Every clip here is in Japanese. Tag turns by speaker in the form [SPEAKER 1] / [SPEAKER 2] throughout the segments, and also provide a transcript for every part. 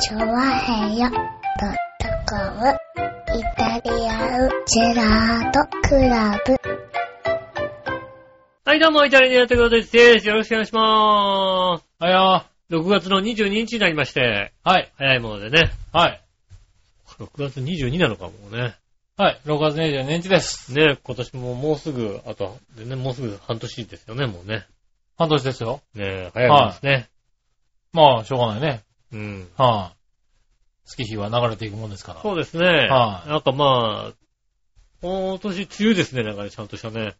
[SPEAKER 1] チョワヘヨドットコムイタリアンジェラートクラブ。
[SPEAKER 2] はい、どうも、イタリアンやってことです。よろしくお願いしまーす。
[SPEAKER 3] はいよ
[SPEAKER 2] 6月の22日になりまして、
[SPEAKER 3] はい。
[SPEAKER 2] 早いものでね。
[SPEAKER 3] はい。
[SPEAKER 2] 6月22なのかもうね。
[SPEAKER 3] はい。6月22日です。
[SPEAKER 2] ねえ今年ももうすぐ、あと、でね、もうすぐ半年ですよね、もうね。
[SPEAKER 3] 半年ですよ。
[SPEAKER 2] ねえ早いもんですね。
[SPEAKER 3] まあ、しょうがないね。
[SPEAKER 2] うん。
[SPEAKER 3] はい、月日は流れていくもんですから。
[SPEAKER 2] そうですね。
[SPEAKER 3] はい
[SPEAKER 2] なんかまあ、今年梅雨ですね、なんかね、ちゃんとしたね。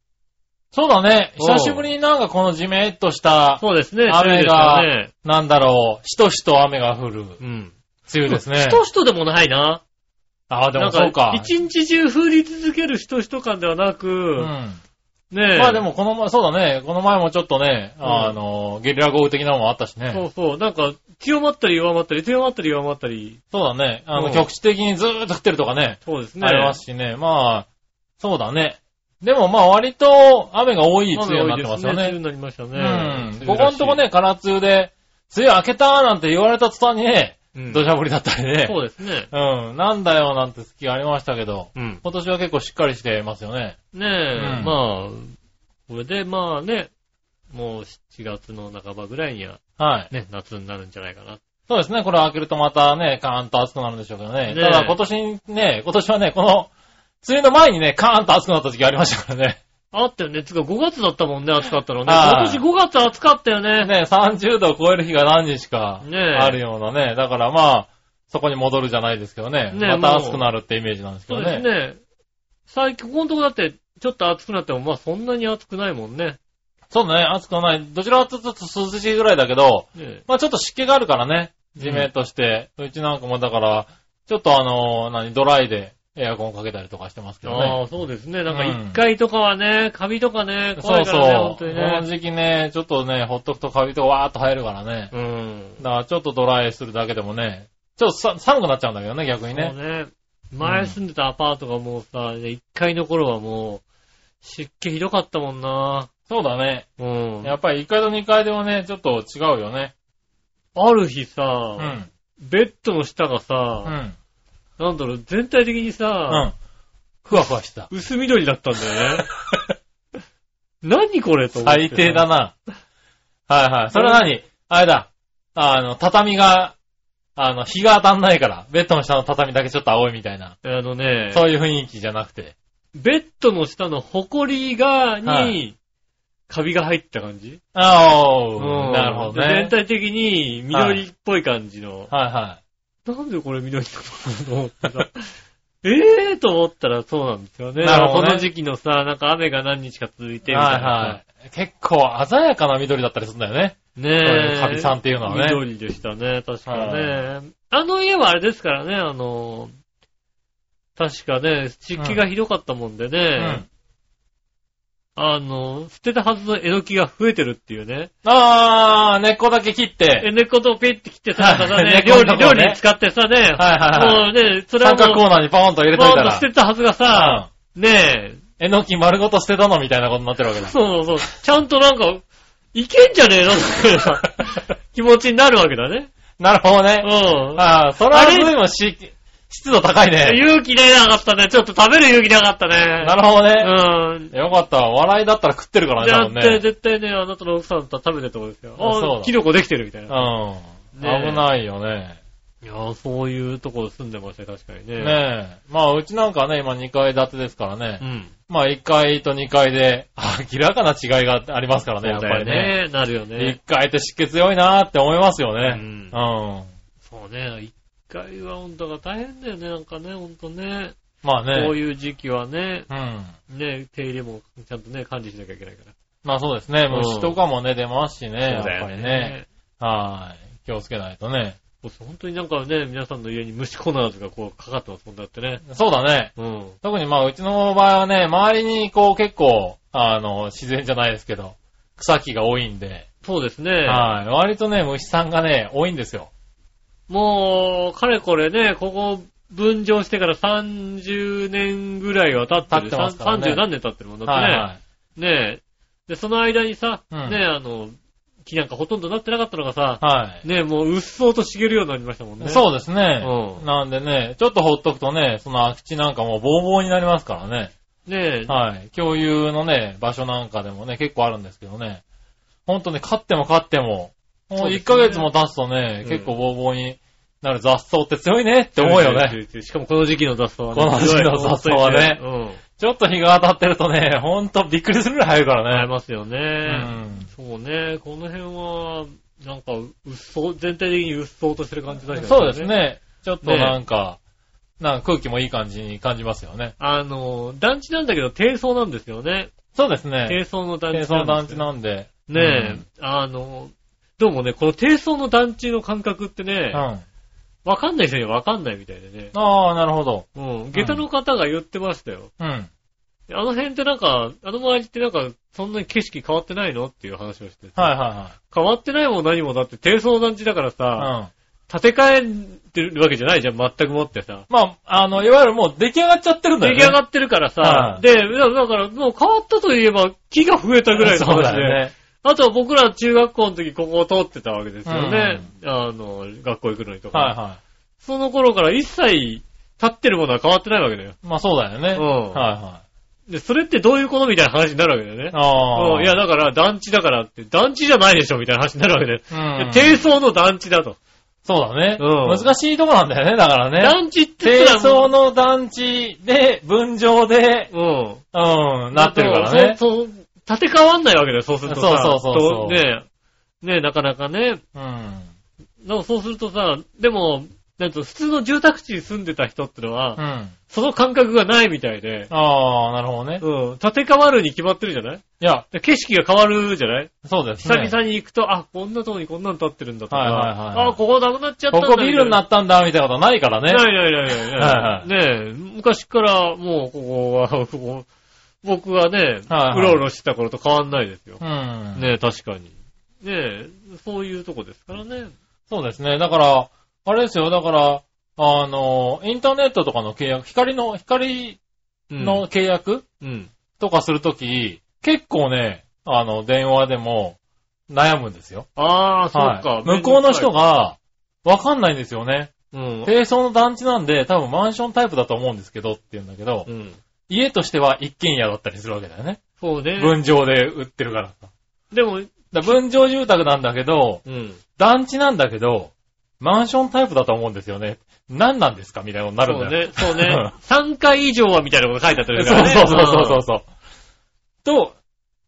[SPEAKER 3] そうだね。
[SPEAKER 2] おう
[SPEAKER 3] 久しぶりになんかこのじめっとした、
[SPEAKER 2] そうですね、
[SPEAKER 3] 雨が
[SPEAKER 2] 梅雨です
[SPEAKER 3] なんだろう、しとしと雨が降る梅
[SPEAKER 2] よね。うん。
[SPEAKER 3] 雨ですね
[SPEAKER 2] し。としとでもないな。
[SPEAKER 3] ああ、でもそうか。
[SPEAKER 2] なん一日中降り続けるしとしと感ではなく、
[SPEAKER 3] うん。
[SPEAKER 2] ねえ。
[SPEAKER 3] まあでもこの前、そうだね。この前もちょっとね、
[SPEAKER 2] ん
[SPEAKER 3] あの、ゲリラ豪雨的なのもあったしね。
[SPEAKER 2] そうそう。なんか、強まったり弱まったり、強まったり弱まったり。
[SPEAKER 3] そうだね。あ
[SPEAKER 2] うん
[SPEAKER 3] の、局地的にずーっと降ってるとかね。
[SPEAKER 2] そうですね。
[SPEAKER 3] ありますしね。まあ、そうだね。でもまあ割と雨が多い梅雨になってますよ
[SPEAKER 2] 雨多いです梅
[SPEAKER 3] ね
[SPEAKER 2] 雨。になりました
[SPEAKER 3] う
[SPEAKER 2] ね。
[SPEAKER 3] ん。ここんとこね、空梅雨で、梅雨明けたーなんて言われた途端にね、
[SPEAKER 2] うん、
[SPEAKER 3] 土砂降りだったりね。
[SPEAKER 2] そうですね。
[SPEAKER 3] うん。なんだよなんて月がありましたけど、
[SPEAKER 2] うん。
[SPEAKER 3] 今年は結構しっかりしてますよね。
[SPEAKER 2] ねえ、
[SPEAKER 3] うん
[SPEAKER 2] まあ、これでまあね、もう7月の半ばぐらいには、
[SPEAKER 3] はい。
[SPEAKER 2] ね、夏になるんじゃないかな。
[SPEAKER 3] そうですね。これ開けるとまたね、カーンと暑くなるんでしょうけどね。
[SPEAKER 2] ねえ
[SPEAKER 3] ただ今年ね、今年はね、この、梅雨の前にね、カーンと暑くなった時がありましたからね。
[SPEAKER 2] あったよね。つうか5月だったもんね、暑かったのね。
[SPEAKER 3] ああ
[SPEAKER 2] 今年5月暑かったよね。
[SPEAKER 3] ね、30度を超える日が何日か
[SPEAKER 2] ねえ
[SPEAKER 3] あるようなね。だからまあ、そこに戻るじゃないですけどね。
[SPEAKER 2] ねえ
[SPEAKER 3] また
[SPEAKER 2] もう
[SPEAKER 3] 暑くなるってイメージなんですけ
[SPEAKER 2] そ
[SPEAKER 3] ど
[SPEAKER 2] うです
[SPEAKER 3] ね。
[SPEAKER 2] ね。最近、ここのとこだって、ちょっと暑くなっても、まあそんなに暑くないもんね。
[SPEAKER 3] そうだね、暑くはない。どちらかというと涼しいぐらいだけど、
[SPEAKER 2] ねえ
[SPEAKER 3] まあちょっと湿気があるからね。地面として。うちなんかもだから、ちょっとあのー何、ドライでエアコンかけたりとかしてますけど
[SPEAKER 2] あ
[SPEAKER 3] ね。
[SPEAKER 2] あ、そうですね。なんか
[SPEAKER 3] うん
[SPEAKER 2] 1階とかはね、カビとかね、怖
[SPEAKER 3] そ
[SPEAKER 2] いうか
[SPEAKER 3] そう。
[SPEAKER 2] らね、本
[SPEAKER 3] こ
[SPEAKER 2] 当に
[SPEAKER 3] の
[SPEAKER 2] ね。
[SPEAKER 3] 時期ね、ちょっとね、ほっとくとカビとかわーっと生えるからね。
[SPEAKER 2] うん。
[SPEAKER 3] だからちょっとドライするだけでもね、ちょっとさ寒くなっちゃうんだけどね、逆に
[SPEAKER 2] もう
[SPEAKER 3] ね。
[SPEAKER 2] ね、前住んでたアパートがもうさ、1階の頃はもう、湿気ひどかったもんな。
[SPEAKER 3] そうだね。
[SPEAKER 2] うん。
[SPEAKER 3] やっぱり1階と2階ではね、ちょっと違うよね。
[SPEAKER 2] ある日
[SPEAKER 3] う
[SPEAKER 2] さ、
[SPEAKER 3] ん。
[SPEAKER 2] ベッドの下が
[SPEAKER 3] う
[SPEAKER 2] さ、
[SPEAKER 3] ん。
[SPEAKER 2] なんだろう、全体的に
[SPEAKER 3] う
[SPEAKER 2] さ、
[SPEAKER 3] ん。ふわふわしてた。
[SPEAKER 2] 薄緑だったんだよ ね。何これと思って
[SPEAKER 3] 最
[SPEAKER 2] さ。
[SPEAKER 3] 低だな。はいはい。それは何あれだ。あの、畳が、あの、日が当たんないから、ベッドの下の畳だけちょっと青いみたいな。
[SPEAKER 2] あのね、
[SPEAKER 3] そういう雰囲気じゃなくて。
[SPEAKER 2] ベッドの下のホコリが、
[SPEAKER 3] は
[SPEAKER 2] に、カビが入った感じ
[SPEAKER 3] ああ、
[SPEAKER 2] うん
[SPEAKER 3] なるほど
[SPEAKER 2] で
[SPEAKER 3] ね
[SPEAKER 2] 全。体的に緑っぽい感じの。
[SPEAKER 3] はいは
[SPEAKER 2] なんでこれ緑なのと思ってさ。 ええーと思ったらそうなんですよね。
[SPEAKER 3] なるほどね
[SPEAKER 2] この時期のさ、なんか雨が何日か続いて
[SPEAKER 3] い。
[SPEAKER 2] みたいな
[SPEAKER 3] はい
[SPEAKER 2] さ。
[SPEAKER 3] はい。結構鮮やかな緑だったりするんだよね。そう
[SPEAKER 2] ね
[SPEAKER 3] い
[SPEAKER 2] え。
[SPEAKER 3] うカビさんっていうのはね
[SPEAKER 2] 緑でしたね、確かね。
[SPEAKER 3] は
[SPEAKER 2] あの家はあれですからね、あの、確かね、湿気がひどかったもんでね、
[SPEAKER 3] うん。
[SPEAKER 2] あの、捨てたはずのえのきが増えてるっていうね。
[SPEAKER 3] ああ、根っこだけ切って
[SPEAKER 2] え、。根っことをピッて切ってさ、なんかね、
[SPEAKER 3] 根っ
[SPEAKER 2] 料
[SPEAKER 3] この
[SPEAKER 2] 理、
[SPEAKER 3] とこ
[SPEAKER 2] 料
[SPEAKER 3] ろね
[SPEAKER 2] 理に使ってさね、
[SPEAKER 3] はいはいは
[SPEAKER 2] もうね、そ
[SPEAKER 3] い。
[SPEAKER 2] れは
[SPEAKER 3] 三
[SPEAKER 2] もう
[SPEAKER 3] 角、コーナーにポーンと入れとい
[SPEAKER 2] ボ
[SPEAKER 3] た
[SPEAKER 2] ーンと
[SPEAKER 3] ら
[SPEAKER 2] 捨。てたはずが
[SPEAKER 3] うん
[SPEAKER 2] さ、ねえ、
[SPEAKER 3] えのき丸ごと捨てたのみたいなことになってるわけだ。
[SPEAKER 2] そうそうそう、ちゃんとなんか、いけんじゃねえのって さ気持ちになるわけだね。
[SPEAKER 3] なるほど
[SPEAKER 2] う
[SPEAKER 3] ね。
[SPEAKER 2] ん。
[SPEAKER 3] ああ、それは
[SPEAKER 2] あれ
[SPEAKER 3] 随分し、湿度高いね。
[SPEAKER 2] 勇気出なかったね。ちょっと食べる勇気なかったね。
[SPEAKER 3] なるほどね。
[SPEAKER 2] うん。
[SPEAKER 3] よかった。笑いだったら食ってるからね、
[SPEAKER 2] だ
[SPEAKER 3] 多
[SPEAKER 2] っ
[SPEAKER 3] 分
[SPEAKER 2] て
[SPEAKER 3] ね。
[SPEAKER 2] 絶対ね、あなたの奥さんとは食べてるとこですよ。
[SPEAKER 3] あそう
[SPEAKER 2] あ
[SPEAKER 3] だ
[SPEAKER 2] キノコできてるみたいうな。
[SPEAKER 3] ん。
[SPEAKER 2] ねえ
[SPEAKER 3] 危ないよね。
[SPEAKER 2] いやーそういうところ住んでましたね、確かにね。
[SPEAKER 3] ねえ。まあ、うちなんかね、今2階建てですからね
[SPEAKER 2] う。ん。
[SPEAKER 3] まあ、1階と2階で、明らかな違いがありますからね、やっぱ
[SPEAKER 2] そうだよ
[SPEAKER 3] りね。
[SPEAKER 2] ね。なるよね
[SPEAKER 3] 1。階って湿気強いなーって思いますよね。
[SPEAKER 2] う
[SPEAKER 3] うんん。
[SPEAKER 2] そうね。一回は温度が大変だよね、なんかね、ほんとね。
[SPEAKER 3] まあね。
[SPEAKER 2] こう
[SPEAKER 3] う。
[SPEAKER 2] いう時期はね、
[SPEAKER 3] ん。
[SPEAKER 2] ね、手入れもちゃんとね、管理しなきゃいけないから。
[SPEAKER 3] まあそうですね。
[SPEAKER 2] うん
[SPEAKER 3] 虫とかもね、出ますしね、や
[SPEAKER 2] そう
[SPEAKER 3] っぱ
[SPEAKER 2] だよ
[SPEAKER 3] りね。。はい。気をつけないとね。
[SPEAKER 2] もう本当になんかね、皆さんの家に虫コナーズがこうかかってますもんだってね。
[SPEAKER 3] そうだね。
[SPEAKER 2] うん。
[SPEAKER 3] 特にまあ、うちの場合はね、周りにこう結構、あの、自然じゃないですけど、草木が多いんで、
[SPEAKER 2] そうですね。
[SPEAKER 3] はい。割とね、虫さんがね、多いんですよ。
[SPEAKER 2] もう、かれこれね、ここ、分譲してから30年ぐらいは経ってる。
[SPEAKER 3] 経ってますからね
[SPEAKER 2] 30何年経ってるもんだってね。
[SPEAKER 3] はいはい。
[SPEAKER 2] ねえ。で、その間にさ、
[SPEAKER 3] うん
[SPEAKER 2] ねえ、あの、木なんかほとんどなってなかったのがさ、
[SPEAKER 3] はい。
[SPEAKER 2] ね、もううっそうと茂るようになりましたもんね。
[SPEAKER 3] そうですね。
[SPEAKER 2] うん
[SPEAKER 3] なんでね、ちょっとほっとくとね、その空き地なんかもうボーボーになりますからね。
[SPEAKER 2] う。ねえ、
[SPEAKER 3] はい。共有のね、場所なんかでもね、結構あるんですけどね。ほんとね、勝っても勝っても、も
[SPEAKER 2] そううですね
[SPEAKER 3] 1ヶ月も経つとね、
[SPEAKER 2] うん
[SPEAKER 3] 結構ボーボーになる雑草って強いねって思うよね。。
[SPEAKER 2] しかもこの時期の雑草はね。
[SPEAKER 3] この時期の雑草はね
[SPEAKER 2] うん。
[SPEAKER 3] ちょっと日が当たってるとね、 ほんとびっくりするぐらい早いか
[SPEAKER 2] な
[SPEAKER 3] ら
[SPEAKER 2] り
[SPEAKER 3] ね。
[SPEAKER 2] ますよ
[SPEAKER 3] う
[SPEAKER 2] ね。
[SPEAKER 3] ん。
[SPEAKER 2] そうね、この辺は、なんか、うっそう、全体的にうっそうとしてる感じだけど
[SPEAKER 3] そうです。ね。ちょっとなんか、なんか空気もいい感じに感じますよね。
[SPEAKER 2] あの、団地なんだけど、低層なんですよね。
[SPEAKER 3] そうですね。
[SPEAKER 2] 低層の団地
[SPEAKER 3] 低
[SPEAKER 2] です
[SPEAKER 3] 層
[SPEAKER 2] よ。
[SPEAKER 3] 団地なんで。
[SPEAKER 2] ねえ、あの、どうもね、この低層の団地の感覚ってね
[SPEAKER 3] うん。う、ん。
[SPEAKER 2] わかんない人にはわかんないみたいでね。
[SPEAKER 3] ああ、なるほど。
[SPEAKER 2] うん。下駄の方が言ってましたよ。
[SPEAKER 3] うん。
[SPEAKER 2] あの辺ってなんか、あの周りってなんか、そんなに景色変わってないのっていう話をしてて。
[SPEAKER 3] はいは
[SPEAKER 2] 変わってないも何もだって低層の団地だから
[SPEAKER 3] い
[SPEAKER 2] さ、
[SPEAKER 3] はい。うん。
[SPEAKER 2] 建て替えてるわけじゃないじゃん、全くもってさ。
[SPEAKER 3] まあ、あの、いわゆるもう出来上がっちゃってるんだ
[SPEAKER 2] 出
[SPEAKER 3] よ
[SPEAKER 2] 来
[SPEAKER 3] ね。
[SPEAKER 2] 上がってるからさ
[SPEAKER 3] は、い
[SPEAKER 2] で、だだからもう変わったといえば木が増えたぐらいの
[SPEAKER 3] そう
[SPEAKER 2] 話
[SPEAKER 3] だ
[SPEAKER 2] で。
[SPEAKER 3] よね。
[SPEAKER 2] あとは僕ら中学校の時ここを通ってたわけですよね。あの、学校行くのにとか。
[SPEAKER 3] はいは
[SPEAKER 2] その頃から一切立ってるものは変わってないわけだよ。
[SPEAKER 3] い。まあそうだよね。
[SPEAKER 2] うん
[SPEAKER 3] はいは
[SPEAKER 2] で、それってどういうことみたいな話になるわけだよ
[SPEAKER 3] い。
[SPEAKER 2] ね。
[SPEAKER 3] あ
[SPEAKER 2] う
[SPEAKER 3] あ。
[SPEAKER 2] ん、いや、だから団地だからって、団地じゃないでしょみたいな話になるわけだよ。
[SPEAKER 3] うん、
[SPEAKER 2] 低層の団地だと。
[SPEAKER 3] そうだね、
[SPEAKER 2] うん
[SPEAKER 3] 難しいとこなんだよね、だからね。
[SPEAKER 2] 団地って言
[SPEAKER 3] 低
[SPEAKER 2] ったら
[SPEAKER 3] 層の団地で、分譲で、
[SPEAKER 2] うん。
[SPEAKER 3] うん、なってるからね。
[SPEAKER 2] そう、そう、建て替わんないわけだよ、そうするとさ。
[SPEAKER 3] そうそうそうそ
[SPEAKER 2] と
[SPEAKER 3] う
[SPEAKER 2] ねえ、ねえ、なかなかね。
[SPEAKER 3] うん。
[SPEAKER 2] でもそうするとさ、でも、なんと普通の住宅地に住んでた人ってのは、
[SPEAKER 3] うん。
[SPEAKER 2] その感覚がないみたいで、
[SPEAKER 3] ああ、なるほどね。
[SPEAKER 2] うん、建て替わるに決まってるじゃない
[SPEAKER 3] いや、
[SPEAKER 2] で景色が変わるじゃない
[SPEAKER 3] そうです
[SPEAKER 2] 久
[SPEAKER 3] ね。
[SPEAKER 2] 々に行くと、あ、こんなとこにこんなの建ってるんだとか、
[SPEAKER 3] はいはいはいはい
[SPEAKER 2] あ、ここなくなっちゃったんだ
[SPEAKER 3] ここビルにな
[SPEAKER 2] っ
[SPEAKER 3] ったんだ、みたいなことないから
[SPEAKER 2] た
[SPEAKER 3] ね。
[SPEAKER 2] ないないないな
[SPEAKER 3] はい
[SPEAKER 2] ない。ねえ、昔からもうここは、 ここ、僕がね、
[SPEAKER 3] はいはいう
[SPEAKER 2] ろうろしてた頃と変わんないですよ。
[SPEAKER 3] うん。
[SPEAKER 2] ねえ、確かに。ねえ、そういうとこですからね。
[SPEAKER 3] そうですね。だから、あれですよ、だから、あの、インターネットとかの契約、光の、光
[SPEAKER 2] うん
[SPEAKER 3] の、契約、
[SPEAKER 2] うん。
[SPEAKER 3] とかするとき、結構ね、あの、電話でも悩むんですよ。
[SPEAKER 2] ああ、そう
[SPEAKER 3] は
[SPEAKER 2] か
[SPEAKER 3] い。向こうの人
[SPEAKER 2] が、
[SPEAKER 3] が、わかんないんですよね。
[SPEAKER 2] うん。
[SPEAKER 3] 低層の団地なんで、多分マンションタイプだと思うんですけどって言うんだけど、
[SPEAKER 2] うん。
[SPEAKER 3] 家としては一軒家だったりするわけだよね。
[SPEAKER 2] そうね。
[SPEAKER 3] 分譲で売ってるからさ。
[SPEAKER 2] でも、
[SPEAKER 3] だから分譲住宅なんだけど、
[SPEAKER 2] うん。
[SPEAKER 3] 団地なんだけど、マンションタイプだと思うんですよね。何なんですかみたいなことになるんだ
[SPEAKER 2] そう
[SPEAKER 3] よ。。
[SPEAKER 2] ね。そうね 3回以上はみたいなこと書いてあったりす
[SPEAKER 3] そ
[SPEAKER 2] るから
[SPEAKER 3] う
[SPEAKER 2] ね。
[SPEAKER 3] そうそうそうそうそう。と、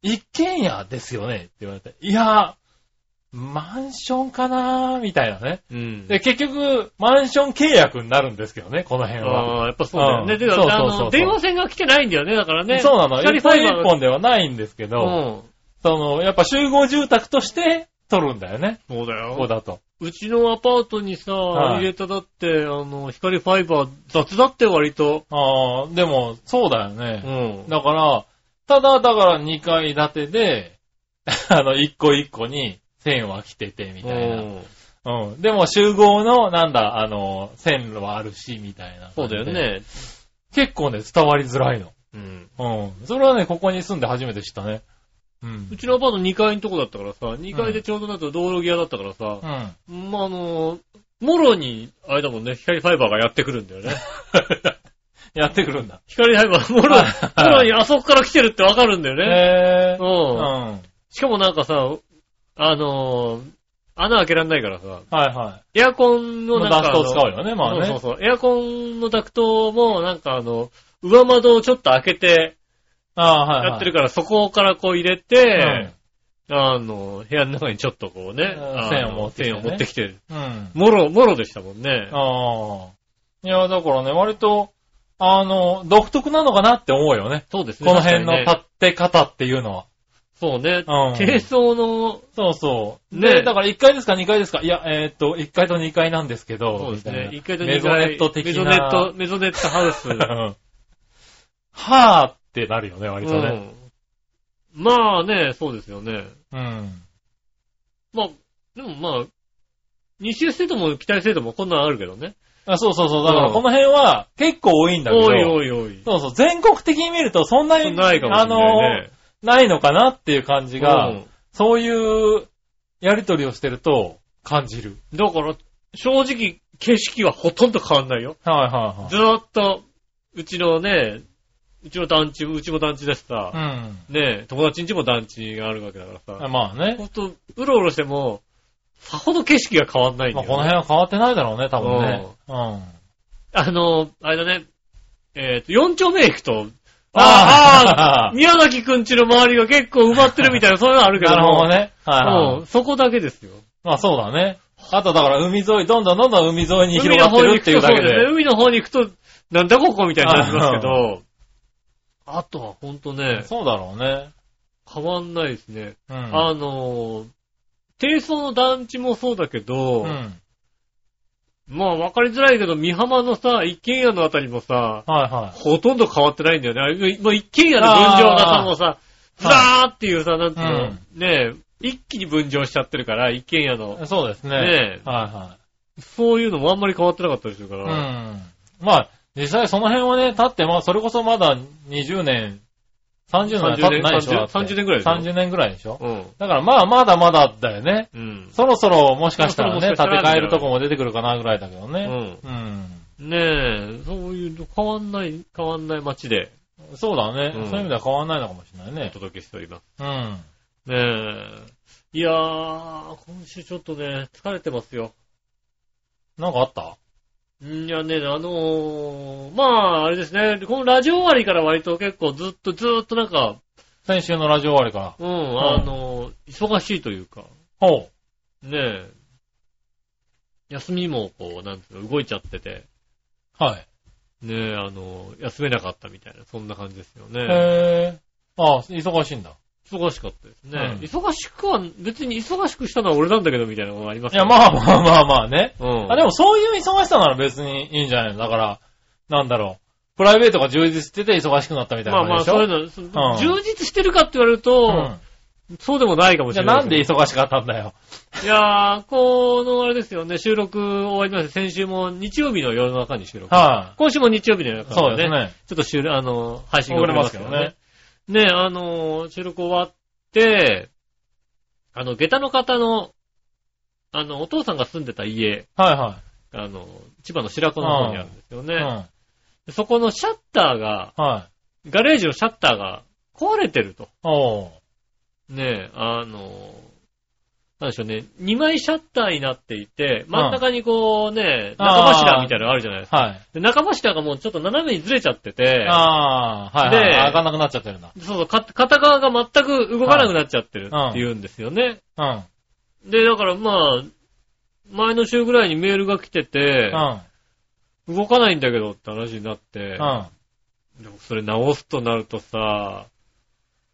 [SPEAKER 3] 一軒家ですよねって言われて、いやー、マンションかなーみたいなね。
[SPEAKER 2] うん。うん。
[SPEAKER 3] で、結局、マンション契約になるんですけどね、この辺は。
[SPEAKER 2] ああ、やっぱそうだよ
[SPEAKER 3] う
[SPEAKER 2] ね。
[SPEAKER 3] ん
[SPEAKER 2] で、だか
[SPEAKER 3] そう
[SPEAKER 2] ら、
[SPEAKER 3] そ
[SPEAKER 2] あ
[SPEAKER 3] うそうそう
[SPEAKER 2] の、電話線が来てないんだよね、だからね。
[SPEAKER 3] そうなの。
[SPEAKER 2] 光
[SPEAKER 3] 一
[SPEAKER 2] ファ
[SPEAKER 3] 本
[SPEAKER 2] イバー
[SPEAKER 3] 一本ではないんですけど、
[SPEAKER 2] うん。
[SPEAKER 3] その、やっぱ集合住宅として取るんだよね。
[SPEAKER 2] そうだ
[SPEAKER 3] ここ
[SPEAKER 2] よ。
[SPEAKER 3] だと。
[SPEAKER 2] うちのアパートにさ、
[SPEAKER 3] はい
[SPEAKER 2] 入れただって、あの、光ファイバー雑だって割と。
[SPEAKER 3] ああ、でも、そうだよ
[SPEAKER 2] う
[SPEAKER 3] ね。
[SPEAKER 2] ん。
[SPEAKER 3] だから、ただ、だから2階建てで、 あの、一個一個に線は来てて、みたいな。
[SPEAKER 2] うん
[SPEAKER 3] うん。でも集合の、なんだ、あの、線路はあるし、みたいな。
[SPEAKER 2] そうだよ。ね。
[SPEAKER 3] 結構ね、伝わりづらいの。
[SPEAKER 2] うん。
[SPEAKER 3] うん。それはね、ここに住んで初めて知ったね。うん
[SPEAKER 2] う。ちのアパート2階のとこだったからさ、2階でちょうどだと道路際だったからさ
[SPEAKER 3] う、ん。
[SPEAKER 2] まあ、あの、もろに、あれだもんね、光ファイバーがやってくるんだよ ね。
[SPEAKER 3] やってくるんだ。
[SPEAKER 2] 光ファイバー、もろ、
[SPEAKER 3] はい
[SPEAKER 2] もろにあそこから来てるってわかるんだよね。
[SPEAKER 3] へぇー。う。
[SPEAKER 2] うん
[SPEAKER 3] はい
[SPEAKER 2] しかもなんかさ、あのー穴開けらんないからさ、
[SPEAKER 3] は
[SPEAKER 2] エアコン
[SPEAKER 3] い。
[SPEAKER 2] の
[SPEAKER 3] ま
[SPEAKER 2] な
[SPEAKER 3] あ
[SPEAKER 2] んかあ
[SPEAKER 3] ダ
[SPEAKER 2] の
[SPEAKER 3] ストを使うよね、まあね。
[SPEAKER 2] そうそうそう。エアコンのダクトも、なんかあの、上窓をちょっと開けて
[SPEAKER 3] ああ、はい、はい。
[SPEAKER 2] やってるから、そこからこう入れ
[SPEAKER 3] う
[SPEAKER 2] て
[SPEAKER 3] ん、
[SPEAKER 2] あの、部屋の中にちょっとこうね、
[SPEAKER 3] うん
[SPEAKER 2] あの
[SPEAKER 3] 線を持ってきて
[SPEAKER 2] 線
[SPEAKER 3] ね
[SPEAKER 2] を持ってきて、
[SPEAKER 3] うん。
[SPEAKER 2] もろ、もろでしたもんね。
[SPEAKER 3] ああ。いや、だからね、割と、あの、独特なのかなって思うよね。
[SPEAKER 2] そうですね。
[SPEAKER 3] この辺の
[SPEAKER 2] 確かにね
[SPEAKER 3] 立て方っていうのは。
[SPEAKER 2] そうね
[SPEAKER 3] うん。
[SPEAKER 2] 低層の、
[SPEAKER 3] そうそう。
[SPEAKER 2] ね
[SPEAKER 3] で、だから1階ですか2階ですかいや、えーっと、1階と2階なんですけど、
[SPEAKER 2] そうです
[SPEAKER 3] みたい
[SPEAKER 2] ね
[SPEAKER 3] な。
[SPEAKER 2] 一階と
[SPEAKER 3] メ
[SPEAKER 2] 二階。
[SPEAKER 3] ゾネット的な。
[SPEAKER 2] メゾネット、メゾネットハウス。
[SPEAKER 3] うん はぁってなるよね、割とね。
[SPEAKER 2] うんまあね、そうですよね。
[SPEAKER 3] うん。
[SPEAKER 2] まあ、でもまあ、二周制度も期待制度もこんなんあるけどね。
[SPEAKER 3] あそうそうそう。だか
[SPEAKER 2] う
[SPEAKER 3] ら
[SPEAKER 2] ん
[SPEAKER 3] この辺は結構多いんだけど。
[SPEAKER 2] おいおいおい。
[SPEAKER 3] そうそう。全国的に見るとそんなに、
[SPEAKER 2] ないかもしれないね。
[SPEAKER 3] あの、ないのかなっていう感じが、
[SPEAKER 2] うん
[SPEAKER 3] そういう、やりとりをしてると感じる。
[SPEAKER 2] だから、正直、景色はほとんど変わんないよ。
[SPEAKER 3] はいは
[SPEAKER 2] ずーっと、うちのね、うちの団地、うちも団地だし
[SPEAKER 3] い
[SPEAKER 2] さ、
[SPEAKER 3] はい。
[SPEAKER 2] ねえ、友達んちも団地があるわけだから
[SPEAKER 3] うん。
[SPEAKER 2] さ、
[SPEAKER 3] まあね
[SPEAKER 2] ほ。んと、うろうろしても、さほど景色が変わんないん
[SPEAKER 3] ま
[SPEAKER 2] だ
[SPEAKER 3] あ
[SPEAKER 2] よ、
[SPEAKER 3] この辺は変わってないだろうね、多分ね。うん。
[SPEAKER 2] あの、あれだね、えっ、と、4丁目行くと、
[SPEAKER 3] あー
[SPEAKER 2] あーあー宮崎くんちの周りが結構埋まってるみたいな、そういうのあるけど
[SPEAKER 3] な
[SPEAKER 2] も。
[SPEAKER 3] るほどね。はいはい
[SPEAKER 2] うん、そこだけですよ。
[SPEAKER 3] まあそうだね。あとだから海沿い、どんどんどんどん海沿い
[SPEAKER 2] 海
[SPEAKER 3] に広
[SPEAKER 2] の
[SPEAKER 3] がって
[SPEAKER 2] 方に
[SPEAKER 3] る
[SPEAKER 2] 行
[SPEAKER 3] っ
[SPEAKER 2] く
[SPEAKER 3] て
[SPEAKER 2] と
[SPEAKER 3] いうだけ
[SPEAKER 2] そうですね
[SPEAKER 3] で。
[SPEAKER 2] 海の方に行くと、なんだここみたいになりますけど、 あとはほんとね、
[SPEAKER 3] そうだろうね。
[SPEAKER 2] 変わんないですね。
[SPEAKER 3] うん。
[SPEAKER 2] あのー、低層の団地もそうだけ
[SPEAKER 3] う
[SPEAKER 2] ど、
[SPEAKER 3] ん。
[SPEAKER 2] まあ分かりづらいけど、三浜のさ、一軒家のあたりもさ、
[SPEAKER 3] はいはい。
[SPEAKER 2] ほとんど変わってないんだよねあれ。もう一軒家の分譲型もさ、
[SPEAKER 3] ー
[SPEAKER 2] ふらーっていうさ、なんていうの、
[SPEAKER 3] うん
[SPEAKER 2] ねえ、一気に分譲しちゃってるから、一軒家の。
[SPEAKER 3] そうですね。
[SPEAKER 2] ね
[SPEAKER 3] は
[SPEAKER 2] そういうのもあんまり変わってなかったりするか
[SPEAKER 3] い
[SPEAKER 2] ら。
[SPEAKER 3] はい。うん。まあ、実際その辺はね、経って、まあ、それこそまだ20年、30年は経ってないでしょ。だって
[SPEAKER 2] 30 30年ぐらいでしょ
[SPEAKER 3] 30年ぐらいでしょ。
[SPEAKER 2] うん。
[SPEAKER 3] だからまあ、まだまだだよね。
[SPEAKER 2] うん。
[SPEAKER 3] そろそろもしかしたらね、
[SPEAKER 2] そろ
[SPEAKER 3] 建
[SPEAKER 2] そ
[SPEAKER 3] て
[SPEAKER 2] ろもしかしたら
[SPEAKER 3] 替えるとこも出てくるかなぐらいだけど
[SPEAKER 2] う
[SPEAKER 3] ね。
[SPEAKER 2] ん。
[SPEAKER 3] うん。
[SPEAKER 2] ねえ、そういうの変わんない、変わんない街で
[SPEAKER 3] そうだね。
[SPEAKER 2] うん
[SPEAKER 3] そういう意味では変わんないのかもしれない
[SPEAKER 2] お
[SPEAKER 3] ね。
[SPEAKER 2] 届けしております。
[SPEAKER 3] うん。
[SPEAKER 2] ねえ。いやー、今週ちょっとね、疲れてますよ。
[SPEAKER 3] なんかあった
[SPEAKER 2] んいやね、あのー、まあ、あれですね、このラジオ終わりから割と結構ずっとずーっとなんか、
[SPEAKER 3] 先週のラジオ終わりから。
[SPEAKER 2] うん、あのー、忙しいというか、
[SPEAKER 3] ほう。
[SPEAKER 2] ねえ、休みもこう、なんていうの、動いちゃってて、
[SPEAKER 3] はい。
[SPEAKER 2] ねえ、あのー、休めなかったみたいな、そんな感じですよね。
[SPEAKER 3] へえ。ああ、忙しいんだ。
[SPEAKER 2] 忙しかったですね。
[SPEAKER 3] うん
[SPEAKER 2] 忙しくは、別に忙しくしたのは俺なんだけどみたいなのがあります
[SPEAKER 3] いや、
[SPEAKER 2] あ、
[SPEAKER 3] まあまあまあまあね。
[SPEAKER 2] うん。
[SPEAKER 3] あ、でもそういう忙しさなら別にいいんじゃないのだから、なんだろう。プライベートが充実してて忙しくなったみたい
[SPEAKER 2] まあ
[SPEAKER 3] な
[SPEAKER 2] ま
[SPEAKER 3] 感
[SPEAKER 2] あ、
[SPEAKER 3] じでし
[SPEAKER 2] そ
[SPEAKER 3] ょ
[SPEAKER 2] ういう
[SPEAKER 3] ま
[SPEAKER 2] の、そ
[SPEAKER 3] ん
[SPEAKER 2] 充実してるかって言われると、そうでもないかもし
[SPEAKER 3] じゃ
[SPEAKER 2] れ
[SPEAKER 3] あ
[SPEAKER 2] ない。
[SPEAKER 3] なんで忙しかったんだよ。
[SPEAKER 2] いやー、このあれですよね、収録終わりまして、先週も日曜日の夜中に収録。
[SPEAKER 3] は
[SPEAKER 2] 今週も日曜日の夜
[SPEAKER 3] い。
[SPEAKER 2] 中
[SPEAKER 3] そう
[SPEAKER 2] に
[SPEAKER 3] ですね。
[SPEAKER 2] ちょっと収録、あの、配信が
[SPEAKER 3] 遅
[SPEAKER 2] 遅
[SPEAKER 3] れ
[SPEAKER 2] れ
[SPEAKER 3] ま
[SPEAKER 2] ますす
[SPEAKER 3] け
[SPEAKER 2] け
[SPEAKER 3] ど
[SPEAKER 2] ど
[SPEAKER 3] ね
[SPEAKER 2] ね。ねあの、収録終わって、あの、下駄の方の、あの、お父さんが住んでた家、
[SPEAKER 3] はいは
[SPEAKER 2] あの、千葉の白子の方にあるんですよ
[SPEAKER 3] い。う
[SPEAKER 2] ね。
[SPEAKER 3] ん。
[SPEAKER 2] でそこのシャッターが、
[SPEAKER 3] はい。
[SPEAKER 2] ガレージのシャッターが壊れてると。
[SPEAKER 3] おう。
[SPEAKER 2] ねえ、あの、なんでしょうね、2枚シャッターになっていて、真ん中にこうね、
[SPEAKER 3] あー
[SPEAKER 2] 中柱みたいなのがあるじゃないですか。
[SPEAKER 3] はい。
[SPEAKER 2] で中柱がもうちょっと斜めにずれちゃってて、
[SPEAKER 3] ああ、はいはい。
[SPEAKER 2] で
[SPEAKER 3] 開かなくなっちゃってるんだ。
[SPEAKER 2] そうそう、か片側が全く動かなくなっちゃってる
[SPEAKER 3] はい
[SPEAKER 2] っていうんですよね。
[SPEAKER 3] うん。うん。
[SPEAKER 2] で、だからまあ、前の週ぐらいにメールが来てて
[SPEAKER 3] う、ん。
[SPEAKER 2] 動かないんだけどって話になって、
[SPEAKER 3] うん。は
[SPEAKER 2] でもそれ直すとなるとさ、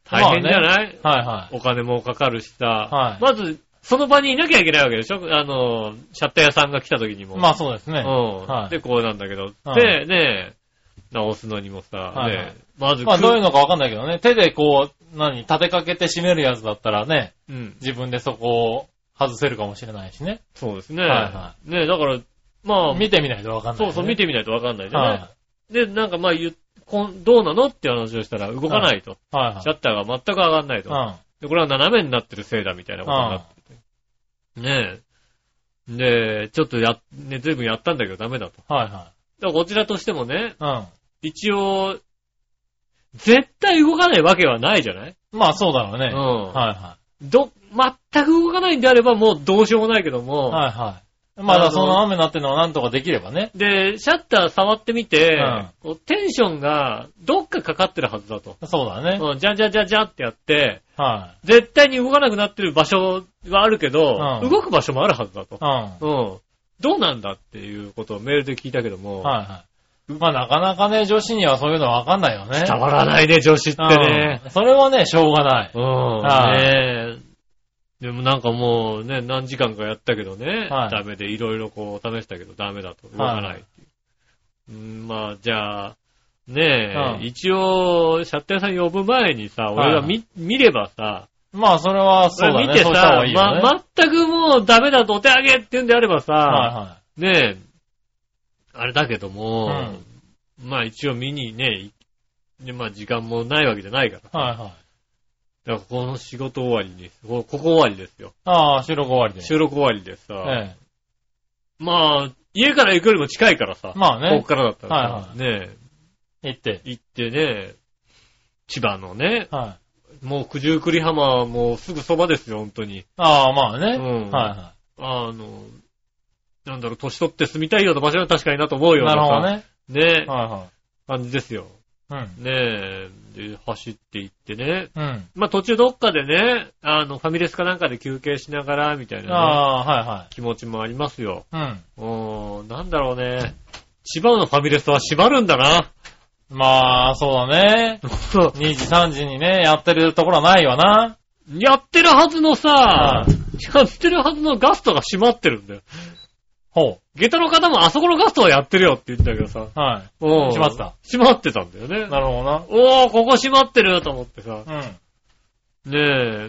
[SPEAKER 2] 大変じゃない、
[SPEAKER 3] いはい。
[SPEAKER 2] お金もかかるしさ、
[SPEAKER 3] はい
[SPEAKER 2] まず、その場にいなきゃいけないわけでしょあの、シャッター屋さんが来た時にも。
[SPEAKER 3] まあそうですね。
[SPEAKER 2] うん、
[SPEAKER 3] はい
[SPEAKER 2] で、こうなんだけど。
[SPEAKER 3] うん
[SPEAKER 2] で、ねえ、直すのにもさ、
[SPEAKER 3] はいはい
[SPEAKER 2] ねえまず、
[SPEAKER 3] まあどういう
[SPEAKER 2] の
[SPEAKER 3] のかわかんないけどね。手でこう、何、立てかけて締めるやつだったらね、
[SPEAKER 2] うん。
[SPEAKER 3] 自分でそこを外せるかもしれないしね。
[SPEAKER 2] そうですね。
[SPEAKER 3] はいは
[SPEAKER 2] ねえ、だから、まあ、
[SPEAKER 3] 見てみないとわかんない、
[SPEAKER 2] そう
[SPEAKER 3] ね。
[SPEAKER 2] そう、見てみないとわかんないじゃ
[SPEAKER 3] は
[SPEAKER 2] ないい、で、なんかまあ言うこんどうなのって話をしたら動かないと。
[SPEAKER 3] はいはい
[SPEAKER 2] シャッターが全く上がんないと、で、これは斜めになってるせいだみたいなことになってて。ねえ。で、ちょっとや、ね、随分やったんだけどダメだと。
[SPEAKER 3] うん。はいは
[SPEAKER 2] だからこちらとしてもね、
[SPEAKER 3] い。
[SPEAKER 2] 一応、絶対動かないわけはないじゃない
[SPEAKER 3] うん。まあそうだろう
[SPEAKER 2] う
[SPEAKER 3] ね。
[SPEAKER 2] ん。
[SPEAKER 3] はいは
[SPEAKER 2] ど、全く動かないんであればもうどうしようもないけども、
[SPEAKER 3] い。はいはい。まだその雨になってるのはなんとかできればね。
[SPEAKER 2] で、シャッター触ってみて、
[SPEAKER 3] うん
[SPEAKER 2] こうテンションがどっかかかってるはずだと。
[SPEAKER 3] そうだね。
[SPEAKER 2] うん、じゃんじゃんじゃんじゃんってやって、
[SPEAKER 3] はい。
[SPEAKER 2] 絶対に動かなくなってる場所はあるけど、
[SPEAKER 3] うん
[SPEAKER 2] 動く場所もあるはずだと。
[SPEAKER 3] うん。は
[SPEAKER 2] うん。どうなんだっていうことをメールで聞いたけども、
[SPEAKER 3] いはい。まあなかなかね、女子にはそういうのはわかんないよ ね。
[SPEAKER 2] 伝わらないね、女子ってね。
[SPEAKER 3] うん。それはね、しょうがない。
[SPEAKER 2] うん。
[SPEAKER 3] はい
[SPEAKER 2] ねえ。でもなんかもうね、何時間かやったけどね、
[SPEAKER 3] はい
[SPEAKER 2] ダメでいろいろこう試したけどダメだと動かないっていう。うん、まあじゃあ、ねえ、
[SPEAKER 3] うん
[SPEAKER 2] 一応、シャッターさん呼ぶ前にさ、俺が見,、見ればさ、
[SPEAKER 3] まあそれはそうだね。
[SPEAKER 2] 見て
[SPEAKER 3] そうした方
[SPEAKER 2] さ
[SPEAKER 3] がいいよね。
[SPEAKER 2] ま、全くもうダメだとお手上げって言うんであればさ、
[SPEAKER 3] は
[SPEAKER 2] ねえ、あれだけど
[SPEAKER 3] いはい。う
[SPEAKER 2] も
[SPEAKER 3] ん、。
[SPEAKER 2] まあ一応見にね、いでまあ時間もないわけじゃないから。
[SPEAKER 3] はいはい。
[SPEAKER 2] だからこの仕事終わりに、こここ終わりですよ。
[SPEAKER 3] ああ、収録終わりで。
[SPEAKER 2] 収録終わりでさ、
[SPEAKER 3] え
[SPEAKER 2] まあ、家から行くよりも近いからさ、
[SPEAKER 3] え。ま
[SPEAKER 2] こ
[SPEAKER 3] あ
[SPEAKER 2] こ
[SPEAKER 3] ね、
[SPEAKER 2] からだったらさ、
[SPEAKER 3] は
[SPEAKER 2] ねえ
[SPEAKER 3] 行って。
[SPEAKER 2] 行ってね、千葉のね、
[SPEAKER 3] はい。
[SPEAKER 2] もう九十九里浜はもうすぐそばですよ、本当に。
[SPEAKER 3] ああ、まあね。
[SPEAKER 2] うん
[SPEAKER 3] は
[SPEAKER 2] あの、なんだろう、年取って住みたいような場所は確かになと思う
[SPEAKER 3] い
[SPEAKER 2] よ
[SPEAKER 3] はい。
[SPEAKER 2] う
[SPEAKER 3] なるほど
[SPEAKER 2] な
[SPEAKER 3] ね。
[SPEAKER 2] さ、ね
[SPEAKER 3] は
[SPEAKER 2] 感じですよ。
[SPEAKER 3] いはい。
[SPEAKER 2] ねえ、で、走って行ってね。
[SPEAKER 3] うん。うん。
[SPEAKER 2] まあ途中どっかでね、あの、ファミレスかなんかで休憩しながら、みたいな、ね、
[SPEAKER 3] ああ
[SPEAKER 2] 気持ちもありますよ。
[SPEAKER 3] ー、はいはい。
[SPEAKER 2] うーん、なんだろうね。千葉のファミレスは閉まるんだな。
[SPEAKER 3] うん。まあ、そうだね。
[SPEAKER 2] そう
[SPEAKER 3] 2時、3時にね、やってるところはないわな。
[SPEAKER 2] やってるはずのさ
[SPEAKER 3] は、
[SPEAKER 2] やってるはずのガストが閉まってるんだよ。
[SPEAKER 3] ほ
[SPEAKER 2] 下駄の方もあそこのガストはやってるよって言ってたけどさ。
[SPEAKER 3] う。はい。
[SPEAKER 2] うん
[SPEAKER 3] 閉まってた。
[SPEAKER 2] 閉まってたんだよね。
[SPEAKER 3] なるほど
[SPEAKER 2] おー、ここ閉まってると思ってさ。
[SPEAKER 3] な。うん。
[SPEAKER 2] ねえ。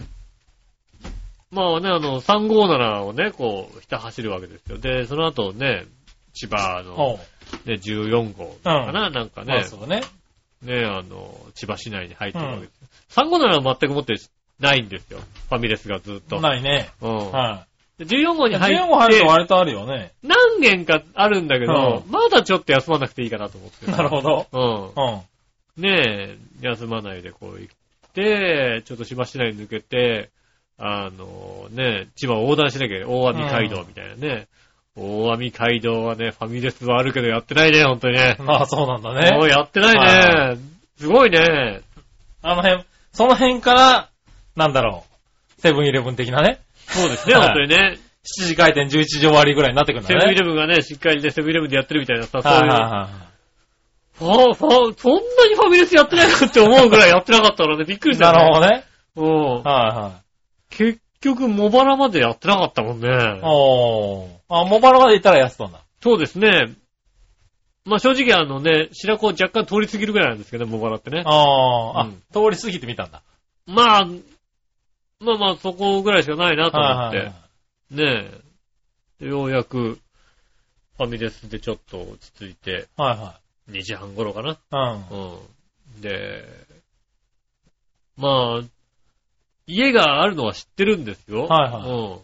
[SPEAKER 2] まあね、あの、357をね、こう、ひた走るわけですよ。で、その後ね、千葉の、
[SPEAKER 3] ほう。
[SPEAKER 2] ね、14号かな、なんか
[SPEAKER 3] まあ
[SPEAKER 2] ね、
[SPEAKER 3] そうだね。
[SPEAKER 2] ね、あの、千葉市内に入ってるわけです。357は全く持ってないんですよ。ファミレスがずっと。
[SPEAKER 3] ないね。
[SPEAKER 2] うん。
[SPEAKER 3] は
[SPEAKER 2] で14号
[SPEAKER 3] い。
[SPEAKER 2] に入
[SPEAKER 3] 14号入
[SPEAKER 2] っ
[SPEAKER 3] ると
[SPEAKER 2] て、
[SPEAKER 3] 割とあるよね。
[SPEAKER 2] 何軒かあるんだけど、
[SPEAKER 3] う
[SPEAKER 2] まだちょっと休まなくていいかなと思って。
[SPEAKER 3] なるほど。
[SPEAKER 2] ど。うん。
[SPEAKER 3] うん。
[SPEAKER 2] ねえ、休まないでこう行って、ちょっと千葉市内抜けて、あのねえ、千葉を横断しなきゃいけない。大網街道みたいなね。大網街道はね、ファミレスはあるけどやってないね、ほんとにね。
[SPEAKER 3] まあそうなんだ
[SPEAKER 2] もう
[SPEAKER 3] ね。
[SPEAKER 2] やってないね。
[SPEAKER 3] は
[SPEAKER 2] すごいね。
[SPEAKER 3] あの辺、その辺から、なんだろう。セブンイレブン的なね。
[SPEAKER 2] そうですね、
[SPEAKER 3] はい
[SPEAKER 2] ほんとにね。
[SPEAKER 3] 7時開店、11時終わりぐらいになってくるんだ
[SPEAKER 2] セ
[SPEAKER 3] ね。
[SPEAKER 2] ブンイレブンがね、しっかりね、セブンイレブンでやってるみたいなさ、
[SPEAKER 3] はいはい
[SPEAKER 2] そ
[SPEAKER 3] はいは
[SPEAKER 2] ういう、ファ、ファ、そんなにファミレスやってないのって思うぐらいやってなかったからね、びっくり
[SPEAKER 3] い。
[SPEAKER 2] した
[SPEAKER 3] なるほ
[SPEAKER 2] よね。
[SPEAKER 3] どね。
[SPEAKER 2] うん。
[SPEAKER 3] はいはい。
[SPEAKER 2] 結局、茂原までやってなかったもんね。
[SPEAKER 3] おー。あ、モバラまで行ったらやってたんだ。
[SPEAKER 2] そうですね。まあ、正直あのね、白子を若干通り過ぎるぐらいなんですけど、茂原ってね。
[SPEAKER 3] あー
[SPEAKER 2] う
[SPEAKER 3] あ
[SPEAKER 2] ん、
[SPEAKER 3] 通り過ぎてみたんだ。
[SPEAKER 2] まあ、まあまあ、そこぐらいしかないなと思っ
[SPEAKER 3] はいはいは
[SPEAKER 2] て
[SPEAKER 3] い。。
[SPEAKER 2] ねえ。ようやく、ファミレスでちょっと落ち着いて、
[SPEAKER 3] は
[SPEAKER 2] 2時半頃かな。
[SPEAKER 3] いはい。うん。
[SPEAKER 2] うん。で、まあ、家があるのは知ってるんですよ。
[SPEAKER 3] はいはい
[SPEAKER 2] うん。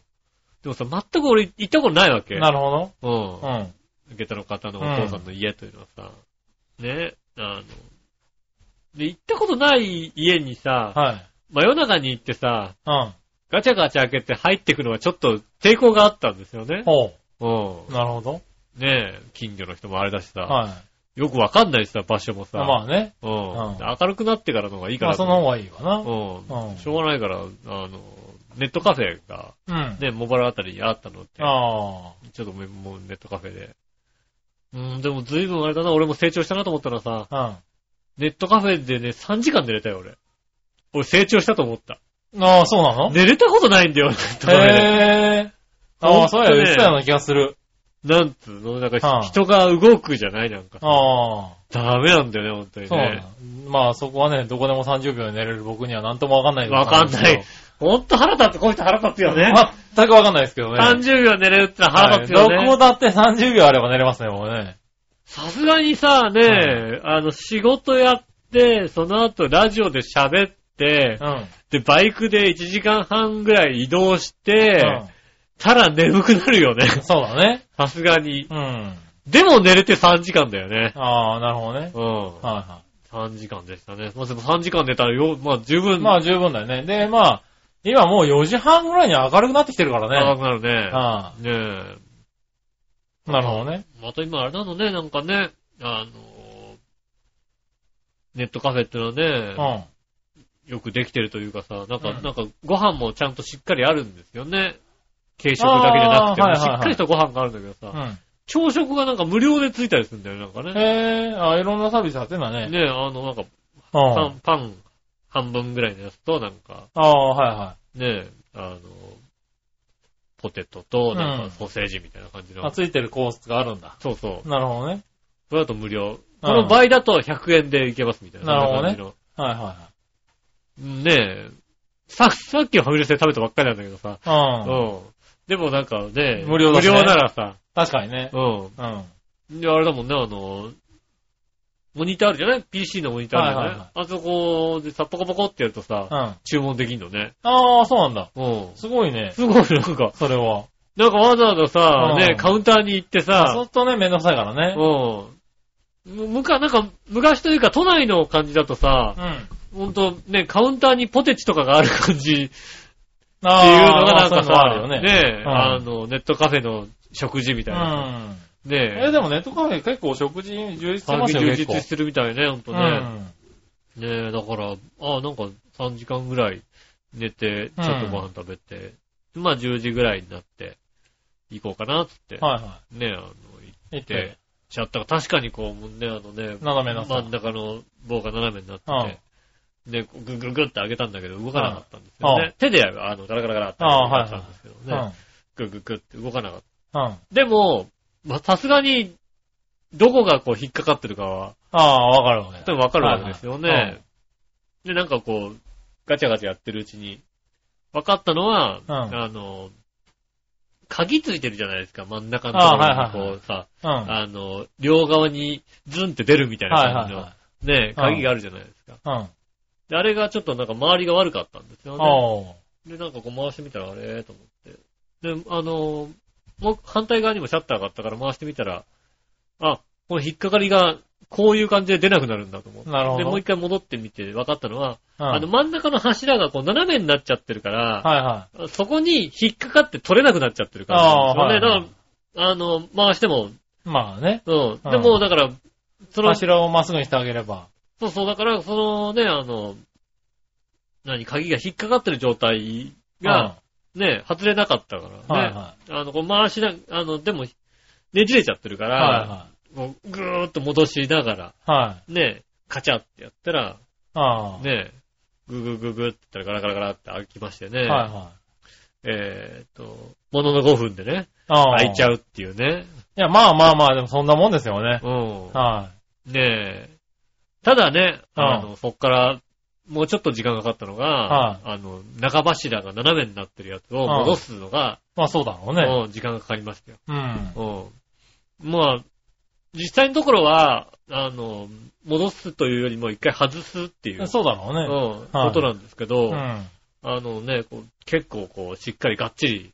[SPEAKER 2] でもさ、全く俺行ったことないわけ。
[SPEAKER 3] なるほど。
[SPEAKER 2] うん
[SPEAKER 3] う。ん。
[SPEAKER 2] 受けたの方のお父さんの家というのはさ、ね、あの、で、行ったことない家にさ、
[SPEAKER 3] はい。
[SPEAKER 2] 真夜中に行ってさ、
[SPEAKER 3] うん。
[SPEAKER 2] ガチャガチャ開けて入ってくのはちょっと抵抗があったんですよね。
[SPEAKER 3] ほ
[SPEAKER 2] う
[SPEAKER 3] う。なるほど。
[SPEAKER 2] ん。ねえ、近所の人もあれだしさ、
[SPEAKER 3] は
[SPEAKER 2] よくわかんないしさ、場所も
[SPEAKER 3] い。
[SPEAKER 2] さ、
[SPEAKER 3] まあね。
[SPEAKER 2] うん
[SPEAKER 3] うん
[SPEAKER 2] 明るくなってからの方がいいか
[SPEAKER 3] ま
[SPEAKER 2] ら
[SPEAKER 3] あ
[SPEAKER 2] と
[SPEAKER 3] そ
[SPEAKER 2] 思
[SPEAKER 3] の
[SPEAKER 2] う。
[SPEAKER 3] 方がいいわ
[SPEAKER 2] うん
[SPEAKER 3] うん
[SPEAKER 2] しょうがないから、あの、ネットカフェが、
[SPEAKER 3] な。うん。
[SPEAKER 2] ね、茂原あたりにあったのって、
[SPEAKER 3] あ
[SPEAKER 2] ちょっともうもうネットカフェで。うん、でも随分あれだな、俺も成長したなと思ったらさ、
[SPEAKER 3] あ。
[SPEAKER 2] ネットカフェでね、3時間寝れたよ、俺。俺成長したと思った。
[SPEAKER 3] うん。ああ、そうなの
[SPEAKER 2] 寝れたことないんだよ、ネットカフェで。
[SPEAKER 3] へえ。ああ、そうや、
[SPEAKER 2] ほんとね
[SPEAKER 3] 言ってたような気がする。
[SPEAKER 2] なんつうの、なん
[SPEAKER 3] は
[SPEAKER 2] か
[SPEAKER 3] あ
[SPEAKER 2] 人が動くじゃないなんか。
[SPEAKER 3] ああ。
[SPEAKER 2] ダメなんだよね、本当に
[SPEAKER 3] そうなんだ
[SPEAKER 2] ね。。
[SPEAKER 3] まあそこはね、どこでも30秒で寝れる僕には何ともわかんない
[SPEAKER 2] わかんない。。ほんと腹立つ、こういう人腹立つよね。
[SPEAKER 3] 全くわかんないですけどね。
[SPEAKER 2] 30秒寝れるってのは腹立つよ
[SPEAKER 3] はいど
[SPEAKER 2] ね。
[SPEAKER 3] こだって30秒あれば寝れますね、もうね。
[SPEAKER 2] さすがにさ、ね、あの、仕事やって、その後ラジオで喋って
[SPEAKER 3] う、ん。
[SPEAKER 2] で、バイクで1時間半ぐらい移動し
[SPEAKER 3] う
[SPEAKER 2] て
[SPEAKER 3] ん、
[SPEAKER 2] たら眠くなるよね。
[SPEAKER 3] そうだね。
[SPEAKER 2] さすがに。
[SPEAKER 3] うん。
[SPEAKER 2] でも寝れて3時間だよね。
[SPEAKER 3] ああ、なるほどね。
[SPEAKER 2] うん。
[SPEAKER 3] は
[SPEAKER 2] 3時間でしたね。まあ、でも3時間寝たらよ、まあ十
[SPEAKER 3] いはい。
[SPEAKER 2] 分
[SPEAKER 3] まあ十分だよね。で、まあ、今もう4時半ぐらいに明るくなってきてるから
[SPEAKER 2] 長
[SPEAKER 3] ね。
[SPEAKER 2] くなるね。
[SPEAKER 3] あ
[SPEAKER 2] ねえ。
[SPEAKER 3] あなるほどね。
[SPEAKER 2] また今あれなのね、なんかね、あの、ネットカフェってのは
[SPEAKER 3] う
[SPEAKER 2] ね、
[SPEAKER 3] ん。
[SPEAKER 2] よくできてるというかさ、なんか、
[SPEAKER 3] うん
[SPEAKER 2] なんかご飯もちゃんとしっかりあるんですよね。軽食だけじゃなくて、
[SPEAKER 3] あーはいはいはい
[SPEAKER 2] しっかりしたご飯があるんだけどさ、
[SPEAKER 3] うん。
[SPEAKER 2] 朝食がなんか無料でついたりするんだよね、なんかね。
[SPEAKER 3] へえ、あいろんなサービスやってんだね。
[SPEAKER 2] ねえ、あの、なんか
[SPEAKER 3] う
[SPEAKER 2] パ
[SPEAKER 3] ん
[SPEAKER 2] ン、。パン半分ぐらいのやつと、なんか、
[SPEAKER 3] ああ、はいは
[SPEAKER 2] ねえ、あの、ポテトと、なんかソーセージみたいな感じ
[SPEAKER 3] い。
[SPEAKER 2] の。
[SPEAKER 3] あ、ついてるコースがあるんだ。
[SPEAKER 2] そうそう。
[SPEAKER 3] なるほどね。
[SPEAKER 2] それだと無料。この倍だと100円でいけますみたいな。
[SPEAKER 3] なるほどね
[SPEAKER 2] そんな
[SPEAKER 3] はいは
[SPEAKER 2] 感じの。ねえ。さ、さっきファミレスで食べたばっかりなんだけどさ。
[SPEAKER 3] いは
[SPEAKER 2] う
[SPEAKER 3] い。うん。
[SPEAKER 2] ん。でもなんかね、
[SPEAKER 3] 無料だしね
[SPEAKER 2] 無料ならさ、
[SPEAKER 3] 確かにね。
[SPEAKER 2] う
[SPEAKER 3] うん。
[SPEAKER 2] ん。で、あれだもんね、あの、モニターあるじゃない ?PC のモニターあるじゃない,、
[SPEAKER 3] はいはい
[SPEAKER 2] あそこでさ、ポコポコってやるとさ、
[SPEAKER 3] うん。あ
[SPEAKER 2] 注文できんのね。
[SPEAKER 3] あ、そうなんだ。
[SPEAKER 2] うん。
[SPEAKER 3] すごいね。
[SPEAKER 2] すごい、なんか、
[SPEAKER 3] それは。
[SPEAKER 2] なんかわざわざさ、
[SPEAKER 3] うん
[SPEAKER 2] ね、カウンターに行って
[SPEAKER 3] そう
[SPEAKER 2] さ、
[SPEAKER 3] するとね、めんどくさいからね。
[SPEAKER 2] うん。むむか、なんか、昔というか都内の感じだとさ
[SPEAKER 3] う、ん。
[SPEAKER 2] ほんとね、カウンターにポテチとかがある感じっ
[SPEAKER 3] あ
[SPEAKER 2] ていう
[SPEAKER 3] ー
[SPEAKER 2] のがなん
[SPEAKER 3] そう
[SPEAKER 2] か
[SPEAKER 3] いうのもあ
[SPEAKER 2] さ
[SPEAKER 3] る、よね。
[SPEAKER 2] ね、
[SPEAKER 3] うん
[SPEAKER 2] あの、ネットカフェの食事みた
[SPEAKER 3] う
[SPEAKER 2] いな。
[SPEAKER 3] ん。え、
[SPEAKER 2] ね
[SPEAKER 3] でもネットカフェ結構お食事充実して
[SPEAKER 2] 最
[SPEAKER 3] ます
[SPEAKER 2] 近
[SPEAKER 3] よ
[SPEAKER 2] 充
[SPEAKER 3] ね。
[SPEAKER 2] 実してるみたいね、ほんと
[SPEAKER 3] 結構
[SPEAKER 2] ね。ねだから、あなんか3時間ぐらい寝て、ちょっとご飯食べて、まあ10時ぐらいになって、行こうかな、つって
[SPEAKER 3] うん。。はいは
[SPEAKER 2] ねあの、行
[SPEAKER 3] い。
[SPEAKER 2] っ
[SPEAKER 3] 行ってて、、
[SPEAKER 2] ちゃったら確かにこう、もうね、あのね、
[SPEAKER 3] 斜めなさ。
[SPEAKER 2] 真ん中の棒が斜めになってて、で、こうぐぐぐって上げたんだけど、動かなかったんですよ
[SPEAKER 3] う
[SPEAKER 2] ね。手で、あの、ガラガラガラって
[SPEAKER 3] ああ
[SPEAKER 2] やったんですけど
[SPEAKER 3] う
[SPEAKER 2] ね。
[SPEAKER 3] ん。
[SPEAKER 2] グググって動かなかっ
[SPEAKER 3] うん。あ
[SPEAKER 2] た。でも、まあ、さすがに、どこがこう引っかかってるかは、
[SPEAKER 3] あ、わかるわけ
[SPEAKER 2] 多分わかるわけですよね。
[SPEAKER 3] はいはい
[SPEAKER 2] で、なんかこう、ガチャガチャやってるうちに、分かったのは、
[SPEAKER 3] うん
[SPEAKER 2] あの、鍵ついてるじゃないですか、真ん中のと
[SPEAKER 3] あ
[SPEAKER 2] こ
[SPEAKER 3] はいはい
[SPEAKER 2] ろにこうさ、
[SPEAKER 3] だ。うん。はい
[SPEAKER 2] あの、両側にズンって出るみたいな感
[SPEAKER 3] はい
[SPEAKER 2] じの、
[SPEAKER 3] は
[SPEAKER 2] ね、鍵があるじゃないですか。
[SPEAKER 3] い。うん。
[SPEAKER 2] で、あれがちょっとなんか周りが悪かったんですよね。
[SPEAKER 3] お
[SPEAKER 2] で、
[SPEAKER 3] ー。
[SPEAKER 2] なんかこう回してみたら、あれと思って。で、あのーもう反対側にもシャッターがあったから回してみたら、あ、この引っかかりが、こういう感じで出なくなるんだと思って。
[SPEAKER 3] なるほど
[SPEAKER 2] で、もう一回戻ってみて分かったのは、
[SPEAKER 3] うん。
[SPEAKER 2] あの真ん中の柱がこう斜めになっちゃってるから、
[SPEAKER 3] はいは
[SPEAKER 2] そこに引っかかって取れなくなっちゃってるから、
[SPEAKER 3] あー
[SPEAKER 2] そうね
[SPEAKER 3] はいはい
[SPEAKER 2] だから、あの、回しても、
[SPEAKER 3] い。まあね。
[SPEAKER 2] うん。
[SPEAKER 3] うん
[SPEAKER 2] でも、だから、その、
[SPEAKER 3] 柱をまっすぐにしてあげれば。
[SPEAKER 2] そうそう、だから、そのね、あの、何、鍵が引っかかってる状態が、ね、外れなかったからね。
[SPEAKER 3] うん、はいは
[SPEAKER 2] あの、こう回しな、あの、でも、ねじれちゃってるか
[SPEAKER 3] い。
[SPEAKER 2] ら、
[SPEAKER 3] は
[SPEAKER 2] こうぐーっと戻しながら、
[SPEAKER 3] いはい。はい。
[SPEAKER 2] ね、カチャってやったら、
[SPEAKER 3] ああ。
[SPEAKER 2] ね、ぐぐぐぐって言ったらガラガラガラって開きましてね、
[SPEAKER 3] はいはい。
[SPEAKER 2] えーっと、ものの5分でね、
[SPEAKER 3] ああ。
[SPEAKER 2] 開いちゃ
[SPEAKER 3] う。
[SPEAKER 2] うっていうね、
[SPEAKER 3] いや、まあまあまあ、でもそんなもんですよね。
[SPEAKER 2] うん。
[SPEAKER 3] は
[SPEAKER 2] ねえ。ただね、
[SPEAKER 3] うん
[SPEAKER 2] あの、そっから、もうちょっと時間がかかったのが
[SPEAKER 3] は、
[SPEAKER 2] あの、中柱が斜めになってるやつを戻すのが、
[SPEAKER 3] い。まあそうだろうね。
[SPEAKER 2] うん時間がかかりましたよ。
[SPEAKER 3] うん。
[SPEAKER 2] うん。まあ、実際のところは、あの、戻すというよりも一回外すっていう、
[SPEAKER 3] そうだろ
[SPEAKER 2] う
[SPEAKER 3] う
[SPEAKER 2] ん
[SPEAKER 3] ね。
[SPEAKER 2] ことなんですけど、
[SPEAKER 3] うん。はい
[SPEAKER 2] あのね、こう結構こう、しっかりがっちり、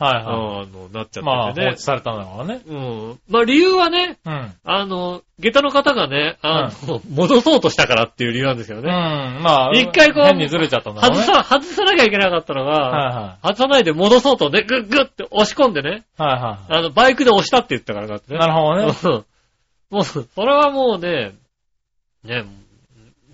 [SPEAKER 3] は
[SPEAKER 2] あの、なっち
[SPEAKER 3] い。
[SPEAKER 2] ゃ
[SPEAKER 3] まあ
[SPEAKER 2] って
[SPEAKER 3] 放
[SPEAKER 2] てね
[SPEAKER 3] 置。されたんだからね。
[SPEAKER 2] うん。まあ理由はね、
[SPEAKER 3] うん。
[SPEAKER 2] あの、下駄の方がね、あの、戻そうとしたからっていう理由なんですよ
[SPEAKER 3] うん。
[SPEAKER 2] ね。
[SPEAKER 3] まあ、
[SPEAKER 2] 一回こう
[SPEAKER 3] 変にずれちゃったんだろう
[SPEAKER 2] 外
[SPEAKER 3] ね。
[SPEAKER 2] さ、外さなきゃいけなかったのが、
[SPEAKER 3] は
[SPEAKER 2] 外さないで戻そうとね、グッグッって押し込んでね、
[SPEAKER 3] いはい。はいは
[SPEAKER 2] あの、バイクで押したって言ったからだって
[SPEAKER 3] い。
[SPEAKER 2] ね。
[SPEAKER 3] なるほどね。
[SPEAKER 2] うんもう、それはもうね、ね、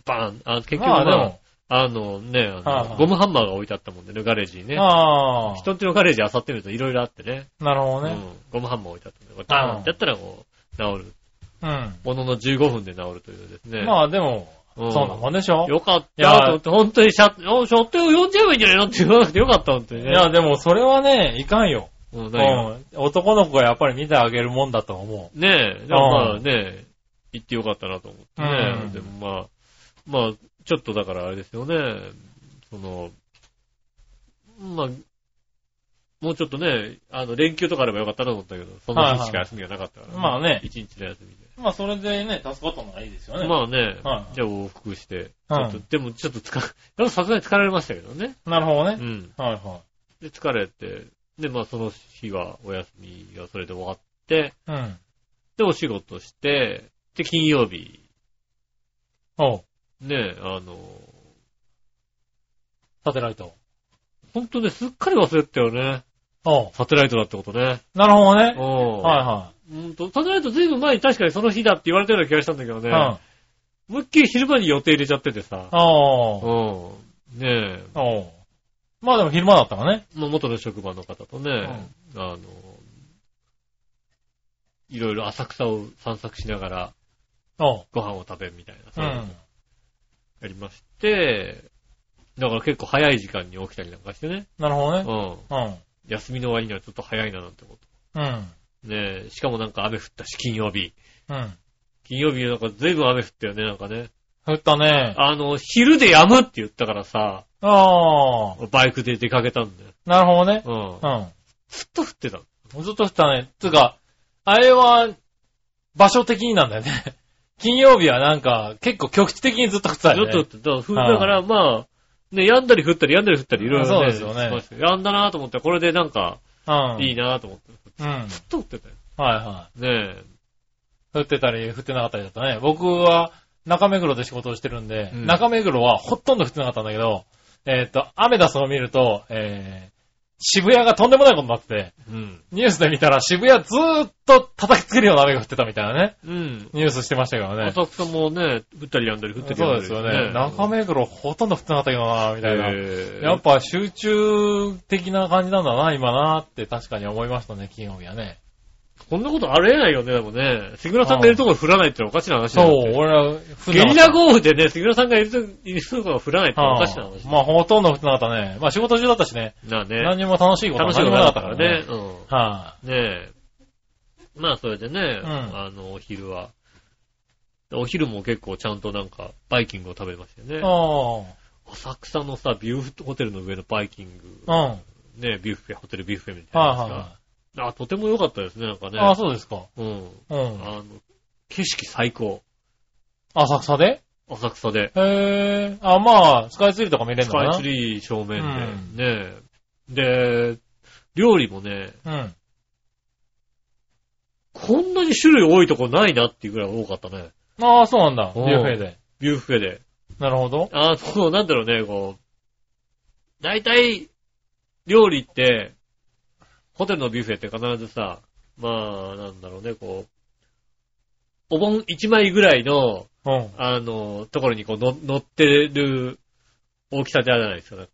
[SPEAKER 2] バーン、あ結局、
[SPEAKER 3] まあで
[SPEAKER 2] ま
[SPEAKER 3] も。
[SPEAKER 2] あ、あのね、あの
[SPEAKER 3] はいはい
[SPEAKER 2] ゴムハンマーが置いてあったもんでね、ガレージにね。
[SPEAKER 3] ああ。
[SPEAKER 2] 人んちのガレージ漁ってみると色々あってね、
[SPEAKER 3] なるほど
[SPEAKER 2] う
[SPEAKER 3] ね。
[SPEAKER 2] んゴムハンマー置いてあったんで、バーンってやったらこう、治る。
[SPEAKER 3] うん。
[SPEAKER 2] ものの15分で治るというですね。
[SPEAKER 3] まあでも、
[SPEAKER 2] う
[SPEAKER 3] そんなもんでしょ。
[SPEAKER 2] よかっ
[SPEAKER 3] い
[SPEAKER 2] た
[SPEAKER 3] や
[SPEAKER 2] と思って、本当にシャッ、おショットを呼んじゃえばいいんじゃないのって言わなくてよかった、本当に
[SPEAKER 3] い
[SPEAKER 2] ね。
[SPEAKER 3] や、でもそれはね、いかんよ。
[SPEAKER 2] うん、
[SPEAKER 3] う
[SPEAKER 2] 何が
[SPEAKER 3] ん。男の子がやっぱり見てあげるもんだと思
[SPEAKER 2] ねえ、でもまあね、行ってよかったなと思ってね。
[SPEAKER 3] うん
[SPEAKER 2] でもまあ、まあ、ちょっとだからあれですよね、その、まあ、もうちょっとね、あの、連休とかあればよかったなと思ったけど、その日しか休みがなかったから、
[SPEAKER 3] はいはいまあね
[SPEAKER 2] 一日の休みで。
[SPEAKER 3] う。まあそれでね、助かったのがいいですよね。
[SPEAKER 2] まあね、
[SPEAKER 3] はい
[SPEAKER 2] じゃあ往復して、ち
[SPEAKER 3] う
[SPEAKER 2] ょ
[SPEAKER 3] ん
[SPEAKER 2] っと、でもちょっと疲れ、 でもさすがに疲れましたけどね。
[SPEAKER 3] なる
[SPEAKER 2] う
[SPEAKER 3] ほどね。
[SPEAKER 2] ん。
[SPEAKER 3] はいは
[SPEAKER 2] で、疲れて、で、まあその日はお休みがそれで終わって、
[SPEAKER 3] い。うん。
[SPEAKER 2] で、お仕事して、で、金曜日、
[SPEAKER 3] おう。
[SPEAKER 2] ねえ、あの、
[SPEAKER 3] サテライト。
[SPEAKER 2] 本当ね、すっかり忘れてたよね。
[SPEAKER 3] おう。
[SPEAKER 2] サテライトだってことね。
[SPEAKER 3] なるほど
[SPEAKER 2] うん。
[SPEAKER 3] ね。はいは
[SPEAKER 2] うんと、サテライトずいぶん前に確かにその日だって言われたような気がしたんだけど
[SPEAKER 3] い。
[SPEAKER 2] ね。
[SPEAKER 3] うん。あ
[SPEAKER 2] 思いっきり昼間に予定入れちゃっててさ。
[SPEAKER 3] あ。お
[SPEAKER 2] うん。ねえ、
[SPEAKER 3] う。まあでも昼間だったらね。
[SPEAKER 2] まあ元の職場の方とね、あの、いろいろ浅草を散策しながら
[SPEAKER 3] おう。
[SPEAKER 2] ご飯を食べるみたいな
[SPEAKER 3] う
[SPEAKER 2] さ、
[SPEAKER 3] ん。
[SPEAKER 2] やりまして、だから結構早い時間に起きたりなんかしてね。
[SPEAKER 3] なるほど
[SPEAKER 2] う
[SPEAKER 3] ね。
[SPEAKER 2] ん。
[SPEAKER 3] うん。
[SPEAKER 2] 休みの終わりにはちょっと早いななんてこと。
[SPEAKER 3] うん。
[SPEAKER 2] ねえ、しかもなんか雨降ったし、金曜日。
[SPEAKER 3] うん。
[SPEAKER 2] 金曜日なんか随分雨降ったよね、なんかね。
[SPEAKER 3] 降ったね。
[SPEAKER 2] あの、昼で止むって言ったからさ、
[SPEAKER 3] ああ。
[SPEAKER 2] バイクで出かけたんだよ。
[SPEAKER 3] なるほどね。
[SPEAKER 2] うん。
[SPEAKER 3] うん。
[SPEAKER 2] ずっと降ってたの。
[SPEAKER 3] ずっと降ったね。つうか、あれは、場所的になんだよね。 金曜日はなんか、結構局地的にずっと降ってた
[SPEAKER 2] ず
[SPEAKER 3] よ
[SPEAKER 2] っ
[SPEAKER 3] ね。
[SPEAKER 2] と降ってた、ふだからまあ、ね、やんだり降ったり、やんだり降ったり、いろいろ
[SPEAKER 3] そうですよね
[SPEAKER 2] しましたやんだなと思ったら、これでなんか、
[SPEAKER 3] うん。
[SPEAKER 2] いいなと思って。
[SPEAKER 3] うん。はい
[SPEAKER 2] ずっと降ってたよ。
[SPEAKER 3] は
[SPEAKER 2] ね
[SPEAKER 3] い。降ってたり、降ってなかったりだったね。僕は、中目黒で仕事をしてるんで、
[SPEAKER 2] うん
[SPEAKER 3] 中目黒はほとんど降ってなかったんだけど、えーっと、アメダスを見ると、えー、渋谷がとんでもないことになってて、
[SPEAKER 2] え。うん。
[SPEAKER 3] ニュースで見たら渋谷ずーっと叩きつけるような雨が降ってたみたいなね、
[SPEAKER 2] うん。
[SPEAKER 3] ニュースしてましたけどね。
[SPEAKER 2] 浅草もね、降ったりやんだり降ったりやん
[SPEAKER 3] そう
[SPEAKER 2] だり。
[SPEAKER 3] ですよね。中目黒ほとんど降ってなかったけどな、みたいな。
[SPEAKER 2] えー
[SPEAKER 3] やっぱ集中的な感じなんだな、今なって確かに思いましたね、金曜日はね。
[SPEAKER 2] こんなことありえないよね、でもね。杉村さんがいるところ降らないってのはおかしな話
[SPEAKER 3] そ
[SPEAKER 2] だ
[SPEAKER 3] う
[SPEAKER 2] よ、
[SPEAKER 3] 俺は普
[SPEAKER 2] ゲリラ豪雨でね、杉村さんがいるといるところ降らないってのはおかしな
[SPEAKER 3] は
[SPEAKER 2] 話
[SPEAKER 3] あまあほとんど降ってなかったね。まあ仕事中だったしね。
[SPEAKER 2] なあね。
[SPEAKER 3] 何にも楽しいことは
[SPEAKER 2] 楽しいこと
[SPEAKER 3] 何にも
[SPEAKER 2] な
[SPEAKER 3] な
[SPEAKER 2] かっか
[SPEAKER 3] かったたからら
[SPEAKER 2] ね
[SPEAKER 3] ね。。
[SPEAKER 2] うん。
[SPEAKER 3] は
[SPEAKER 2] ねえ。まあ、それでね、
[SPEAKER 3] ん
[SPEAKER 2] あの、お昼は、お昼も結構ちゃんとなんか、バイキングを食べましたよ
[SPEAKER 3] い。
[SPEAKER 2] ね。
[SPEAKER 3] お
[SPEAKER 2] 浅草のさ、ビューフホテルの上のバイキング、
[SPEAKER 3] うん。はい
[SPEAKER 2] ね、ビュッフェ、ホテルビュッフェみたいなやつが。
[SPEAKER 3] は
[SPEAKER 2] あ、とても良かったですね、なんか
[SPEAKER 3] い。
[SPEAKER 2] ね。
[SPEAKER 3] ああ、そうですか。
[SPEAKER 2] うん。
[SPEAKER 3] うん。
[SPEAKER 2] あの、景色最高。
[SPEAKER 3] 浅草で
[SPEAKER 2] 浅草で。
[SPEAKER 3] へえ。あ、まあ、スカイツリーとか見れる
[SPEAKER 2] ス
[SPEAKER 3] のか
[SPEAKER 2] カ
[SPEAKER 3] な
[SPEAKER 2] イツリー正面
[SPEAKER 3] うん
[SPEAKER 2] で、ねえ。で、料理もね、
[SPEAKER 3] うん。
[SPEAKER 2] こんなに種類多いとこないなっていうぐらい多かったね。
[SPEAKER 3] ああ、そうなんだ。ビ
[SPEAKER 2] うん
[SPEAKER 3] ュッフェで。
[SPEAKER 2] ビュッフェで。
[SPEAKER 3] なるほど。
[SPEAKER 2] あそう、なんだろうね、こう。大体、料理って、ホテルのビュッフェって必ずさ、まあ、なんだろうね、こう、お盆1枚ぐらいの、
[SPEAKER 3] うん。
[SPEAKER 2] あの、ところにこうの、乗ってる大きさであるじゃないですか。なんか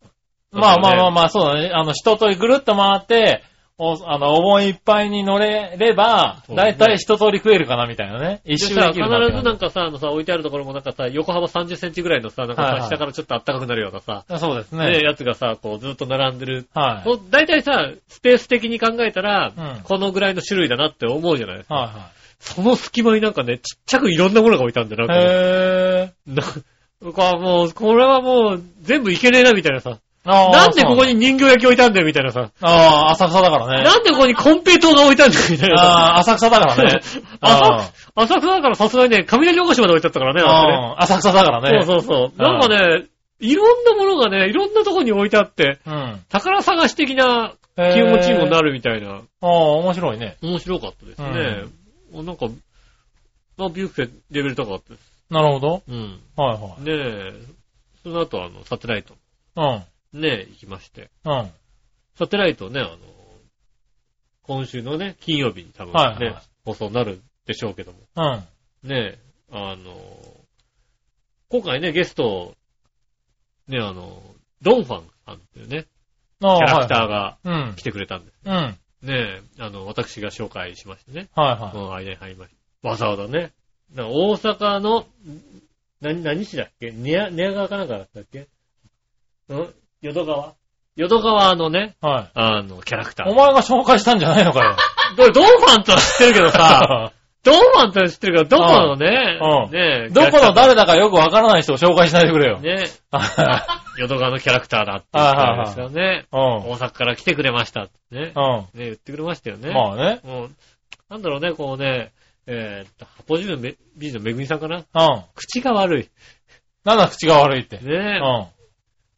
[SPEAKER 3] まあまあまあまあ、そうだね。あの、一通りぐるっと回って、お、あの、お盆いっぱいに乗れれば、
[SPEAKER 2] そうね
[SPEAKER 3] だいたい一通り食えるかな、みたいなね。一周
[SPEAKER 2] でさ
[SPEAKER 3] でき
[SPEAKER 2] 必
[SPEAKER 3] る
[SPEAKER 2] ず
[SPEAKER 3] か
[SPEAKER 2] なんかさ、あのさ、置いてあるところもなんかさ、横幅30センチぐらいのさ、なんかさ、
[SPEAKER 3] はいはい
[SPEAKER 2] 下からちょっと暖かくなるようなさ、
[SPEAKER 3] あそうです
[SPEAKER 2] ね、
[SPEAKER 3] ね。
[SPEAKER 2] やつがさ、こうずっと並んでる。
[SPEAKER 3] はい。
[SPEAKER 2] こう大体さ、スペース的に考えたら、
[SPEAKER 3] うん
[SPEAKER 2] このぐらいの種類だなって思うじゃないですか。
[SPEAKER 3] は
[SPEAKER 2] その隙間になんかね、ちっちゃくいろんなものが置いたんだよ、
[SPEAKER 3] い
[SPEAKER 2] な
[SPEAKER 3] はい。
[SPEAKER 2] んか。
[SPEAKER 3] へ
[SPEAKER 2] な僕はもう、これはもう、全部いけねえな、みたいなさ。
[SPEAKER 3] ぇー。
[SPEAKER 2] なんでここ
[SPEAKER 3] そう
[SPEAKER 2] に人形焼き置いたんだよ、みたいなさ。
[SPEAKER 3] なんだああ、浅草だからね。
[SPEAKER 2] なんでここにコンペイトーが置いたんだよ、みたいなさ。。
[SPEAKER 3] ああ、浅草だからね あ
[SPEAKER 2] 浅草浅草だからさすがにね、雷おこしまで置いてあったからね、あれね。
[SPEAKER 3] あ、浅草だからね。
[SPEAKER 2] そうそうそう。
[SPEAKER 3] う
[SPEAKER 2] なんんかね、いろんなものがね、いろんなとこに置いてあって、
[SPEAKER 3] う。うん。
[SPEAKER 2] 宝探し的な
[SPEAKER 3] 気
[SPEAKER 2] 気持ちにもな
[SPEAKER 3] る。
[SPEAKER 2] るみたいな。
[SPEAKER 3] ああ、面白いね。
[SPEAKER 2] 面白かったですね。もうなんか、まあ、ビュッフェレベル高かったです。
[SPEAKER 3] なるほど。
[SPEAKER 2] うん。
[SPEAKER 3] はいは
[SPEAKER 2] ねえ、その後あの、サテライト、
[SPEAKER 3] い。
[SPEAKER 2] ねえ、行きまして。
[SPEAKER 3] うん。うん。
[SPEAKER 2] サテライトね、あの、今週のね、金曜日に多分ね、
[SPEAKER 3] はいはい
[SPEAKER 2] 放送になるでしょうけども。
[SPEAKER 3] うん。
[SPEAKER 2] ねえ、あの、今回ね、ゲスト、ね、あの、ドンファンさんっていうね、
[SPEAKER 3] キャ
[SPEAKER 2] キャラクターが
[SPEAKER 3] うん
[SPEAKER 2] 来。てくれたんです。
[SPEAKER 3] うん。はい
[SPEAKER 2] ねえ、あの、私が紹介しましてね、こ
[SPEAKER 3] は
[SPEAKER 2] の間に入りました。わざわざね、なんか大阪の、何、何市だっけ寝屋、寝屋川かなんかだったっけん淀川淀川のね、
[SPEAKER 3] い。はい。
[SPEAKER 2] あの、キャラクター。
[SPEAKER 3] お前が紹介したんじゃないのか よ。
[SPEAKER 2] これドンファンとは知ってるけど さ、ドンファンとは知ってるけど、どこのね、
[SPEAKER 3] うん
[SPEAKER 2] ねえ
[SPEAKER 3] どこの誰だかよくわからない人を紹介しないでくれ よ。
[SPEAKER 2] ねえ、
[SPEAKER 3] は
[SPEAKER 2] 淀川のキャラクターだって言ったんですよね。
[SPEAKER 3] いはい
[SPEAKER 2] 大阪から来てくれましたってね。
[SPEAKER 3] うん。う
[SPEAKER 2] ね言ってくれましたよね。
[SPEAKER 3] ん。まあね。
[SPEAKER 2] うんなんだろうね、こうね、えーっと、ハポジムめ美人のめぐみさんかな
[SPEAKER 3] うん。
[SPEAKER 2] 口が悪い。
[SPEAKER 3] なんだ口が悪いって。
[SPEAKER 2] ね
[SPEAKER 3] う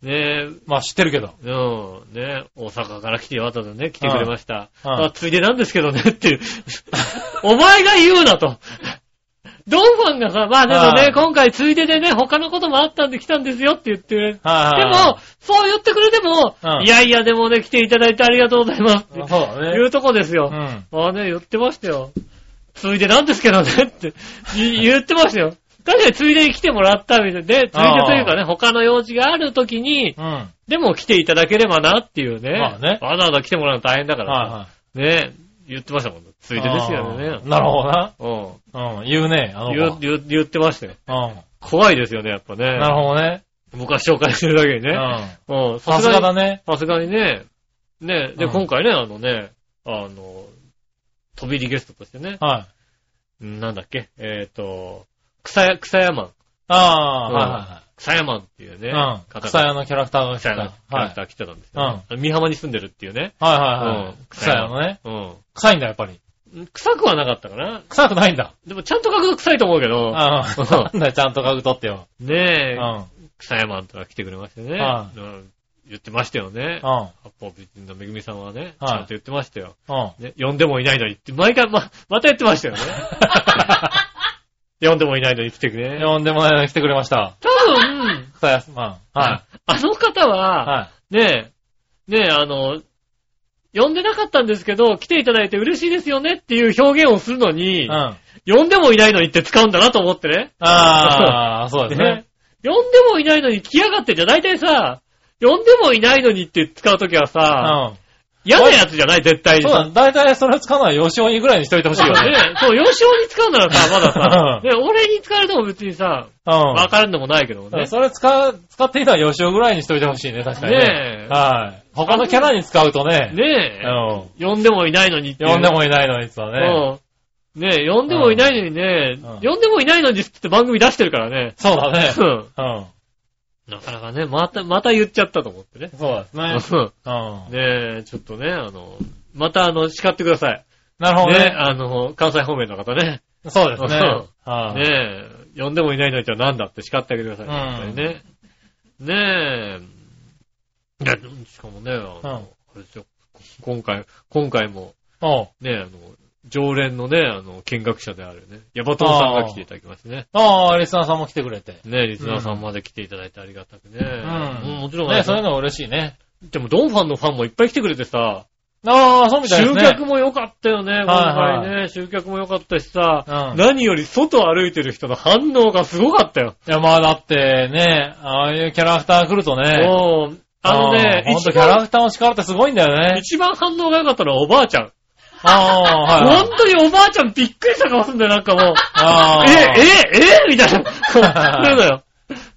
[SPEAKER 2] え、ねえ、
[SPEAKER 3] ん。まあ知ってるけど。
[SPEAKER 2] うん、ねえ、大阪から来てわざわざね、来てくれました。
[SPEAKER 3] うん
[SPEAKER 2] あついでなんですけどね、っていう。 お前が言うなと。ドンファンがさ、まあでも
[SPEAKER 3] は
[SPEAKER 2] ね、
[SPEAKER 3] い
[SPEAKER 2] 今回ついででね、他のこともあったんで来たんですよって言ってる。
[SPEAKER 3] はい
[SPEAKER 2] で
[SPEAKER 3] はいは
[SPEAKER 2] も、そう言ってくれても、
[SPEAKER 3] うん
[SPEAKER 2] いやいや、でもね、来ていただいてありがとうございます。
[SPEAKER 3] い、そうだ
[SPEAKER 2] い
[SPEAKER 3] ね。
[SPEAKER 2] うとこですよ。
[SPEAKER 3] うん。
[SPEAKER 2] まあね、言ってましたよ。ついでなんですけどねってい言ってましたよ。確かについでに来てもらったみたいで、ついでというかね、他の用事がある時に、
[SPEAKER 3] うん。は
[SPEAKER 2] でも来ていただければなっていうね。
[SPEAKER 3] まあね
[SPEAKER 2] わざわざ来てもらうの大変だか
[SPEAKER 3] い
[SPEAKER 2] らさ。
[SPEAKER 3] は
[SPEAKER 2] ね、言ってましたもんね。つ
[SPEAKER 3] い。
[SPEAKER 2] いでですよね
[SPEAKER 3] あ。ーなるほどな。
[SPEAKER 2] ど。
[SPEAKER 3] うん。言うね、あ
[SPEAKER 2] う
[SPEAKER 3] の
[SPEAKER 2] ん。
[SPEAKER 3] 子
[SPEAKER 2] 言う言う
[SPEAKER 3] は。
[SPEAKER 2] 言ってましたよ。
[SPEAKER 3] う
[SPEAKER 2] 怖いですよね、やっぱね。
[SPEAKER 3] ん。なるほどね。
[SPEAKER 2] 僕は紹介するだけに
[SPEAKER 3] う
[SPEAKER 2] ね。
[SPEAKER 3] ん。
[SPEAKER 2] うん。
[SPEAKER 3] さすが
[SPEAKER 2] に
[SPEAKER 3] だね。
[SPEAKER 2] さすがにね、ね、で、
[SPEAKER 3] うん
[SPEAKER 2] 今回ね、あのね、あの、飛び入りゲストとしてね、
[SPEAKER 3] はい。
[SPEAKER 2] うんなんだっけ、えっ、と、草屋、草屋マン、
[SPEAKER 3] ああ
[SPEAKER 2] う
[SPEAKER 3] ー、
[SPEAKER 2] ん
[SPEAKER 3] はいは
[SPEAKER 2] 草屋マンっていうね、
[SPEAKER 3] いはい。うん。草屋のキャラクターが来
[SPEAKER 2] 草
[SPEAKER 3] た。
[SPEAKER 2] 屋の
[SPEAKER 3] はい。
[SPEAKER 2] キャ
[SPEAKER 3] は
[SPEAKER 2] ラク
[SPEAKER 3] い
[SPEAKER 2] ター来てたんですよ、ね三浜に住んでるっていうね、
[SPEAKER 3] はいは
[SPEAKER 2] うん
[SPEAKER 3] い。草屋のね。
[SPEAKER 2] うん。
[SPEAKER 3] 臭いんだ、やっぱり。
[SPEAKER 2] うん臭くはなかったかな。
[SPEAKER 3] 臭くないんだ。
[SPEAKER 2] でもちゃんと嗅ぐと臭いと思うけ
[SPEAKER 3] うん。
[SPEAKER 2] ど、
[SPEAKER 3] なんだよちゃんと家具取ってよ。う
[SPEAKER 2] ねえ
[SPEAKER 3] ん。、うん。
[SPEAKER 2] 草山んとか来てくれましたよね。
[SPEAKER 3] は
[SPEAKER 2] うん言ってましたよね。
[SPEAKER 3] うん。
[SPEAKER 2] 八方美人のめぐみさんはね、ち
[SPEAKER 3] はい
[SPEAKER 2] ゃんと言ってましたよ。
[SPEAKER 3] うん。
[SPEAKER 2] ね、呼んでもいないのにって、毎回ま、また言ってま したよね。呼んでもいないのに来てくれ。
[SPEAKER 3] 呼んでもらえないの来てくれました。
[SPEAKER 2] 多分、
[SPEAKER 3] 草屋さん。うん。は
[SPEAKER 2] あの方
[SPEAKER 3] い。
[SPEAKER 2] は、
[SPEAKER 3] は
[SPEAKER 2] ねえ、ねえ、あの、呼んでなかったんですけど、来ていただいて嬉しいですよねっていう表現をするの
[SPEAKER 3] い。
[SPEAKER 2] に
[SPEAKER 3] う、ん。
[SPEAKER 2] 呼んでもいないのにって使うんだなと思ってね。
[SPEAKER 3] ああ、そうですね
[SPEAKER 2] ね。呼んでもいないのに来やがってじゃ、大体さ、呼んでもいないのにって使うときは
[SPEAKER 3] う
[SPEAKER 2] さ、
[SPEAKER 3] ん。
[SPEAKER 2] 嫌なやつじゃない、絶対に
[SPEAKER 3] そう
[SPEAKER 2] さ。
[SPEAKER 3] だ、大体それ使うのは吉尾にぐらいにしといてほしいよね。
[SPEAKER 2] ね。そう、よしおに使うならさ、まださ、
[SPEAKER 3] う
[SPEAKER 2] ね、俺に使われても別にさ、
[SPEAKER 3] うん。
[SPEAKER 2] わからんでもないけども
[SPEAKER 3] だから
[SPEAKER 2] ね。
[SPEAKER 3] それ使う、使っていいのは吉尾ぐらいにしといてほしいね、確かにね。
[SPEAKER 2] ねえ
[SPEAKER 3] はい。他のキャラに使うとね。う
[SPEAKER 2] ね
[SPEAKER 3] ん。
[SPEAKER 2] え、呼んでもいないのにっていう。
[SPEAKER 3] 呼んでもいないのにさね。
[SPEAKER 2] うん。ねえ、呼んでもいないのにね、
[SPEAKER 3] うん
[SPEAKER 2] 呼んでもいないのにって言って番組出してるからね。
[SPEAKER 3] そうだね。
[SPEAKER 2] うん。
[SPEAKER 3] うん。
[SPEAKER 2] なかなかね、また、また言っちゃったと思ってね。
[SPEAKER 3] そうですね。
[SPEAKER 2] うん
[SPEAKER 3] うん。
[SPEAKER 2] ねえ、ちょっとね、あの、またあの、叱ってください。
[SPEAKER 3] なるほど
[SPEAKER 2] ね、
[SPEAKER 3] ね。
[SPEAKER 2] あの、関西方面の方ね。
[SPEAKER 3] そうです
[SPEAKER 2] う
[SPEAKER 3] ね
[SPEAKER 2] ん。
[SPEAKER 3] はい
[SPEAKER 2] ねえ、呼んでもいないのにじゃあなんだって叱ってあげてくださいね。
[SPEAKER 3] うん
[SPEAKER 2] 本当にね。ねえ、いや、しかもね、あの、
[SPEAKER 3] うん
[SPEAKER 2] あれですよ、今回、今回も、
[SPEAKER 3] おう
[SPEAKER 2] ねえ、あの、常連のね、あの、見学者であるね、ヤバトンさんが来ていただきましてね。
[SPEAKER 3] ああ、リスナーさんも来てくれて。
[SPEAKER 2] ねえ、リスナーさんまで来ていただいてありがたくね。
[SPEAKER 3] う
[SPEAKER 2] うん
[SPEAKER 3] ん。
[SPEAKER 2] もちろん
[SPEAKER 3] ね、そういうの嬉しいね。
[SPEAKER 2] でもドンファンのファンもいっぱい来てくれてさ、
[SPEAKER 3] ああ、そうみたいです
[SPEAKER 2] 集
[SPEAKER 3] ね。
[SPEAKER 2] 客も良かったよね、今
[SPEAKER 3] はい
[SPEAKER 2] 回ね。集客も良かったしさ、
[SPEAKER 3] うん
[SPEAKER 2] 何より外歩いてる人の反応がすごかったよ。
[SPEAKER 3] いや、まあだってね、ああいうキャラクター来るとね、
[SPEAKER 2] もう、あのね、
[SPEAKER 3] ほんと
[SPEAKER 2] 一
[SPEAKER 3] キャラ
[SPEAKER 2] 番、
[SPEAKER 3] クターの力ってすごいんだよね。
[SPEAKER 2] 一番反応が良かったのはおばあちゃん。
[SPEAKER 3] ああ、はいはい。
[SPEAKER 2] 本当におばあちゃんびっくりした顔すんだよ、なんかもう。
[SPEAKER 3] ああ、
[SPEAKER 2] え、え、えみたいな。 そういうのよ。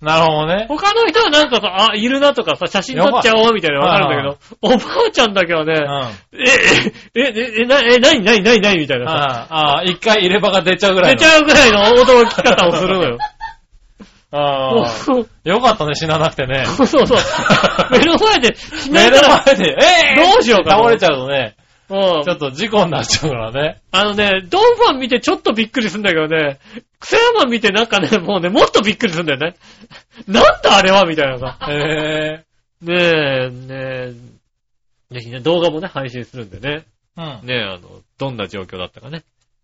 [SPEAKER 3] なるほどね。
[SPEAKER 2] 他の人はなんかさ、あ、いるなとかさ、写真撮っちゃおうみたいなのわかるんだけど、おばあちゃんだけは
[SPEAKER 3] うん。
[SPEAKER 2] ね、
[SPEAKER 3] あ
[SPEAKER 2] え、え、え、え、え、な、え、なになになになにみたいなさ、
[SPEAKER 3] あ、ああ一回入れ歯が出ちゃうぐらい
[SPEAKER 2] 出
[SPEAKER 3] の。
[SPEAKER 2] ちゃうぐらいの驚き方をするのよ。
[SPEAKER 3] あ あ
[SPEAKER 2] そう
[SPEAKER 3] よかったね、死ななくてね。
[SPEAKER 2] そう そうそう。目の前で、しな
[SPEAKER 3] 目
[SPEAKER 2] い
[SPEAKER 3] の
[SPEAKER 2] から、
[SPEAKER 3] 前で、ええ
[SPEAKER 2] どうしようかと
[SPEAKER 3] 倒れちゃうとね、
[SPEAKER 2] もう
[SPEAKER 3] ちょっと事故になっちゃうからね。
[SPEAKER 2] あのね、ドンファン見てちょっとびっくりするんだけどね、クセヤマン見てなんかね、もうね、もっとびっくりするんだよね。 なんだあれはみたいな さ。
[SPEAKER 3] え
[SPEAKER 2] ねえ、ねえ、ぜひね、動画もね、配信するんでね。
[SPEAKER 3] えうん。
[SPEAKER 2] ねえ、あの、どんな状況だったかね、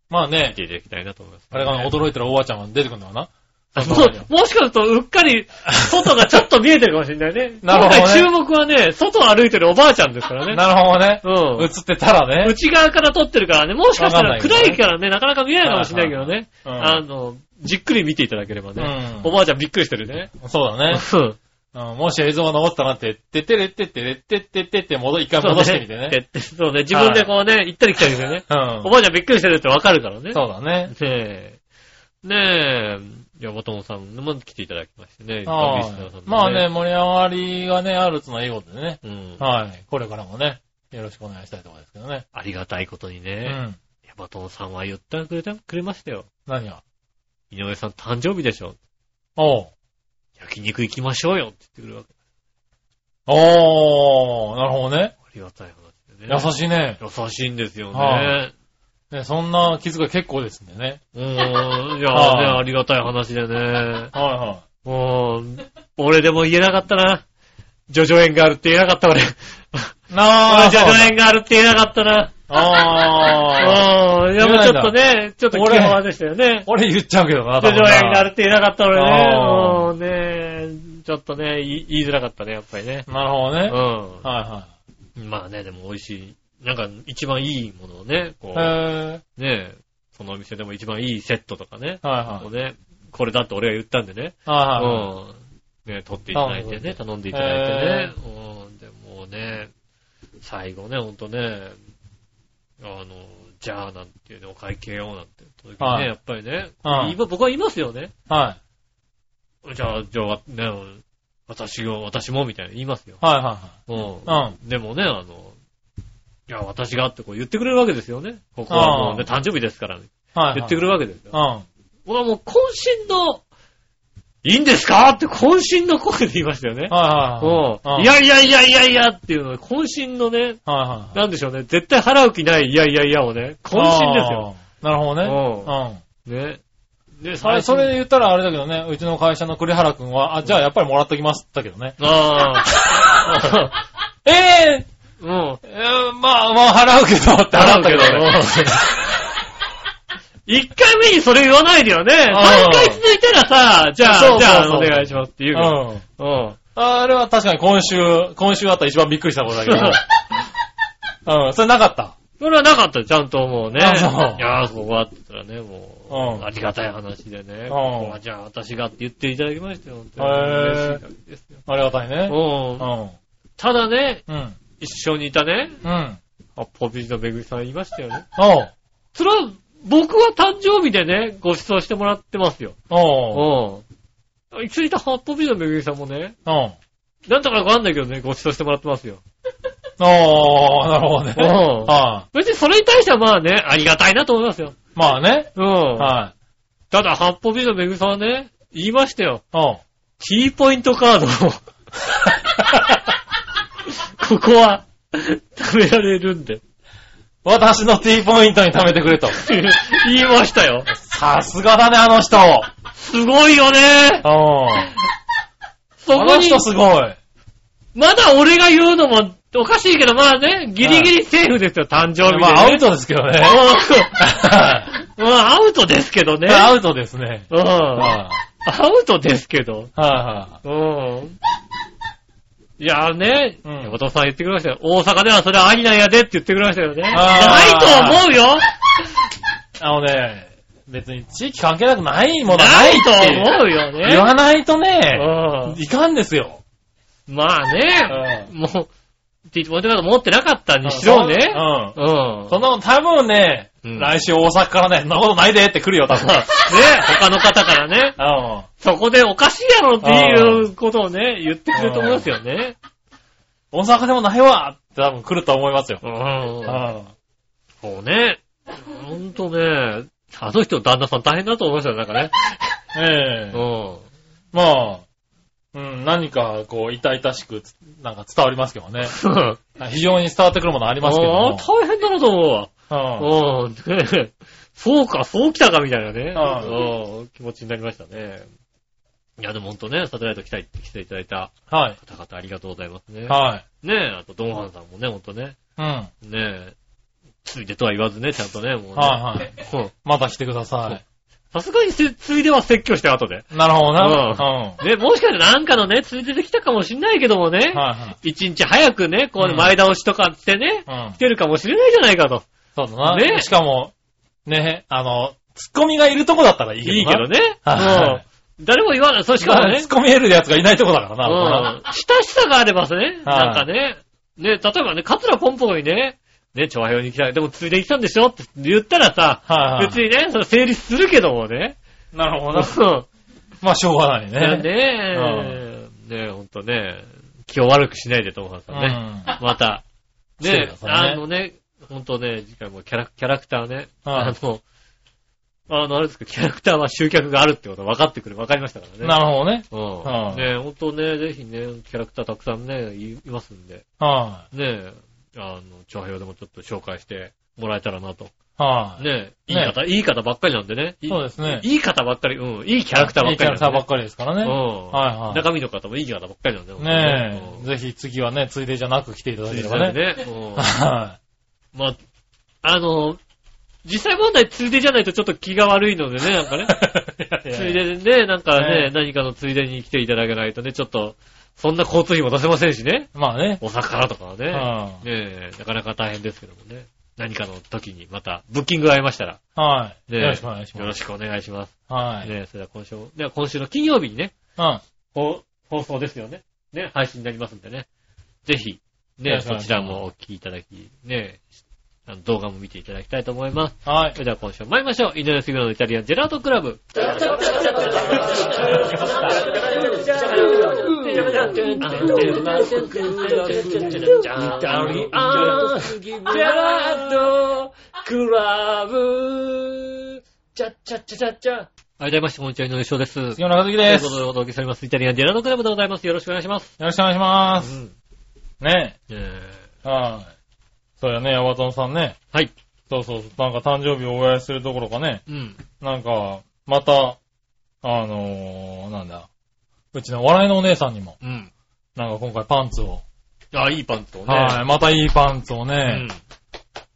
[SPEAKER 3] まあね
[SPEAKER 2] 見、ていただきたいなと思います、
[SPEAKER 3] あれがね驚いたらおばあちゃんが出てくるのかな
[SPEAKER 2] あもうもしかすると、うっかり、外がちょっと見えてるかもしれないね。
[SPEAKER 3] なるほどね
[SPEAKER 2] 今回注目はね、外を歩いてるおばあちゃんですからね。
[SPEAKER 3] なるほどね。
[SPEAKER 2] うん。
[SPEAKER 3] 映ってたらね。
[SPEAKER 2] 内側から撮ってるからね、もしかしたら暗いからね、なかなか見えないかもしれないけどね。
[SPEAKER 3] はいはいは
[SPEAKER 2] あ
[SPEAKER 3] い
[SPEAKER 2] の、じっくり見ていただければね。
[SPEAKER 3] うん
[SPEAKER 2] おばあちゃんびっくりしてるね。
[SPEAKER 3] そうだね。
[SPEAKER 2] そう
[SPEAKER 3] うんもし映像が残ったなって、ててれってってれってってってって戻、一回戻してみてね。
[SPEAKER 2] ね。 そうね、自分でこうね、行ったり来たりですよね。
[SPEAKER 3] う
[SPEAKER 2] お
[SPEAKER 3] ん。
[SPEAKER 2] ばあちゃんびっくりしてるってわかるからね。
[SPEAKER 3] そうだね。
[SPEAKER 2] ねえ。ねえ、ヤバトンさんも来ていただきましてね。
[SPEAKER 3] は
[SPEAKER 2] リスナーさんも
[SPEAKER 3] いまあね、。盛り上がりがね、あるつのはいいことでね。
[SPEAKER 2] うん。
[SPEAKER 3] はい。これからもね、よろしくお願いしたいところですけどね。
[SPEAKER 2] ありがたいことに
[SPEAKER 3] う
[SPEAKER 2] ね、
[SPEAKER 3] ん。
[SPEAKER 2] ヤバトンさんは言ってくれた、くれましたよ。
[SPEAKER 3] 何が
[SPEAKER 2] 井上さん誕生日でしょ。
[SPEAKER 3] おう。
[SPEAKER 2] 焼肉行きましょうよって言ってくるわけ。
[SPEAKER 3] おー、なるほどね。
[SPEAKER 2] ありがたい話でね。
[SPEAKER 3] 優しいね。
[SPEAKER 2] 優しいんですよ
[SPEAKER 3] は
[SPEAKER 2] ね。
[SPEAKER 3] ねそんな傷が結構ですんでね。
[SPEAKER 2] うーん。いや、ね、
[SPEAKER 3] はい
[SPEAKER 2] ありがたい話でね。
[SPEAKER 3] はいは
[SPEAKER 2] もう、俺でも言えなかったな。ジョジョ園があるって言えなかった俺。
[SPEAKER 3] い。な
[SPEAKER 2] 俺
[SPEAKER 3] あ、
[SPEAKER 2] ジョジョ園があるって言えなかったな。
[SPEAKER 3] あー。
[SPEAKER 2] うん。いや、もうちょっとね、ちょっと気
[SPEAKER 3] 俺
[SPEAKER 2] 弱でしたよね。
[SPEAKER 3] 俺言っちゃうけどな、
[SPEAKER 2] ジョジョ園がある
[SPEAKER 3] る。
[SPEAKER 2] って言えなかった俺ね。
[SPEAKER 3] あー
[SPEAKER 2] もうね、ちょっとね、言い言いづらかったね、やっぱりね。
[SPEAKER 3] なるほど
[SPEAKER 2] う
[SPEAKER 3] ね。
[SPEAKER 2] ん。
[SPEAKER 3] は
[SPEAKER 2] まあね、でも美味しい。なんか、一番いいものをね、こ
[SPEAKER 3] いは
[SPEAKER 2] う、
[SPEAKER 3] い。へー。
[SPEAKER 2] ね、そのお店でも一番いいセットとかね。
[SPEAKER 3] はいは
[SPEAKER 2] こう
[SPEAKER 3] い。
[SPEAKER 2] ね、これだって俺が言ったんでね。
[SPEAKER 3] はいはい。
[SPEAKER 2] うん。ね、取っていただいてね、頼んでいただいてね。うん。で、もうね、最後ね、ほんとね、あの、じゃあなんていうの、お会計をなんて言った時に
[SPEAKER 3] は
[SPEAKER 2] ね、
[SPEAKER 3] い
[SPEAKER 2] やっぱりね、
[SPEAKER 3] うん
[SPEAKER 2] 今僕は言いますよね。
[SPEAKER 3] はい。
[SPEAKER 2] じゃあ、じゃあ、ね、私を、私もみたいな言いますよ。
[SPEAKER 3] はいは
[SPEAKER 2] うん
[SPEAKER 3] い。はい。
[SPEAKER 2] でもね、あの、いや、私がってこう言ってくれるわけですよね。ここはもうね、誕生日ですから、
[SPEAKER 3] うん。はい。
[SPEAKER 2] 言ってく
[SPEAKER 3] る。
[SPEAKER 2] るわけですよ
[SPEAKER 3] う。ん。
[SPEAKER 2] 僕はもう渾身のいいんですかって渾身の声で言いましたよね。
[SPEAKER 3] はいはいは
[SPEAKER 2] うん。
[SPEAKER 3] い。
[SPEAKER 2] いやいやいやいやいやっていうの、渾身のね、
[SPEAKER 3] うん、はいはい。
[SPEAKER 2] なんでしょうね。絶対払う気ない、いやいやいやをね、渾身ですよ。
[SPEAKER 3] あー。なるほどね。
[SPEAKER 2] うん
[SPEAKER 3] うん。
[SPEAKER 2] ね。で、
[SPEAKER 3] あれ、
[SPEAKER 2] 最
[SPEAKER 3] そ
[SPEAKER 2] 初
[SPEAKER 3] れで言ったらあれだけどね、うちの会社の栗原くんは、あ、じゃあやっぱりもらっときますって言ったけどね。
[SPEAKER 2] ああ。
[SPEAKER 3] ええ
[SPEAKER 2] うん。
[SPEAKER 3] えーまあ、まあ払うけどって払ったけどね。
[SPEAKER 2] 一回目にそれ言わないでよね。3回続いたらさ、じゃ
[SPEAKER 3] そ
[SPEAKER 2] あ、
[SPEAKER 3] うそうそう
[SPEAKER 2] じゃあ、お願いしますって言うけど。
[SPEAKER 3] うん。
[SPEAKER 2] うん。
[SPEAKER 3] あれは確かに今週、今週あった一番びっくりしたことだけ
[SPEAKER 2] そう
[SPEAKER 3] ど。うん、それなかった。
[SPEAKER 2] それはなかったよちゃんともうね。い
[SPEAKER 3] あそう
[SPEAKER 2] やー、そこはって言ったらね、も
[SPEAKER 3] う
[SPEAKER 2] う、
[SPEAKER 3] ん
[SPEAKER 2] ありがたい話でね。
[SPEAKER 3] ん
[SPEAKER 2] ここはじゃあ、私がって言っていただきましたよ。本当
[SPEAKER 3] へ
[SPEAKER 2] に
[SPEAKER 3] ー
[SPEAKER 2] 嬉しい限りですよ
[SPEAKER 3] ありがたいね。
[SPEAKER 2] うんただね、
[SPEAKER 3] うん。うん。
[SPEAKER 2] 一緒にいたね、
[SPEAKER 3] うん。
[SPEAKER 2] あポピジのめぐみさんいましたよね。
[SPEAKER 3] おう。
[SPEAKER 2] それは、僕は誕生日でね、ご馳走してもらってますよ。
[SPEAKER 3] おう。
[SPEAKER 2] うん。一緒にいた八方美のめぐみさんもね、
[SPEAKER 3] おう。
[SPEAKER 2] なんだかわかんないけどね、ご馳走してもらってますよ。
[SPEAKER 3] おー、なるほどね。
[SPEAKER 2] うん
[SPEAKER 3] はい
[SPEAKER 2] 別にそれに対してはまあね、ありがたいなと思いますよ。
[SPEAKER 3] まあね。
[SPEAKER 2] うん。
[SPEAKER 3] はい。
[SPEAKER 2] ただ、八方美のめぐみさんはね、言いましたよ。
[SPEAKER 3] おう。
[SPEAKER 2] キーポイントカード をここは、食べられるんで。
[SPEAKER 3] 私の T ポイントに貯めてくれと。
[SPEAKER 2] 言いましたよ。
[SPEAKER 3] さすがだね、あの人。
[SPEAKER 2] すごいよね。
[SPEAKER 3] うん。
[SPEAKER 2] そ
[SPEAKER 3] あ
[SPEAKER 2] こ
[SPEAKER 3] の
[SPEAKER 2] に
[SPEAKER 3] 人、すごい。
[SPEAKER 2] まだ俺が言うのもおかしいけど、まあね、ギリギリセーフですよ、誕生日で、ね。
[SPEAKER 3] まあ、アウトですけどね。
[SPEAKER 2] うん。うんアウトですけどね。
[SPEAKER 3] アウトですね。
[SPEAKER 2] うん。ア
[SPEAKER 3] は
[SPEAKER 2] ウトですけど。
[SPEAKER 3] いは
[SPEAKER 2] うん。いやーね、
[SPEAKER 3] うん
[SPEAKER 2] お父さん言ってくれましたよ。大阪ではそれはありなんやでって言ってくれましたよね。ない
[SPEAKER 3] あ
[SPEAKER 2] と
[SPEAKER 3] ー
[SPEAKER 2] 思うよ
[SPEAKER 3] い。あのね、別に地域関係なくないものはな
[SPEAKER 2] ない
[SPEAKER 3] いって
[SPEAKER 2] と思うよ
[SPEAKER 3] 言
[SPEAKER 2] ね。
[SPEAKER 3] わないとね、
[SPEAKER 2] う
[SPEAKER 3] いかんですよ。
[SPEAKER 2] ん。まあね、
[SPEAKER 3] う
[SPEAKER 2] もう、ティーポイントカード持ってなかったにしろね。
[SPEAKER 3] う
[SPEAKER 2] うん。
[SPEAKER 3] ん。その、多分ね、
[SPEAKER 2] うん
[SPEAKER 3] 来週大阪からね、そんなことないでって来るよ、多分。
[SPEAKER 2] ね、他の方からね、
[SPEAKER 3] うん。
[SPEAKER 2] そこでおかしいやろっていうことをね、言ってくれると思いますよね。
[SPEAKER 3] 大阪でもないわって多分来ると思いますよ。
[SPEAKER 2] うん
[SPEAKER 3] う。ん。
[SPEAKER 2] そうね。ほんとね、あの人の旦那さん大変だと思いましたよ、なんかね。
[SPEAKER 3] ええ
[SPEAKER 2] うん。
[SPEAKER 3] まあ、うん、何か、こう、痛々しくつ、なんか伝わりますけどね。非常に伝わってくるものありますけど
[SPEAKER 2] ああ
[SPEAKER 3] も。
[SPEAKER 2] 大変だなと思うわ。
[SPEAKER 3] うん
[SPEAKER 2] うん。ねそうか、そう来たかみたいなね。
[SPEAKER 3] うん
[SPEAKER 2] うん気持ちになりましたね。いや、でもほんとね、サテライト来たいって来ていただいた
[SPEAKER 3] はい。
[SPEAKER 2] 方々ありがとうございますね。
[SPEAKER 3] はい。
[SPEAKER 2] ねえ、あとドンハンさんもね、ほんとね。
[SPEAKER 3] うん。はい
[SPEAKER 2] ねえ、ついでとは言わずね、ちゃんとね、もうね。
[SPEAKER 3] はい。
[SPEAKER 2] うん
[SPEAKER 3] また来てくださ
[SPEAKER 2] さすがにせついでは説教して後で。
[SPEAKER 3] い。なるほどな。
[SPEAKER 2] ね、もしかしたらなんかのね、ついでできたかもしんないけどもね
[SPEAKER 3] うん。。はい
[SPEAKER 2] 一日早くね、こ
[SPEAKER 3] う
[SPEAKER 2] うん前倒しとかってね、
[SPEAKER 3] はい。うん
[SPEAKER 2] 来。てるかもしれないじゃないかと。
[SPEAKER 3] そうだな。
[SPEAKER 2] ね
[SPEAKER 3] しかも、ね、あの、ツッコミがいるとこだったらいいけどな。
[SPEAKER 2] いいけどね。う
[SPEAKER 3] は
[SPEAKER 2] ん誰も言わない。そうし
[SPEAKER 3] し
[SPEAKER 2] か
[SPEAKER 3] か
[SPEAKER 2] も
[SPEAKER 3] も
[SPEAKER 2] ね
[SPEAKER 3] ツッ、コミ得るやつがいないとこだ
[SPEAKER 2] う
[SPEAKER 3] からな。あ
[SPEAKER 2] ん。親しさがあればね、
[SPEAKER 3] はい
[SPEAKER 2] なんかね、ね、例えばね、カツラポンポコにね、ね、長平に来たでもついでに来たんでしょって言ったらさ、
[SPEAKER 3] れなはいはい。
[SPEAKER 2] 別にね、それ成立するけどもね。
[SPEAKER 3] なるほどな。
[SPEAKER 2] うん
[SPEAKER 3] まあ、しょうがない
[SPEAKER 2] ね
[SPEAKER 3] ね。
[SPEAKER 2] え、ねえ、ほんとね、気を悪くしないで、ともさ
[SPEAKER 3] うんん。
[SPEAKER 2] ね。 また。
[SPEAKER 3] そう
[SPEAKER 2] ね
[SPEAKER 3] だ
[SPEAKER 2] え、
[SPEAKER 3] そうだね
[SPEAKER 2] あのね、ほんとね、次回もキャラキャラクターね、
[SPEAKER 3] は
[SPEAKER 2] あ
[SPEAKER 3] い
[SPEAKER 2] の、あの、あれですけど、キャラクターは集客があるってこと分かってくる、分かりましたからね。
[SPEAKER 3] なるほどね。
[SPEAKER 2] う
[SPEAKER 3] は
[SPEAKER 2] ん。
[SPEAKER 3] い
[SPEAKER 2] ねえ、ほんとね、ぜひね、キャラクターたくさんね、いいますんで、
[SPEAKER 3] は
[SPEAKER 2] ねえ、あの、長平でもちょっと紹介してもらえたらなと。
[SPEAKER 3] い。はい。
[SPEAKER 2] ねえ、いい
[SPEAKER 3] ね
[SPEAKER 2] 方、いい方ばっかりなんでね。いい
[SPEAKER 3] そうですね
[SPEAKER 2] いい方ばっかり、うん、いいキャラクターばっかりない
[SPEAKER 3] い
[SPEAKER 2] ん
[SPEAKER 3] キャラクタ
[SPEAKER 2] で
[SPEAKER 3] ーば
[SPEAKER 2] ね
[SPEAKER 3] っ。かりですからね。
[SPEAKER 2] うん
[SPEAKER 3] はいはい
[SPEAKER 2] 中身の方もいい方ばっかりなんだよ。
[SPEAKER 3] ね
[SPEAKER 2] 本
[SPEAKER 3] え、
[SPEAKER 2] 当
[SPEAKER 3] ぜひ次はね、ついでじゃなく来ていただ
[SPEAKER 2] にね実
[SPEAKER 3] けれ
[SPEAKER 2] 際
[SPEAKER 3] ばね。
[SPEAKER 2] ね。 う
[SPEAKER 3] は
[SPEAKER 2] んまあ、あの、実際問題ついでじゃないとちょっと気が悪いのでね、なんかね。
[SPEAKER 3] い。
[SPEAKER 2] ついででね、なんかね
[SPEAKER 3] ね、
[SPEAKER 2] 何かのついでに来ていただけないとね、ちょっと、そんな交通費も出せませんしね。
[SPEAKER 3] まあね。
[SPEAKER 2] お魚とかは
[SPEAKER 3] うん。
[SPEAKER 2] ね。
[SPEAKER 3] は
[SPEAKER 2] ねえ、なかなか大変ですけどもね。何かの時にまた、ブッキングが合いましたら、
[SPEAKER 3] い。
[SPEAKER 2] ね
[SPEAKER 3] よろしくお願いし
[SPEAKER 2] よ
[SPEAKER 3] ま
[SPEAKER 2] ろ
[SPEAKER 3] す。
[SPEAKER 2] しくお願いします。
[SPEAKER 3] はい。
[SPEAKER 2] ねえ、それでは今週も、では今週の金曜日にね、
[SPEAKER 3] うん。
[SPEAKER 2] 放放送ですよね。ね、配信になりますんでね。ぜひ、
[SPEAKER 3] よ
[SPEAKER 2] ね、
[SPEAKER 3] ろしくお
[SPEAKER 2] そ
[SPEAKER 3] 願い
[SPEAKER 2] ち
[SPEAKER 3] します
[SPEAKER 2] らもお聞きいただき、ね、あの動画も見ていただきたいと思います。
[SPEAKER 3] はい
[SPEAKER 2] そ。れでは今週も参りましょう。井上杉村のイタリアンジェラートクラブ。
[SPEAKER 4] Gerardo, Club. Cha cha cha cha cha.
[SPEAKER 2] ありがとうございました。こんにちは、井上翔です。
[SPEAKER 3] 杉村和樹
[SPEAKER 2] とい
[SPEAKER 3] で
[SPEAKER 2] う
[SPEAKER 3] す。
[SPEAKER 2] こ
[SPEAKER 3] よ
[SPEAKER 2] とでお届けされます。イタリアンディラノクラブでございます。よろしくお願いします。
[SPEAKER 3] ろしくお願いしま
[SPEAKER 2] う
[SPEAKER 3] す。
[SPEAKER 2] ん。
[SPEAKER 3] ね。
[SPEAKER 2] え
[SPEAKER 3] はい。そうやね、ヤバトンさんね。
[SPEAKER 2] ーはい。
[SPEAKER 3] そうそうそう、なんか誕生日をお祝いするどころかね、
[SPEAKER 2] うん。
[SPEAKER 3] なんか、また、あのー、なんだ、うちの笑いのお姉さんにも、
[SPEAKER 2] うん。
[SPEAKER 3] なんか今回パンツを、
[SPEAKER 2] あ、いいパンツをね。
[SPEAKER 3] はい、またいいパンツを
[SPEAKER 2] うん、。
[SPEAKER 3] ね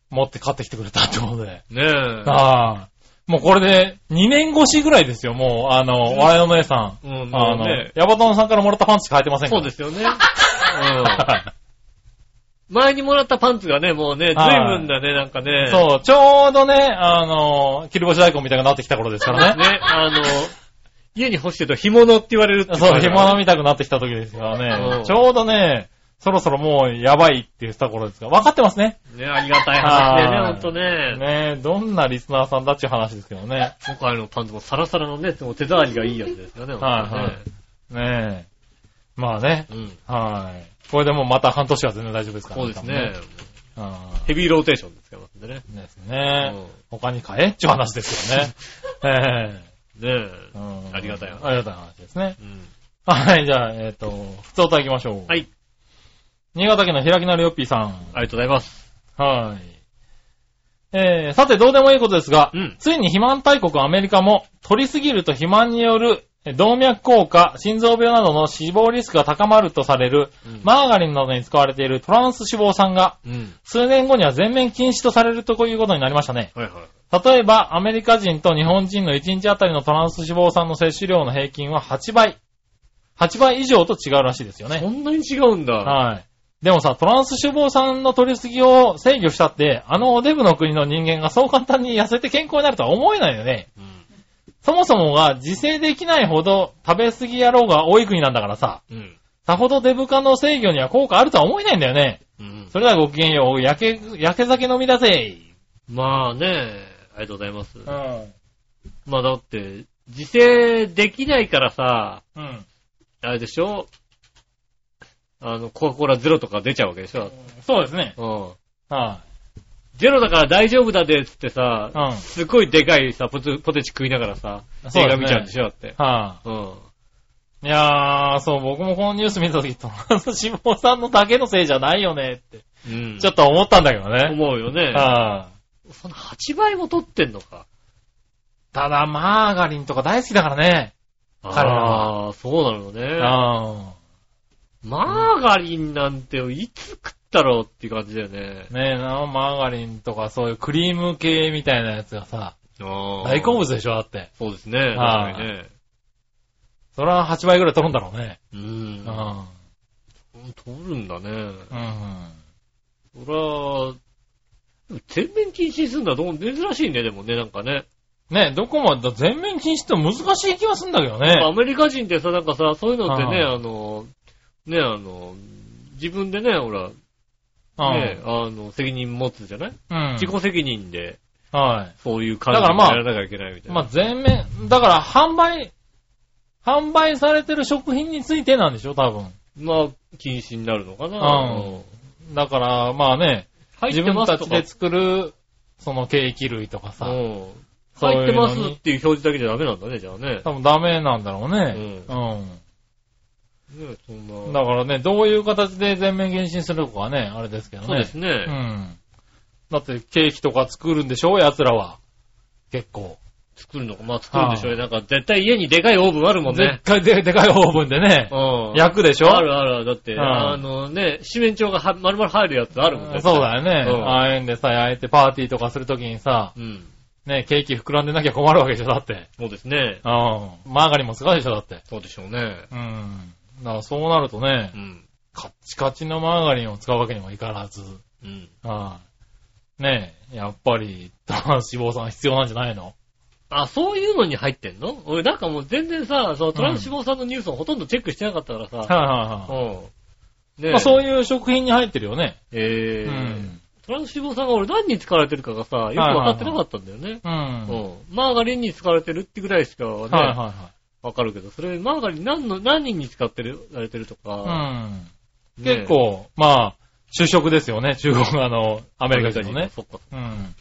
[SPEAKER 3] 持って買ってきてくれたってこと で。
[SPEAKER 2] ねえ。
[SPEAKER 3] はい。もうこれで、2年越しぐらいですよ、もう、あの、
[SPEAKER 2] うん
[SPEAKER 3] 笑いのお姉さん。
[SPEAKER 2] うん、ま
[SPEAKER 3] あ
[SPEAKER 2] あ
[SPEAKER 3] の
[SPEAKER 2] ね、。
[SPEAKER 3] ヤバトンさんからもらったパンツしか履いてませんか
[SPEAKER 2] そう
[SPEAKER 3] ら。
[SPEAKER 2] ですよね。う
[SPEAKER 3] はい
[SPEAKER 2] ん。前にもらったパンツがね、もうね、随
[SPEAKER 3] はい
[SPEAKER 2] 分だね、なんかね。
[SPEAKER 3] そう、ちょうどね、あの、切り干し大根みたいになってきた頃ですからね。
[SPEAKER 2] ね、あの、家に干してると干物って言われるってい
[SPEAKER 3] そう、
[SPEAKER 2] か
[SPEAKER 3] 干物見たくなってきた時ですから
[SPEAKER 2] うん
[SPEAKER 3] ね。ちょうどね、そろそろもうやばいって言ってた頃ですが、分かってますね。
[SPEAKER 2] ね、ありがたい話でね、
[SPEAKER 3] は
[SPEAKER 2] ほ
[SPEAKER 3] い
[SPEAKER 2] んとね。
[SPEAKER 3] ねどんなリスナーさんだっていう話ですけどね。
[SPEAKER 2] 今回のパンツもサラサラのね、もう手触りがいいやつですよね、
[SPEAKER 3] はい
[SPEAKER 2] ほんとね
[SPEAKER 3] ねえ。まあね。
[SPEAKER 2] うん。
[SPEAKER 3] はい。これでもうまた半年は全然大丈夫ですから
[SPEAKER 2] そうですね。
[SPEAKER 3] うん
[SPEAKER 2] ヘビーローテーションですからね。ね
[SPEAKER 3] ですね。他に買えっていう話ですよね。 え
[SPEAKER 2] え。
[SPEAKER 3] えうん
[SPEAKER 2] ありがたい話
[SPEAKER 3] ありがたい話ですね。
[SPEAKER 2] うん。
[SPEAKER 3] はい、じゃあ、えっと、普通歌行きましょう。
[SPEAKER 2] はい。
[SPEAKER 3] 新潟県の開きなりよっぴーさん。
[SPEAKER 2] ありがとうございます。
[SPEAKER 3] はい。えー、さてどうでもいいことですが、
[SPEAKER 2] うん
[SPEAKER 3] ついに肥満大国アメリカも、取りすぎると肥満によるえー動脈硬化、心臓病などの死亡リスクが高まるとされる、
[SPEAKER 2] うん
[SPEAKER 3] マーガリンなどに使われているトランス脂肪酸が、
[SPEAKER 2] うん。
[SPEAKER 3] 数年後には全面禁止とされるということになりましたね。
[SPEAKER 2] はいはい。
[SPEAKER 3] 例えば、アメリカ人と日本人の1日あたりのトランス脂肪酸の摂取量の平均は8倍。8倍以上と違うらしいですよね。
[SPEAKER 2] そんなに違うんだ。
[SPEAKER 3] はい。でもさ、トランス脂肪酸の取りすぎを制御したって、あのおデブの国の人間がそう簡単に痩せて健康になるとは思えないよね。
[SPEAKER 2] うん。
[SPEAKER 3] そもそもが自制できないほど食べ過ぎ野郎が多い国なんだからさ、
[SPEAKER 2] うん。
[SPEAKER 3] さほどデブ化の制御には効果あるとは思えないんだよね。
[SPEAKER 2] うん。
[SPEAKER 3] それではごきげんよう、焼け、焼け酒飲みだぜ。
[SPEAKER 2] まあね、ありがとうございます。
[SPEAKER 3] ん。
[SPEAKER 2] まあだって、自制できないからさ、
[SPEAKER 3] うん。
[SPEAKER 2] あれでしょあの、コカ・コーラゼロとか出ちゃうわけでしょ
[SPEAKER 3] そうですね。
[SPEAKER 2] うん。
[SPEAKER 3] は
[SPEAKER 2] ゼロだから大丈夫だでっつってさ、
[SPEAKER 3] い。うん。はい、
[SPEAKER 2] すごいでかいさ、ポテポテチ食いながらさ、
[SPEAKER 3] そう
[SPEAKER 2] 映
[SPEAKER 3] で
[SPEAKER 2] 画
[SPEAKER 3] すね
[SPEAKER 2] 見ちゃうんでしょだって。うん。
[SPEAKER 3] いやー、そう、僕もこのニュース見たとき、トランス脂肪酸のだけのせいじゃないよねって、
[SPEAKER 2] うん。
[SPEAKER 3] ちょっと思ったんだけどね。
[SPEAKER 2] 思うよね。
[SPEAKER 3] はい
[SPEAKER 2] その8倍も取ってんのか。
[SPEAKER 3] ただ、マーガリンとか大好きだからね。彼らは
[SPEAKER 2] ああ、そうなのね。
[SPEAKER 3] あ
[SPEAKER 2] マーガリンなんていつ食ったろうっていう感じだよね
[SPEAKER 3] あ。。ねえな、マーガリンとかそういうクリーム系みたいなやつがさ、
[SPEAKER 2] 大
[SPEAKER 3] 大好物でしょ、だって。
[SPEAKER 2] そうですね。確
[SPEAKER 3] は
[SPEAKER 2] か
[SPEAKER 3] い
[SPEAKER 2] にね。
[SPEAKER 3] それは8倍ぐらい取るんだろうね。
[SPEAKER 2] う。
[SPEAKER 3] うんん。
[SPEAKER 2] 取るんだね。
[SPEAKER 3] うん。
[SPEAKER 2] そら、でも全面禁止にするんだどう珍しいね、でもね、なんかね。
[SPEAKER 3] ねえどこまで、全面禁止って難しい気がするんだけど
[SPEAKER 2] ア
[SPEAKER 3] ね。
[SPEAKER 2] メリカ人ってさ、なんかさ、そういうのってね、
[SPEAKER 3] あ
[SPEAKER 2] あの、ね、あの、自分でね、ほら、
[SPEAKER 3] うん。
[SPEAKER 2] ね、あの、責任持つじゃない
[SPEAKER 3] うん。
[SPEAKER 2] 自己責任で、
[SPEAKER 3] は
[SPEAKER 2] そういう感
[SPEAKER 3] だ
[SPEAKER 2] じ
[SPEAKER 3] から
[SPEAKER 2] で
[SPEAKER 3] まあ
[SPEAKER 2] やらなきゃいけないみた
[SPEAKER 3] い。
[SPEAKER 2] い
[SPEAKER 3] ま
[SPEAKER 2] な。
[SPEAKER 3] あ、全面、だから、販売、販売されてる食品についてなんでしょ、多分。
[SPEAKER 2] まあ、禁止になるのかな。
[SPEAKER 3] うん
[SPEAKER 2] うん
[SPEAKER 3] だから、まあね、
[SPEAKER 2] 入っ
[SPEAKER 3] 自
[SPEAKER 2] て
[SPEAKER 3] 分
[SPEAKER 2] ます
[SPEAKER 3] た
[SPEAKER 2] と
[SPEAKER 3] ち
[SPEAKER 2] か
[SPEAKER 3] で。作る、そのケーキ類とかさ、
[SPEAKER 2] うん
[SPEAKER 3] そう
[SPEAKER 2] 入っ
[SPEAKER 3] い
[SPEAKER 2] て
[SPEAKER 3] うの
[SPEAKER 2] ま
[SPEAKER 3] に
[SPEAKER 2] すっていう表示だけじゃダメなんだね、じゃあね。
[SPEAKER 3] 多分ダメなんだろうね。うん
[SPEAKER 2] ねそんな。
[SPEAKER 3] だからね、どういう形で全面減進するのかはね、あれですけどね。
[SPEAKER 2] そうです
[SPEAKER 3] う
[SPEAKER 2] ね。
[SPEAKER 3] ん。だってケーキとか作るんでしょ奴らは。結構。
[SPEAKER 2] 作るのか、まあ作るんでしょうね。なんか絶対家にでかいオーブンあるもん
[SPEAKER 3] でっ
[SPEAKER 2] ね。
[SPEAKER 3] かいで、でかいオーブンでね、
[SPEAKER 2] うん。
[SPEAKER 3] 焼くでしょ
[SPEAKER 2] あるあるある。だって、
[SPEAKER 3] うん
[SPEAKER 2] あのね、四面鳥がは丸々入るやつあるもんね。
[SPEAKER 3] そうだよね。
[SPEAKER 2] うん
[SPEAKER 3] ああいうんでさ、焼いてパーティーとかするときにさ、
[SPEAKER 2] うん。
[SPEAKER 3] ね、ケーキ膨らんでなきゃ困るわけでしょだって。
[SPEAKER 2] そうですね。
[SPEAKER 3] うん。マーガリンも使うでしょだって。
[SPEAKER 2] そうでしょうね。
[SPEAKER 3] うん。だからそうなるとね
[SPEAKER 2] う、ん。
[SPEAKER 3] カッチカチのマーガリンを使うわけにもいからず。
[SPEAKER 2] うん。
[SPEAKER 3] はい。ねえ、やっぱり、 脂肪酸必要なんじゃないの
[SPEAKER 2] あ、そういうのに入ってんの俺なんかもう全然さ、そのトランス脂肪酸のニュースをほとんどチェックしてなかったから
[SPEAKER 3] は
[SPEAKER 2] さ。
[SPEAKER 3] いはいはい。
[SPEAKER 2] うん。ね
[SPEAKER 3] まあそう
[SPEAKER 2] いう。
[SPEAKER 3] いう食品に入ってるよね。う
[SPEAKER 2] えー。
[SPEAKER 3] ん。
[SPEAKER 2] トランス脂肪酸が俺何に使われてるかがさ、よくわかってなかったんだよね。
[SPEAKER 3] うん。は
[SPEAKER 2] うん。マーガリンに使われてるってぐらいしかね、
[SPEAKER 3] いはいは
[SPEAKER 2] わかるけど、それマーガリン何の、何に使ってる、されてると
[SPEAKER 3] い。
[SPEAKER 2] か。
[SPEAKER 3] うん。
[SPEAKER 2] ね
[SPEAKER 3] 結、構、まあ、主食ですよね。中国、あの、ア
[SPEAKER 2] ア
[SPEAKER 3] メリカ人のね。
[SPEAKER 2] そっか。
[SPEAKER 3] うん。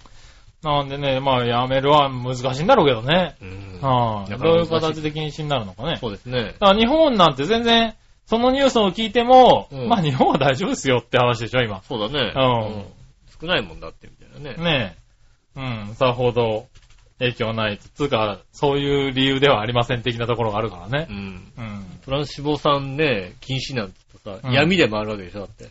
[SPEAKER 3] なんでね、まあ、やめるは難しいんだろうけどね。
[SPEAKER 2] うん
[SPEAKER 3] は。
[SPEAKER 2] ないかな
[SPEAKER 3] どう
[SPEAKER 2] か
[SPEAKER 3] いう形で禁止になるのかね。
[SPEAKER 2] そうですね。
[SPEAKER 3] だから日本なんて全然、そのニュースを聞いても、
[SPEAKER 2] うん
[SPEAKER 3] まあ日本は大丈夫ですよって話でしょ、今。
[SPEAKER 2] そうだね。
[SPEAKER 3] うん
[SPEAKER 2] うん少ないもんだって、みたいなね。
[SPEAKER 3] ねえ。うん、さほど影響ない。つうか、そういう理由ではありません的なところがあるからね
[SPEAKER 2] う。ん。
[SPEAKER 3] うん。
[SPEAKER 2] トランス脂肪酸ね、禁止なんて言うとさ、
[SPEAKER 3] うん
[SPEAKER 2] 闇で回るわけでしょ、だって。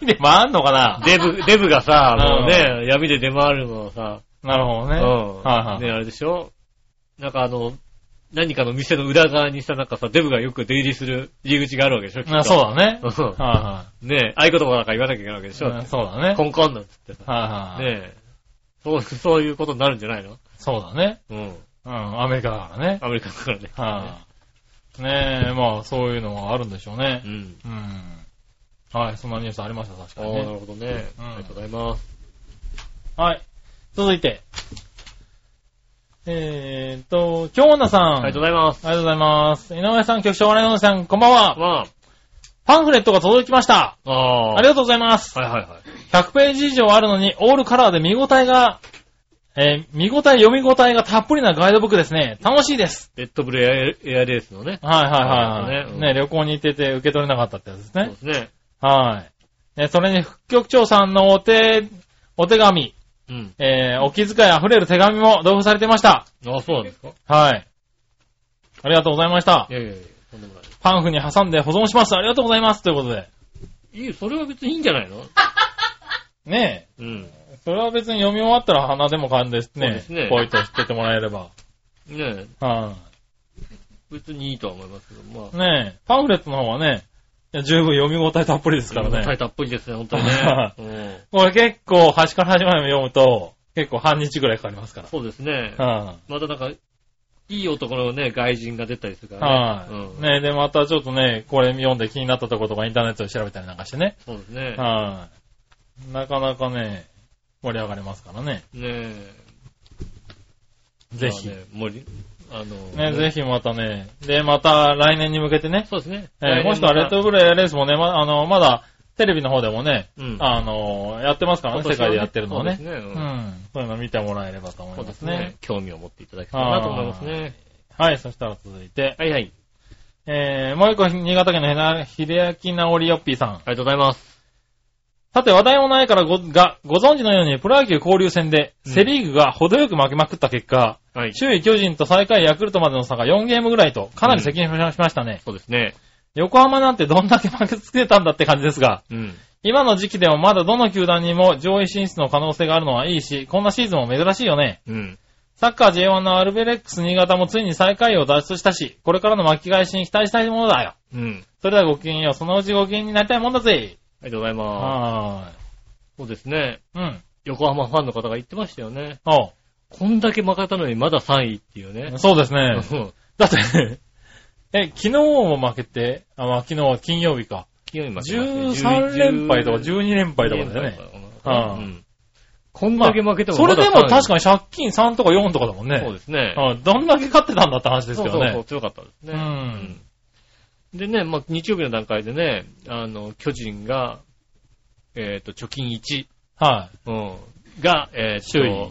[SPEAKER 3] 闇で回んのかな
[SPEAKER 2] デブ、デブがさ、
[SPEAKER 3] うん
[SPEAKER 2] もうね、闇で出回るのをさ、
[SPEAKER 3] なるほど
[SPEAKER 2] う
[SPEAKER 3] ね。
[SPEAKER 2] ん。
[SPEAKER 3] はいはい。
[SPEAKER 2] ね、あれでしょなんかあの、何かの店の裏側にさ、なんかさ、デブがよく出入りする入り口があるわけでしょ、きっと。
[SPEAKER 3] あそうだね。
[SPEAKER 2] う
[SPEAKER 3] は
[SPEAKER 2] ん。ね合言葉なんか言わなきゃいけないわけでし
[SPEAKER 3] い
[SPEAKER 2] ょ。
[SPEAKER 3] はい。そうだね。
[SPEAKER 2] コンコンなんつってさ。
[SPEAKER 3] はいはい。
[SPEAKER 2] ねそう、そういうことになるんじゃないの
[SPEAKER 3] そうだね。
[SPEAKER 2] うん。
[SPEAKER 3] うん、アメリカだからね。
[SPEAKER 2] アメリカだからね。
[SPEAKER 3] はい。ねえ、まあそういうのがあるんでしょうね
[SPEAKER 2] う。ん。
[SPEAKER 3] うん。はい、そんなニュースありました、確
[SPEAKER 2] あ
[SPEAKER 3] か
[SPEAKER 2] あ、
[SPEAKER 3] に
[SPEAKER 2] なる
[SPEAKER 3] ね。
[SPEAKER 2] ほどね。
[SPEAKER 3] うん
[SPEAKER 2] ありがとうございます。
[SPEAKER 3] はい。続いて。えーっと、京奈さん。
[SPEAKER 2] ありがとうございます。
[SPEAKER 3] ありがとうございます。井上さん、局長、我々さん、こんばんは。
[SPEAKER 2] ま
[SPEAKER 3] パンフレットが届きました。
[SPEAKER 2] あ、ああ。
[SPEAKER 3] ありがとうございます。
[SPEAKER 2] はいはいはい。
[SPEAKER 3] 100ページ以上あるのに、オールカラーで見応えが、えー見応え、読み応えがたっぷりなガイドブックですね。楽しいです。
[SPEAKER 2] レッドブルエアエアレースのね。
[SPEAKER 3] はいはいはい
[SPEAKER 2] そうで
[SPEAKER 3] は
[SPEAKER 2] す
[SPEAKER 3] い。
[SPEAKER 2] ね
[SPEAKER 3] ね、旅行に行ってて受け取れなかったってやつです
[SPEAKER 2] そう
[SPEAKER 3] ね
[SPEAKER 2] で。すね。
[SPEAKER 3] はい。ね、それに、副局長さんのお手、お手紙、
[SPEAKER 2] うん。
[SPEAKER 3] えーお気遣い溢れる手紙も同封されてました。
[SPEAKER 2] ああ、そうなんですか
[SPEAKER 3] はい。ありがとうございました
[SPEAKER 2] い。やいやいや、とんでもない。
[SPEAKER 3] パンフに挟んで保存します。ありがとうございます。ということで。
[SPEAKER 2] いい、それは別にいいんじゃないの
[SPEAKER 3] ねえ。
[SPEAKER 2] うん。
[SPEAKER 3] それは別に読み終わったら鼻でも噛んでね、
[SPEAKER 2] そうですね
[SPEAKER 3] ポイと知っててもらえれば。
[SPEAKER 2] ねえ、
[SPEAKER 3] は
[SPEAKER 2] 別にいいとは思いますけど、まあ
[SPEAKER 3] い。。ねえ、パンフレットの方はね、いや十分読み応えたっぷりですから
[SPEAKER 2] 答え
[SPEAKER 3] ね。
[SPEAKER 2] たっぷりですね、本当に ね。うん
[SPEAKER 3] これ結構端から端まで読むと、結構半日ぐらいかかりますか
[SPEAKER 2] そうですね。
[SPEAKER 3] ら。は
[SPEAKER 2] またなんか、いい男のね、外人が出たりする
[SPEAKER 3] い。
[SPEAKER 2] から
[SPEAKER 3] は
[SPEAKER 2] ね。うん
[SPEAKER 3] い。ねえ、で、またちょっとね、これ読んで気になったところとかインターネットで調べたりなんかしてね。
[SPEAKER 2] そうですね。
[SPEAKER 3] はい。なかなかね、盛り上がりますからね。
[SPEAKER 2] ねえ。
[SPEAKER 3] ぜひ。
[SPEAKER 2] まあね森、あの、
[SPEAKER 3] ね、ぜひまたね。で、また来年に向けてね。
[SPEAKER 2] そうですね。
[SPEAKER 3] えーもしくはレッドブルエアレースもね、ま、あの、まだ、テレビの方でもね、
[SPEAKER 2] うん
[SPEAKER 3] あの、やってますからね、世界でやってるのはね。
[SPEAKER 2] そうです
[SPEAKER 3] う
[SPEAKER 2] ねうん
[SPEAKER 3] ん。そういうの見てもらえればと思
[SPEAKER 2] そ
[SPEAKER 3] いう
[SPEAKER 2] で
[SPEAKER 3] ますすね
[SPEAKER 2] ね。。興味を持っていただけたらなと思いますね。
[SPEAKER 3] はい、そしたら続いて、
[SPEAKER 2] はいはい。
[SPEAKER 3] えー、もう一個、新潟県のへな、ひれやきなおりよっぴーさん。
[SPEAKER 2] ありがとうございます。
[SPEAKER 3] さて、話題もないからご、が、ご存知のように、プロ野球交流戦で、
[SPEAKER 2] うん
[SPEAKER 3] セリーグが程よく負けまくった結果、
[SPEAKER 2] はい。
[SPEAKER 3] 周囲巨人と最下位ヤクルトまでの差が4ゲームぐらいと、かなり責任しましたね。
[SPEAKER 2] そうですね。
[SPEAKER 3] 横浜なんてどんだけ負けつけたんだって感じですが、
[SPEAKER 2] うん。
[SPEAKER 3] 今の時期でもまだどの球団にも上位進出の可能性があるのはいいし、こんなシーズンも珍しいよね。
[SPEAKER 2] うん。
[SPEAKER 3] サッカー J1 のアルベレックス新潟もついに最下位を脱出したし、これからの巻き返しに期待したいものだよ。
[SPEAKER 2] うん。
[SPEAKER 3] それではごきげんよう、そのうちご機嫌になりたいもんだぜ。
[SPEAKER 2] ありがとうございます。
[SPEAKER 3] は
[SPEAKER 2] そうですね。
[SPEAKER 3] ーい。うん。
[SPEAKER 2] 横浜ファンの方が言ってましたよね。
[SPEAKER 3] おう
[SPEAKER 2] こんだけ負けたのにまだ3位っていうね。
[SPEAKER 3] そうです
[SPEAKER 2] う
[SPEAKER 3] ね。
[SPEAKER 2] ん。
[SPEAKER 3] だって、 え、昨日も負けて、あ、まあ昨日金曜日か。
[SPEAKER 2] 金曜日まで負けてま
[SPEAKER 3] 13
[SPEAKER 2] すね
[SPEAKER 3] 連敗とか12連敗とかだよね。
[SPEAKER 2] う
[SPEAKER 3] うん
[SPEAKER 2] ん。こんだけ負けても
[SPEAKER 3] それでも確
[SPEAKER 2] に
[SPEAKER 3] かに借金3とか4とかだもんね。
[SPEAKER 2] そうですね。
[SPEAKER 3] うんどんだけ勝ってたんだって話ですけ
[SPEAKER 2] そう
[SPEAKER 3] どね。
[SPEAKER 2] そうそう強かったですね。
[SPEAKER 3] うん
[SPEAKER 2] うんでね、まあ、日曜日の段階でね、あの、巨人が、えっ、と、貯金1、
[SPEAKER 3] はい。
[SPEAKER 2] うん、が、えっ、
[SPEAKER 3] 首
[SPEAKER 2] と
[SPEAKER 3] 位、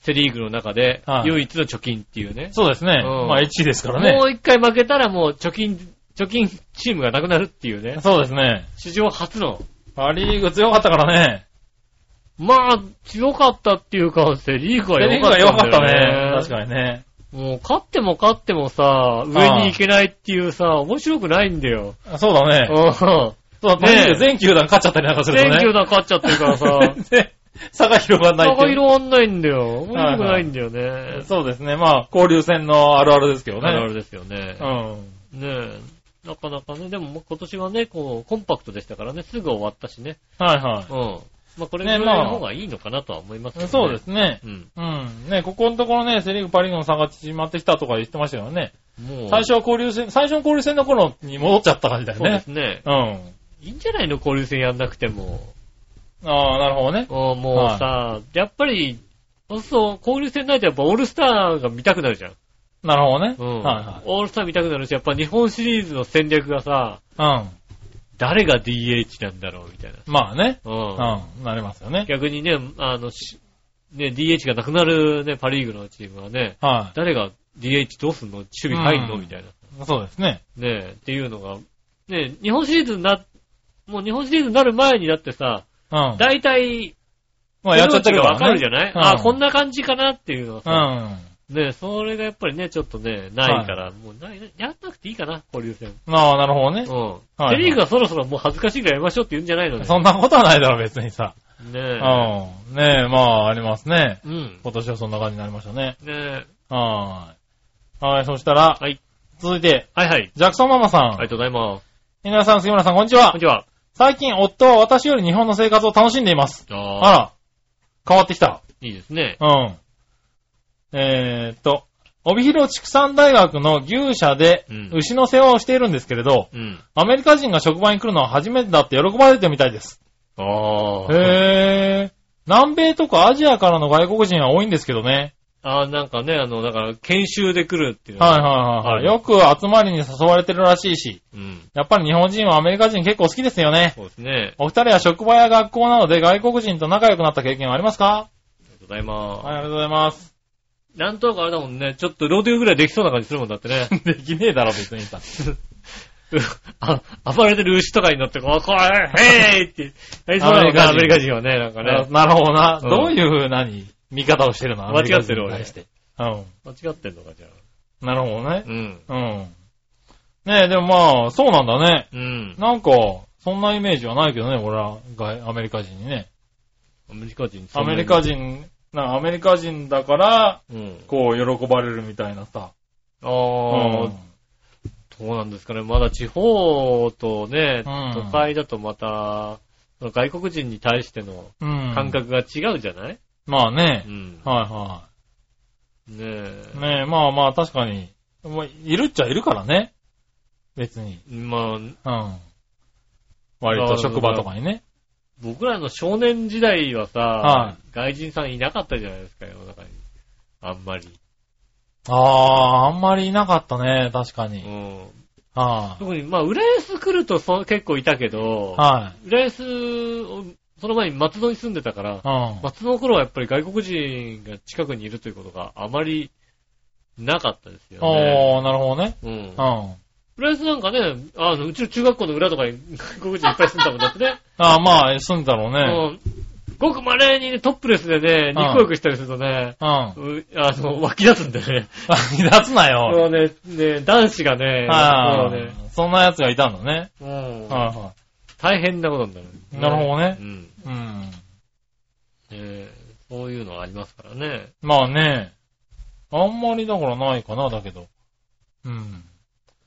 [SPEAKER 2] セリーグの中で
[SPEAKER 3] は、い
[SPEAKER 2] 唯一の貯金っていうね。
[SPEAKER 3] そうですね。
[SPEAKER 2] うん
[SPEAKER 3] まあ1位ですからね
[SPEAKER 2] も。う一回負けたらもう貯金、貯金チームがなくなるっていうね。
[SPEAKER 3] そうですね。
[SPEAKER 2] 史上初の。
[SPEAKER 3] パリーグ強かったからね。
[SPEAKER 2] まあ、強かったっていうか、セリーグ
[SPEAKER 3] セ
[SPEAKER 2] は
[SPEAKER 3] リ
[SPEAKER 2] 良
[SPEAKER 3] ーグ
[SPEAKER 2] かった、
[SPEAKER 3] が良かったね。確かにね。
[SPEAKER 2] に。もう、勝っても勝ってもさ、上に行けないっていうさ、面白くないんだよ。
[SPEAKER 3] あそうだね。
[SPEAKER 2] うん。
[SPEAKER 3] そうだ、
[SPEAKER 2] ね
[SPEAKER 3] パリーグ全球団勝っちゃったりなんかするとね。
[SPEAKER 2] 全球団勝っちゃってる からさ、
[SPEAKER 3] で、差が広がらない
[SPEAKER 2] 差
[SPEAKER 3] って
[SPEAKER 2] が
[SPEAKER 3] いう。
[SPEAKER 2] 色あんないんだよ。面白くないんだよね。
[SPEAKER 3] そうですね。まあ、交流戦のあるあるですけどね。
[SPEAKER 2] あるあるですよね。
[SPEAKER 3] うん。
[SPEAKER 2] ねえ。なかなかね、でももう今年はね、こう、コンパクトでしたからね、すぐ終わったしね。
[SPEAKER 3] はいは
[SPEAKER 2] うん。まあこれぐ
[SPEAKER 3] ね
[SPEAKER 2] らい
[SPEAKER 3] まあ
[SPEAKER 2] の方がいいのかなとは思いますけど
[SPEAKER 3] い。
[SPEAKER 2] ね。
[SPEAKER 3] そうですね。
[SPEAKER 2] うん。
[SPEAKER 3] うん。ね、ここのところね、セリーグ、パリーグの差が縮まってきたとか言ってましたよね。
[SPEAKER 2] もう。
[SPEAKER 3] 最初は交流戦、最初の交流戦の頃に戻っちゃった感じだよ
[SPEAKER 2] そうで
[SPEAKER 3] ね
[SPEAKER 2] す。ね。
[SPEAKER 3] うん。
[SPEAKER 2] いいんじゃないの交流戦やんなくても。
[SPEAKER 3] ああ、なるほどね。
[SPEAKER 2] うんもうさ、やっぱり、そうすると交流戦ないとやっぱオールスターが見たくなるじゃん。
[SPEAKER 3] なるほどね。
[SPEAKER 2] うん。
[SPEAKER 3] はいはい。
[SPEAKER 2] オールスター見たくなるし、やっぱ日本シリーズの戦略がさ、
[SPEAKER 3] うん。
[SPEAKER 2] 誰が DH なんだろうみたいな。
[SPEAKER 3] まあね。
[SPEAKER 2] うん。
[SPEAKER 3] うん。なりますよね。
[SPEAKER 2] 逆にね、あの、しね、DH がなくなるね、パリーグのチームはね、
[SPEAKER 3] は
[SPEAKER 2] 誰が DH どうすんの守備入んの
[SPEAKER 3] うん
[SPEAKER 2] みたいな。
[SPEAKER 3] そうですね。
[SPEAKER 2] ねえ、っていうのが、ねえ、日本シリーズにな、もう日本シリーズになる前にだってさ、
[SPEAKER 3] うん。
[SPEAKER 2] 大体、
[SPEAKER 3] まあ、やっちゃっ
[SPEAKER 2] 手
[SPEAKER 3] てる
[SPEAKER 2] の
[SPEAKER 3] か
[SPEAKER 2] 内がわからる
[SPEAKER 3] ね。
[SPEAKER 2] じゃない、
[SPEAKER 3] う
[SPEAKER 2] あ、
[SPEAKER 3] ん
[SPEAKER 2] こんな感じかなっていうのは
[SPEAKER 3] う
[SPEAKER 2] さ、
[SPEAKER 3] ん。
[SPEAKER 2] ねえ、それがやっぱりね、ちょっとね、ないから、もうない、やんなくていいかな、交流戦。
[SPEAKER 3] ああ、なるほどね
[SPEAKER 2] う。ん。
[SPEAKER 3] はい
[SPEAKER 2] セリーグはそろそろもう恥ずかしいからやりましょうって言うんじゃないのね。
[SPEAKER 3] そんなことはないだろ、別にさ。う
[SPEAKER 2] ね
[SPEAKER 3] ん。ねえ、まあ、ありますね。
[SPEAKER 2] え。うん。
[SPEAKER 3] 今年はそんな感じになりましたね。
[SPEAKER 2] ねえ。
[SPEAKER 3] はーい。はい、そしたら、
[SPEAKER 2] はい。
[SPEAKER 3] 続いて、
[SPEAKER 2] はいはい。
[SPEAKER 3] ジャクソンママさ
[SPEAKER 2] あ
[SPEAKER 3] ん。
[SPEAKER 2] りがとうございます。
[SPEAKER 3] 皆さん、杉村さん、こんにちは
[SPEAKER 2] こん。にちは。
[SPEAKER 3] 最近、夫は私より日本の生活を楽しんでいます。あ
[SPEAKER 2] ああ、
[SPEAKER 3] ら、変わってきた。
[SPEAKER 2] いいですね。
[SPEAKER 3] うん。えーっと、帯広畜産大学の牛舎で
[SPEAKER 2] うん
[SPEAKER 3] 牛の世話をしているんですけれど、
[SPEAKER 2] うん。
[SPEAKER 3] アメリカ人が職場に来るのは初めてだって喜ばれてるみたいです。
[SPEAKER 2] ああ。
[SPEAKER 3] へー。南米とかアジアからの外国人は多いんですけどね。
[SPEAKER 2] ああ、なんかね、あの、だから、研修で来るっていうの
[SPEAKER 3] はい
[SPEAKER 2] は。
[SPEAKER 3] はいはいはい。
[SPEAKER 2] は
[SPEAKER 3] よく集まりに誘われてるらしいし、
[SPEAKER 2] うん。
[SPEAKER 3] やっぱり日本人はアメリカ人結構好きですよね。
[SPEAKER 2] そうですね。
[SPEAKER 3] お二人は職場や学校などで外国人と仲良くなった経験はありますか
[SPEAKER 2] ありがとうございます。
[SPEAKER 3] はい、ありがとうございます。
[SPEAKER 2] なんとなくあれだもんね、ちょっとロデオぐらいできそうな感じするもんだってね。
[SPEAKER 3] できねえだろ、別にさ。
[SPEAKER 2] あ、暴れてる牛とかに乗って、こう、こう、へいって、やりそうなのか、
[SPEAKER 3] ア
[SPEAKER 2] アメ
[SPEAKER 3] メリ
[SPEAKER 2] リ
[SPEAKER 3] カ
[SPEAKER 2] カ人はね、なんか
[SPEAKER 3] な
[SPEAKER 2] ね。
[SPEAKER 3] なるほどな。
[SPEAKER 2] うん
[SPEAKER 3] どういう、何、見方をしてるの
[SPEAKER 2] 間違ってる
[SPEAKER 3] アメリカ人に対
[SPEAKER 2] 俺
[SPEAKER 3] して。うん。
[SPEAKER 2] 間違ってんのか、じゃあ。
[SPEAKER 3] なるほどね
[SPEAKER 2] う。ん。
[SPEAKER 3] うん。ねえ、でもまあ、そうなんだね。
[SPEAKER 2] うん。
[SPEAKER 3] なんか、そんなイメージはないけどね、俺は、外アメリカ人にね。
[SPEAKER 2] アメリカ人、
[SPEAKER 3] アメリカ
[SPEAKER 2] 人。
[SPEAKER 3] 人、なアメリカ人だから、
[SPEAKER 2] うん。
[SPEAKER 3] こう、喜ばれるみたいなさ。
[SPEAKER 2] あ
[SPEAKER 3] う
[SPEAKER 2] あ、
[SPEAKER 3] ん。
[SPEAKER 2] どうなんですかね。まだ地方とね、
[SPEAKER 3] うん
[SPEAKER 2] 都会だとまた、その外国人に対しての
[SPEAKER 3] うん。
[SPEAKER 2] 感。覚が違うじゃない
[SPEAKER 3] まあね
[SPEAKER 2] う。ん。ね
[SPEAKER 3] はいは
[SPEAKER 2] え。
[SPEAKER 3] い。ねえ、まあまあ、確かに。まあいるっちゃいるからね。別に。
[SPEAKER 2] まあ、
[SPEAKER 3] うん。割と職場とかにね。
[SPEAKER 2] 僕らの少年時代はさ、
[SPEAKER 3] は
[SPEAKER 2] 外人さんいなかったじゃないですか、世の中に。あんまり。
[SPEAKER 3] ああー、あんまりいなかったね、確か
[SPEAKER 2] う
[SPEAKER 3] に。
[SPEAKER 2] ん。
[SPEAKER 3] は
[SPEAKER 2] 特に、まあ、浦安来るとそ結構いたけど
[SPEAKER 3] い。、はい。
[SPEAKER 2] 浦安を、その前に松戸に住んでたから
[SPEAKER 3] う、ん。
[SPEAKER 2] 松戸の頃はやっぱり外国人が近くにいるということがあまりなかったですよね。
[SPEAKER 3] おー、なるほどね。
[SPEAKER 2] うん
[SPEAKER 3] う。ん。
[SPEAKER 2] 浦安なんかね、あの、うちの中学校の裏とかに 外国人いっぱい住んでたもんだって ね。
[SPEAKER 3] ああ、まあ、住んだろうね。
[SPEAKER 2] うん。ごく稀にね、トップレスでね、
[SPEAKER 3] うん
[SPEAKER 2] 肉浴したりするとね、
[SPEAKER 3] うん。
[SPEAKER 2] うあの、湧き出すんだよね。
[SPEAKER 3] 離脱なよ。
[SPEAKER 2] もうね、ね、男子がね、
[SPEAKER 3] は
[SPEAKER 2] もうね
[SPEAKER 3] い。そんな奴がいたんだね。
[SPEAKER 2] うん
[SPEAKER 3] はいは
[SPEAKER 2] 大変なことになる。
[SPEAKER 3] い。なるほどね
[SPEAKER 2] う。ん。
[SPEAKER 3] うん。
[SPEAKER 2] えーそういうのはありますからね。
[SPEAKER 3] まあね。あんまりだからないかな、だけど。うん。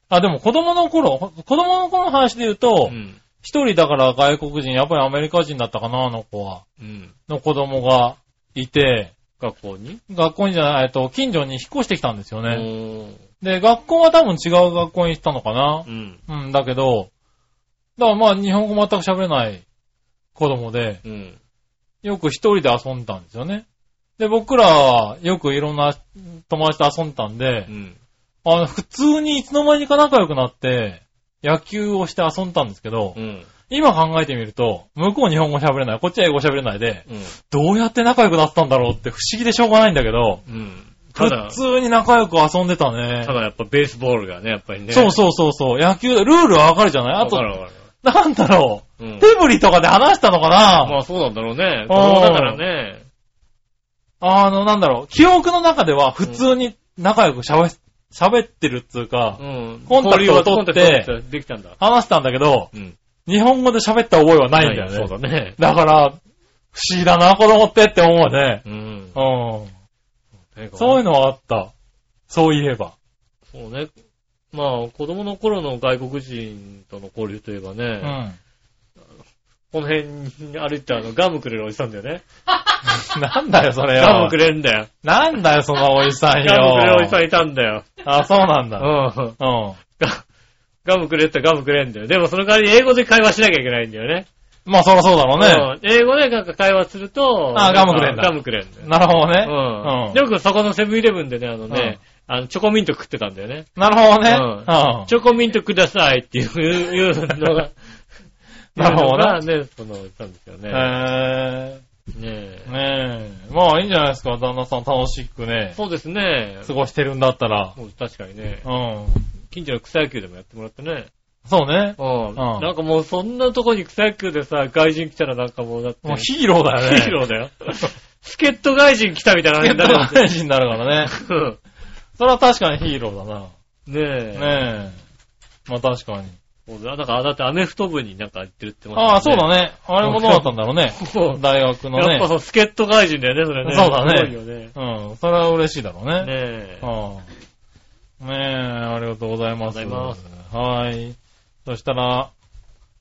[SPEAKER 3] あ、でも子供の頃、ほ子供の頃の話で言うと
[SPEAKER 2] う、ん。
[SPEAKER 3] 一、人だから外国人、やっぱりアメリカ人だったかな、あの子は。
[SPEAKER 2] うん。
[SPEAKER 3] の子供がいて、
[SPEAKER 2] 学校に
[SPEAKER 3] 学校にじゃない、えっと、近所に引っ越してきたんですよ
[SPEAKER 2] う
[SPEAKER 3] ね。
[SPEAKER 2] ん。
[SPEAKER 3] で、学校は多分違う学校に行ったのかな
[SPEAKER 2] う。ん。
[SPEAKER 3] うん、だけど、だからまあ日本語全く喋れない子供で、
[SPEAKER 2] うん。
[SPEAKER 3] よく一人で遊んでたんですよね。で、僕らはよくいろんな友達と遊んでたんで
[SPEAKER 2] う、ん。
[SPEAKER 3] あの、普通にいつの間にか仲良くなって、野球をして遊んでたんですけど
[SPEAKER 2] う、ん。
[SPEAKER 3] 今考えてみると、向こう日本語喋れない、こっちは英語喋れないで、
[SPEAKER 2] うん。
[SPEAKER 3] どうやって仲良くなったんだろうって不思議でしょうがないんだけど、
[SPEAKER 2] うん。た
[SPEAKER 3] 普
[SPEAKER 2] だ、
[SPEAKER 3] 通に仲良く遊んでたね
[SPEAKER 2] た。だやっぱベースボールがね、やっぱりね。
[SPEAKER 3] そうそうそうそう、野球、ルールはわかるじゃないあ
[SPEAKER 2] わ
[SPEAKER 3] と
[SPEAKER 2] か、るわかる。
[SPEAKER 3] なんだろう。
[SPEAKER 2] うん。
[SPEAKER 3] 手振りとかで話したの
[SPEAKER 2] ま
[SPEAKER 3] かな
[SPEAKER 2] あそうなんだろうね。
[SPEAKER 3] あー
[SPEAKER 2] 子供だからね。
[SPEAKER 3] あの、なんだろう、記憶の中では普通に仲良く喋喋ってるっつうか、
[SPEAKER 2] うん。
[SPEAKER 3] コンタクト
[SPEAKER 2] 交流
[SPEAKER 3] を取って
[SPEAKER 2] はコンタクトを取ってできたんだ。
[SPEAKER 3] 話したんだけど、
[SPEAKER 2] うん。
[SPEAKER 3] 日本語で喋った覚えはないんだ
[SPEAKER 2] そ
[SPEAKER 3] よ
[SPEAKER 2] う
[SPEAKER 3] ね。
[SPEAKER 2] だね。
[SPEAKER 3] だから、不思議だな、子供ってって思うね。
[SPEAKER 2] うん。
[SPEAKER 3] ううん。そういうのはあった。そういえば。
[SPEAKER 2] そうね。まあ、子供の頃の外国人との交流といえば
[SPEAKER 3] う
[SPEAKER 2] ね、
[SPEAKER 3] ん。
[SPEAKER 2] この辺に歩いてあの、ガムくれるおじさんだよね。
[SPEAKER 3] なんだよ、それ
[SPEAKER 2] ガ
[SPEAKER 3] よ
[SPEAKER 2] ムく。れるんだよ。
[SPEAKER 3] なんだよ、そのおじさんよ。
[SPEAKER 2] ガムくれるおじさんいたんだよ。
[SPEAKER 3] あ、そうなん
[SPEAKER 2] う
[SPEAKER 3] だ。
[SPEAKER 2] ん。
[SPEAKER 3] うん。
[SPEAKER 2] ガガムくれってガムくれんだよ。でもその代わり英語で会話しなきゃいけないんだよね。
[SPEAKER 3] まあ、そらそうだろうね。
[SPEAKER 2] うん英語でなんか会話すると、
[SPEAKER 3] あガムくれんだ
[SPEAKER 2] ガムくれんだよ。
[SPEAKER 3] なるほどね。
[SPEAKER 2] うん。
[SPEAKER 3] う
[SPEAKER 2] よくそこのセブンイレブンでね、あのね、あの、チョコミント食ってたんだよね。
[SPEAKER 3] ん。なるほどね。
[SPEAKER 2] うん
[SPEAKER 3] うん。
[SPEAKER 2] チョコミントくださいっていう、いうのが、
[SPEAKER 3] なるほど
[SPEAKER 2] いうのがね、その、言ったんですよね。
[SPEAKER 3] へー
[SPEAKER 2] ねえ。
[SPEAKER 3] ねえ。まあいいんじゃないですか、旦那さん楽しくね、
[SPEAKER 2] そうですね。
[SPEAKER 3] 過ごしてるんだったら。
[SPEAKER 2] そう確かにね。
[SPEAKER 3] うん。
[SPEAKER 2] 近所の草野球でもやってもらってね。
[SPEAKER 3] そうね。
[SPEAKER 2] うん。
[SPEAKER 3] ん
[SPEAKER 2] なんかもうそんなとこに草野球でさ、外人来たらなんかもうだって。
[SPEAKER 3] もうヒーローだよね。
[SPEAKER 2] ヒーローだよ。助っ人外人来たみたいな
[SPEAKER 3] ゲ
[SPEAKER 2] 話
[SPEAKER 3] ッ
[SPEAKER 2] にな
[SPEAKER 3] ト
[SPEAKER 2] る
[SPEAKER 3] が
[SPEAKER 2] わけ
[SPEAKER 3] 大事になるからね。
[SPEAKER 2] うん
[SPEAKER 3] それは確かにヒーローだな。
[SPEAKER 2] ねえ。
[SPEAKER 3] ねえ。まあ確かに。
[SPEAKER 2] そうだなんか、だってアメフト部になんか行ってるって言って
[SPEAKER 3] ああ、
[SPEAKER 2] まし
[SPEAKER 3] そう
[SPEAKER 2] た
[SPEAKER 3] だ
[SPEAKER 2] ね。
[SPEAKER 3] ね。あれもどうだったんだろうね。
[SPEAKER 2] そう
[SPEAKER 3] 大学の
[SPEAKER 2] やっぱ
[SPEAKER 3] ね。
[SPEAKER 2] そう、助っ人外人だよね、それね。
[SPEAKER 3] そうだね
[SPEAKER 2] すごいよね。
[SPEAKER 3] うん。それは嬉しいだろう
[SPEAKER 2] ね
[SPEAKER 3] ね。
[SPEAKER 2] え。
[SPEAKER 3] うん。ねえ、ありがとうございます。
[SPEAKER 2] ありがとうござい
[SPEAKER 3] はい。そしたら、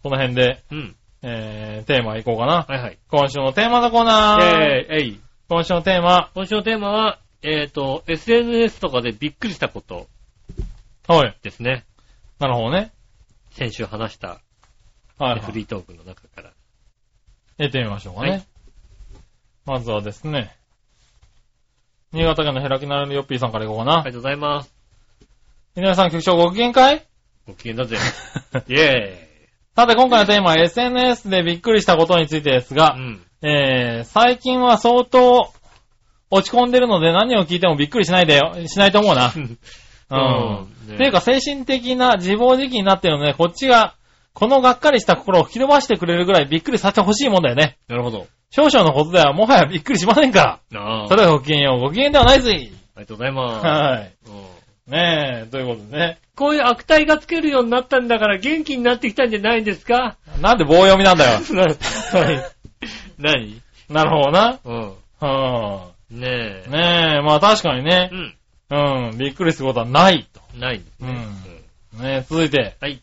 [SPEAKER 3] この辺で、
[SPEAKER 2] うん。
[SPEAKER 3] えー、テーマいこうか
[SPEAKER 2] は
[SPEAKER 3] な。
[SPEAKER 2] いはい。
[SPEAKER 3] 今週のテーマのコーナー。
[SPEAKER 2] ええ、えい。
[SPEAKER 3] 今週のテーマ。
[SPEAKER 2] 今週のテーマは、えっ、と、SNS とかでびっくりしたこと
[SPEAKER 3] はい。
[SPEAKER 2] ですね。
[SPEAKER 3] なるほどね。
[SPEAKER 2] 先週話した、
[SPEAKER 3] はい、は
[SPEAKER 2] フ
[SPEAKER 3] い。
[SPEAKER 2] リートークの中から。
[SPEAKER 3] やってみましょうかね。
[SPEAKER 2] はい
[SPEAKER 3] まずはですね、新潟県のヘラキナルヨッピーさんからいこうかな。
[SPEAKER 2] ありがとうございます。
[SPEAKER 3] 皆さん、局長ご機嫌かい
[SPEAKER 2] ご機嫌 だぜ。イェ
[SPEAKER 3] さて、今回のテーマは SNS でびっくりしたことについてですが
[SPEAKER 2] ーイ。う、 ん。
[SPEAKER 3] えー、最近は相当落ち込んでるので何を聞いてもびっくりしないでよ、しないと思うな。うん。
[SPEAKER 2] うんね
[SPEAKER 3] っていうか精神的な自暴自棄になってるので、こっちが、このがっかりした心を吹き飛ばしてくれるぐらいびっくりさせてほしいもんだよね。
[SPEAKER 2] なるほど。
[SPEAKER 3] 少々のことではもはやびっくりしませんから。
[SPEAKER 2] ああ。
[SPEAKER 3] それではごきげんよう。ごきげんではないぜ。
[SPEAKER 2] ありがとうございま
[SPEAKER 3] はい。
[SPEAKER 2] す。うん
[SPEAKER 3] ねえ、ということでね。
[SPEAKER 2] こういう悪態がつけるようになったんだから元気になってきたんじゃないんですか
[SPEAKER 3] なんで棒読みな んだよ。
[SPEAKER 2] 何
[SPEAKER 3] なるほどな。
[SPEAKER 2] うん。
[SPEAKER 3] う
[SPEAKER 2] ねえ。
[SPEAKER 3] ん。ねえ、まあ確かにね
[SPEAKER 2] う。ん。
[SPEAKER 3] うん、びっくりすることはないと。
[SPEAKER 2] ないんですね。
[SPEAKER 3] うん
[SPEAKER 2] うん
[SPEAKER 3] ねえ、続いて。
[SPEAKER 2] はい。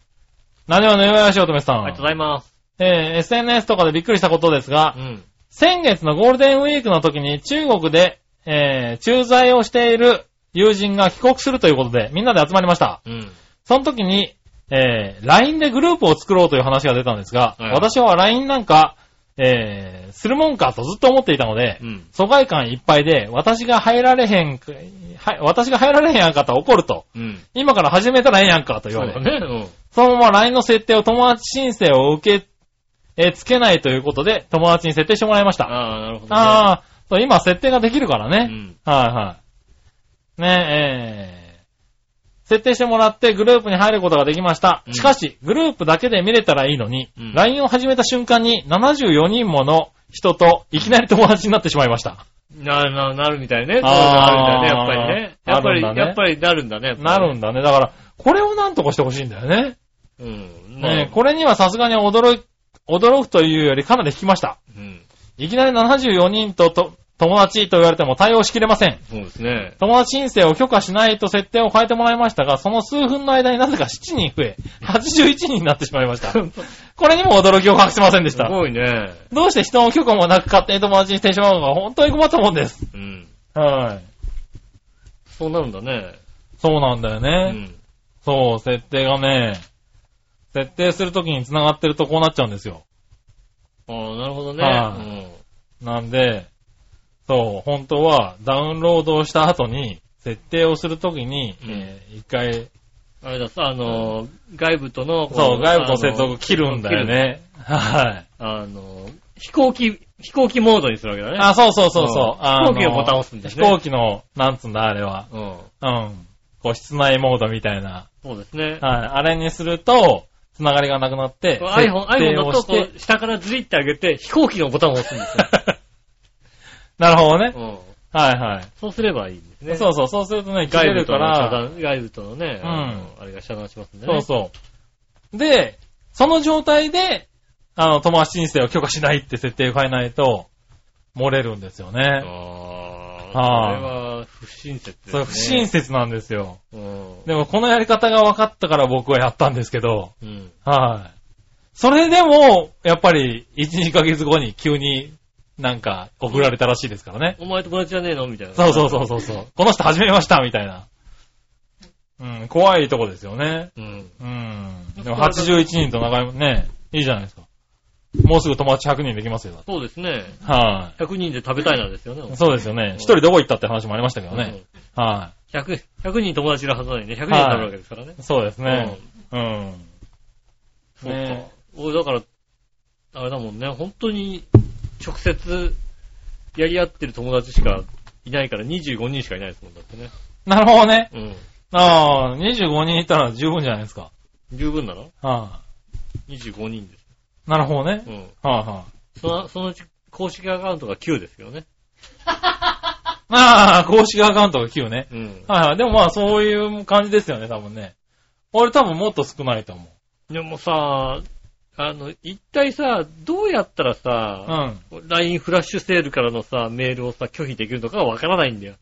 [SPEAKER 3] 何をねよやしおとめさん。
[SPEAKER 2] ありがとうございます。
[SPEAKER 3] えー SNS とかでびっくりしたことですが
[SPEAKER 2] う、ん。
[SPEAKER 3] 先月のゴールデンウィークの時に中国で、えー駐在をしている友人が帰国するということで、みんなで集まりました。
[SPEAKER 2] うん。
[SPEAKER 3] その時に、えー LINE でグループを作ろうという話が出たんですが、
[SPEAKER 2] はい
[SPEAKER 3] 私は LINE なんか、えーするもんかとずっと思っていたので、
[SPEAKER 2] うん。
[SPEAKER 3] 疎外感いっぱいで、私が入られへん、はい私が入られへんやんかと怒ると、
[SPEAKER 2] うん。
[SPEAKER 3] 今から始めたらええやんかと言
[SPEAKER 2] そ
[SPEAKER 3] わ
[SPEAKER 2] う
[SPEAKER 3] れ
[SPEAKER 2] だ、ね。うん。
[SPEAKER 3] そのまま LINE の設定を友達申請を受け、えーつけないということで、友達に設定してもらいました。あ
[SPEAKER 2] ああ、なるほどね。
[SPEAKER 3] あー、そう、今設定ができるから
[SPEAKER 2] う
[SPEAKER 3] ね。
[SPEAKER 2] ん。
[SPEAKER 3] はいはい。ねえ、えー設定してもらってグループに入ることができました。
[SPEAKER 2] うん
[SPEAKER 3] しかし、グループだけで見れたらいいのに、
[SPEAKER 2] うん
[SPEAKER 3] LINE を始めた瞬間に74人もの人といきなり友達になってしまいました。
[SPEAKER 2] なる、なる、なるみたいね。そういうのあ
[SPEAKER 3] あー
[SPEAKER 2] るみたいね、やっぱりね。や
[SPEAKER 3] あ
[SPEAKER 2] っぱ
[SPEAKER 3] るん
[SPEAKER 2] り、
[SPEAKER 3] だね
[SPEAKER 2] やっぱりなるんだね。
[SPEAKER 3] なるん
[SPEAKER 2] ん
[SPEAKER 3] だね。だから、これをなんとかしてほしいんだよね。
[SPEAKER 2] うん。
[SPEAKER 3] ねえこれにはさすがに驚い、驚くというよりかなり引きました。
[SPEAKER 2] れ。うん。
[SPEAKER 3] いきなり74人とと友達と言われても対応しきれません。
[SPEAKER 2] そうですね。
[SPEAKER 3] 友達申請を許可しないと設定を変えてもらいましたが、その数分の間になぜか7人増え、81人になってしまいました。これにも驚きを隠せませんですした。
[SPEAKER 2] ごいね。
[SPEAKER 3] どうして人の許可もなく勝手に友達にしてしまうのか本当に困ったもんです。
[SPEAKER 2] うん。
[SPEAKER 3] はい。
[SPEAKER 2] そうなるんだね。
[SPEAKER 3] そうなんだよ
[SPEAKER 2] う
[SPEAKER 3] ね。
[SPEAKER 2] ん。
[SPEAKER 3] そう、設定がね、設定するときに繋がってるとこうなっちゃうんですよ。
[SPEAKER 2] ああ、なるほど
[SPEAKER 3] は
[SPEAKER 2] ね。
[SPEAKER 3] なんで、そう、本当はダウンロードをした後に、設定をするときに、
[SPEAKER 2] うん
[SPEAKER 3] えー一回、
[SPEAKER 2] うん。あれださ、あの、外部との、こ
[SPEAKER 3] そう、外部と接続切るんだよ。ね。はい。
[SPEAKER 2] あの、あの飛行機、飛行機モードにするわけだね。
[SPEAKER 3] あ、そうそうそう
[SPEAKER 2] うん
[SPEAKER 3] そう。あ
[SPEAKER 2] 飛行機のボタンを押すんだよね
[SPEAKER 3] 飛行機の、なんつうんだ、あれは。
[SPEAKER 2] うん。
[SPEAKER 3] うん。こう、室内モードみたいな。
[SPEAKER 2] そうですね。
[SPEAKER 3] はい。あれにすると、つながりがなくなって、
[SPEAKER 2] こう iPhone、
[SPEAKER 3] 設
[SPEAKER 2] iPhone
[SPEAKER 3] 定
[SPEAKER 2] の
[SPEAKER 3] を
[SPEAKER 2] と
[SPEAKER 3] し
[SPEAKER 2] こ
[SPEAKER 3] て、
[SPEAKER 2] う下からずりって上げて、飛行機のボタンを押すん ですよ。
[SPEAKER 3] なるほどね。
[SPEAKER 2] うん。
[SPEAKER 3] はいはい。
[SPEAKER 2] そうすればいいんですね。
[SPEAKER 3] そうそう、そうするとね、切
[SPEAKER 2] 外
[SPEAKER 3] れ
[SPEAKER 2] 部
[SPEAKER 3] る
[SPEAKER 2] と
[SPEAKER 3] か
[SPEAKER 2] の遮
[SPEAKER 3] ら、
[SPEAKER 2] 断、外部とのね、あのあれが遮断しますんでね。
[SPEAKER 3] そうそう。で、その状態で、あの、友達申請を許可しないって設定を変えないと、漏れるんですよね。
[SPEAKER 2] あ
[SPEAKER 3] は
[SPEAKER 2] あ、
[SPEAKER 3] い
[SPEAKER 2] これは不親切ですね。
[SPEAKER 3] それ不親切なんですよ。
[SPEAKER 2] うん。
[SPEAKER 3] でもこのやり方が分かったから僕はやったんですけど、
[SPEAKER 2] うん。
[SPEAKER 3] はい。それでも、やっぱり、1、2ヶ月後に急になんか送られたらしいですからね。
[SPEAKER 2] お前友達じゃねえのみたいな。
[SPEAKER 3] そうそうそうそうそう。この人始めました、みたいな。うん、怖いとこですよね。
[SPEAKER 2] うん。
[SPEAKER 3] うん。でも81人と長い、ね、いいじゃないですか。もうすぐ友達100人できますよ。だって
[SPEAKER 2] そうですね。
[SPEAKER 3] は
[SPEAKER 2] 100人で食べたいなんですよね。
[SPEAKER 3] い。そうですよね。一人どこ行ったって話もありましたけどね。は
[SPEAKER 2] 100、100人友達いるはずなのにね、100人食べるわけですからね。
[SPEAKER 3] い。そうですね。うん。
[SPEAKER 2] そうか
[SPEAKER 3] ね。
[SPEAKER 2] 俺だから、あれだもんね、本当に直接やり合ってる友達しかいないから25人しかいないですもん、だってね。
[SPEAKER 3] なるほどね。
[SPEAKER 2] うん。
[SPEAKER 3] ああ、25人いたら十分じゃないですか。
[SPEAKER 2] 十分なの
[SPEAKER 3] は
[SPEAKER 2] ?25 人です。
[SPEAKER 3] い。なるほどね。
[SPEAKER 2] うん。
[SPEAKER 3] はいはい。
[SPEAKER 2] その、そのうち公式アカウントが9ですけどね。
[SPEAKER 3] ああ、公式アカウントが9ね。
[SPEAKER 2] うん。
[SPEAKER 3] はいはい。でもまあそういう感じですよね、多分ね。俺多分もっと少ないと思う。
[SPEAKER 2] でもさ、あの、一体さ、どうやったら
[SPEAKER 3] う
[SPEAKER 2] さ、
[SPEAKER 3] ん。
[SPEAKER 2] LINE フラッシュセールからのさ、メールをさ、拒否できるのかわからないんだよ。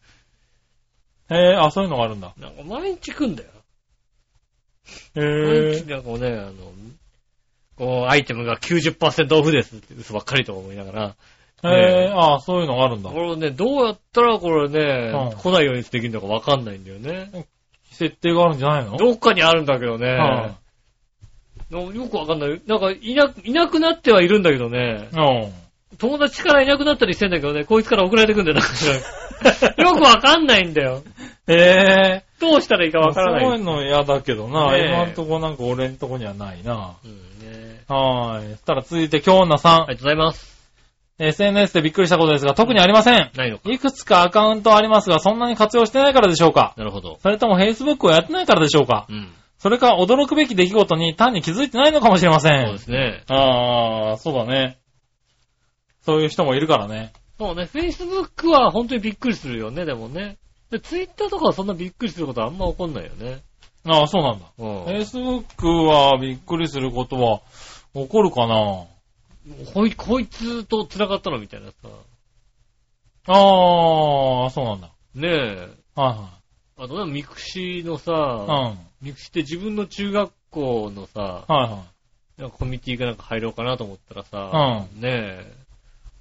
[SPEAKER 3] へえ、あ、そういうのがあるんだ。
[SPEAKER 2] なんか毎日来んだよ。
[SPEAKER 3] へ
[SPEAKER 2] 毎
[SPEAKER 3] え
[SPEAKER 2] 日。なんかこうね、あの、こう、アイテムが90%オフですって嘘ばっかりと思いながら、
[SPEAKER 3] へえ、ああ、そういうのがあるんだ
[SPEAKER 2] こ。れをね、どうやったらこれね、
[SPEAKER 3] うん
[SPEAKER 2] 来ないようにできるのかわかんないんだよね。
[SPEAKER 3] 設定があるんじゃないの
[SPEAKER 2] どっかにあるんだけどね。
[SPEAKER 3] はい
[SPEAKER 2] のよくわかんない。なんか、いな、いなくなってはいるんだけどね。
[SPEAKER 3] うん。
[SPEAKER 2] 友達からいなくなったりしてんだけどね、こいつから送られてくんだよ、なん か。よくわかんないんだよ。
[SPEAKER 3] へえ。
[SPEAKER 2] どうしたらいいかわからな
[SPEAKER 3] そう
[SPEAKER 2] い。
[SPEAKER 3] いうの嫌だけどな。
[SPEAKER 2] ねえ
[SPEAKER 3] 今んとこなんか俺んとこにはないな。
[SPEAKER 2] うんね
[SPEAKER 3] はーい。そしたら続いて、京女さん。
[SPEAKER 2] ありがとうございます。
[SPEAKER 3] SNS でびっくりしたことですが、特にありません。
[SPEAKER 2] ないのか。
[SPEAKER 3] いくつかアカウントありますが、そんなに活用してないからでしょうか
[SPEAKER 2] なるほど。
[SPEAKER 3] それとも Facebook をやってないからでしょうか
[SPEAKER 2] うん。
[SPEAKER 3] それか驚くべき出来事に単に気づいてないのかもしれません。
[SPEAKER 2] そうですね。
[SPEAKER 3] ああ、そうだね。そういう人もいるからね。
[SPEAKER 2] そうね、Facebook は本当にびっくりするよね、でもね。で、Twitter とかはそんなびっくりすることあんま起こんないよね。
[SPEAKER 3] ああ、そうなんだ。
[SPEAKER 2] うん。
[SPEAKER 3] Facebook はびっくりすることは起こるかな
[SPEAKER 2] こい、こいつと繋がったのみたいなさ。
[SPEAKER 3] ああ、そうなんだ。
[SPEAKER 2] ねえ。
[SPEAKER 3] は
[SPEAKER 2] あとね、ミクシーの
[SPEAKER 3] い
[SPEAKER 2] さ、
[SPEAKER 3] はい。
[SPEAKER 2] ミクシィって自分の中学校のさ、
[SPEAKER 3] うん。はいはい。
[SPEAKER 2] なんかコミュニティかなんか入ろうかなと思ったらさ、
[SPEAKER 3] う
[SPEAKER 2] ねえ、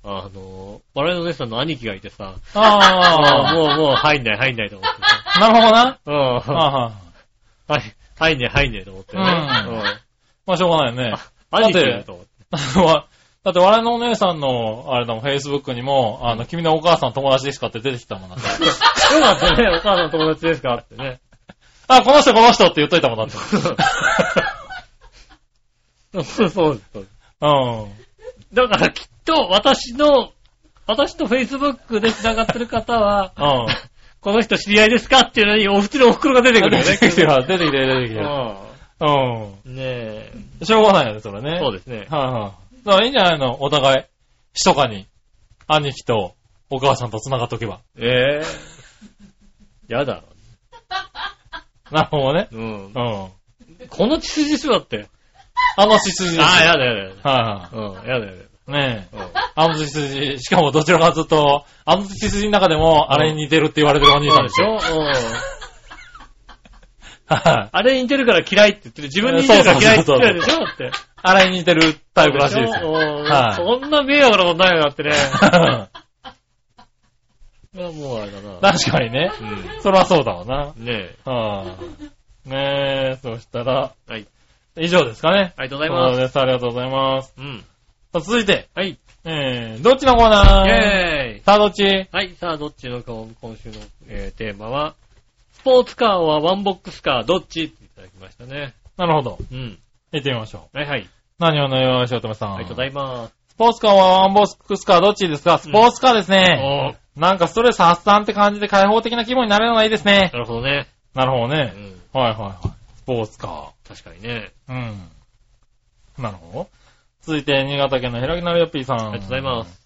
[SPEAKER 2] あの、笑いのお姉さんの兄貴がいてさ、あ
[SPEAKER 3] あ
[SPEAKER 2] もう、もう入んない、入んないと思ってさ、
[SPEAKER 3] あ、なるほどな。
[SPEAKER 2] うん、
[SPEAKER 3] は
[SPEAKER 2] はい
[SPEAKER 3] はい。
[SPEAKER 2] い 入んねえ、入んねえと思ってね。
[SPEAKER 3] うんまあ、しょうがないよね。
[SPEAKER 2] 兄貴だよと思って。
[SPEAKER 3] わだって、我のお姉さんの、あれだもん、Facebook にも、あの、君のお母さん友達ですかって出てきた もんな。
[SPEAKER 2] よかったね、お母さん友達ですかってね。
[SPEAKER 3] あ、この人この人って言っといたもん だって。
[SPEAKER 2] そうそうそう。
[SPEAKER 3] うん。
[SPEAKER 2] だからきっと私の、私と Facebook で繋がってる方は、
[SPEAKER 3] うん。
[SPEAKER 2] この人知り合いですかっていうのに、お普通のお袋が出てくるよね。
[SPEAKER 3] 出てきてるわ、出てきてる、出てきてる。
[SPEAKER 2] う
[SPEAKER 3] うん
[SPEAKER 2] ねえ。
[SPEAKER 3] ん。しょうがないよね、それね。
[SPEAKER 2] そう
[SPEAKER 3] で
[SPEAKER 2] ですね。
[SPEAKER 3] はいはい。だからいいんじゃないのお互い。ひそかに、兄貴とお母さんと繋がっとけば。
[SPEAKER 2] ええやだ。
[SPEAKER 3] なるほどね。
[SPEAKER 2] うん
[SPEAKER 3] う。ん。
[SPEAKER 2] この血筋書だって。
[SPEAKER 3] あの血筋ですよ。
[SPEAKER 2] ああ、やだやだやだ。
[SPEAKER 3] は
[SPEAKER 2] うん、やだやだや
[SPEAKER 3] いはい。ねえ。
[SPEAKER 2] だ。うん。
[SPEAKER 3] あの血筋、しかもどちらかずっと、あの血筋の中でも、あれに似てるって言われてるお兄さんでしょ
[SPEAKER 2] そうでしょうん。
[SPEAKER 3] はい。
[SPEAKER 2] あれに似てるから嫌いって言ってる。自分に似てるから嫌いって言ってるでしょだって。
[SPEAKER 3] あれに似てるタイプらしいですよ。は
[SPEAKER 2] よ
[SPEAKER 3] い
[SPEAKER 2] そんな迷惑なことないよだって ね。いやもうあれだな。
[SPEAKER 3] 確かにね。
[SPEAKER 2] うん。
[SPEAKER 3] それはそうだわな。
[SPEAKER 2] ね
[SPEAKER 3] はい。ねえ、そしたら、
[SPEAKER 2] え。はい。
[SPEAKER 3] 以上ですかね。
[SPEAKER 2] ありがとうございま
[SPEAKER 3] あ
[SPEAKER 2] す。
[SPEAKER 3] です。ありがとうございます。
[SPEAKER 2] うん。
[SPEAKER 3] さあ続いて、
[SPEAKER 2] はい。
[SPEAKER 3] えー、どっちのコーナー
[SPEAKER 2] イェーイ
[SPEAKER 3] さあ、どっち
[SPEAKER 2] はい、さあ、どっちのか、今週の、えーテーマは、スポーツカーはワンボックスカー、どっちっていただきましたね。
[SPEAKER 3] なるほど。
[SPEAKER 2] うん。
[SPEAKER 3] 行ってみましょう。
[SPEAKER 2] はいはい。
[SPEAKER 3] 何をのよ、しおとめさん。
[SPEAKER 2] ありがとうございます。
[SPEAKER 3] スポーツカーはワンボックスカーどっちですかスポーツカーです
[SPEAKER 2] お
[SPEAKER 3] ね。
[SPEAKER 2] ー
[SPEAKER 3] なんかストレス発散って感じで開放的な気分になれるのがいいですね。
[SPEAKER 2] なるほどね。
[SPEAKER 3] なるほど
[SPEAKER 2] う
[SPEAKER 3] ね。
[SPEAKER 2] ん。
[SPEAKER 3] はいはいはい。スポーツカ
[SPEAKER 2] 確かにね。
[SPEAKER 3] ー。うん。なるほど。続いて、新潟県のヘラギナルヨッピーさん。あ
[SPEAKER 2] ありがとうございます。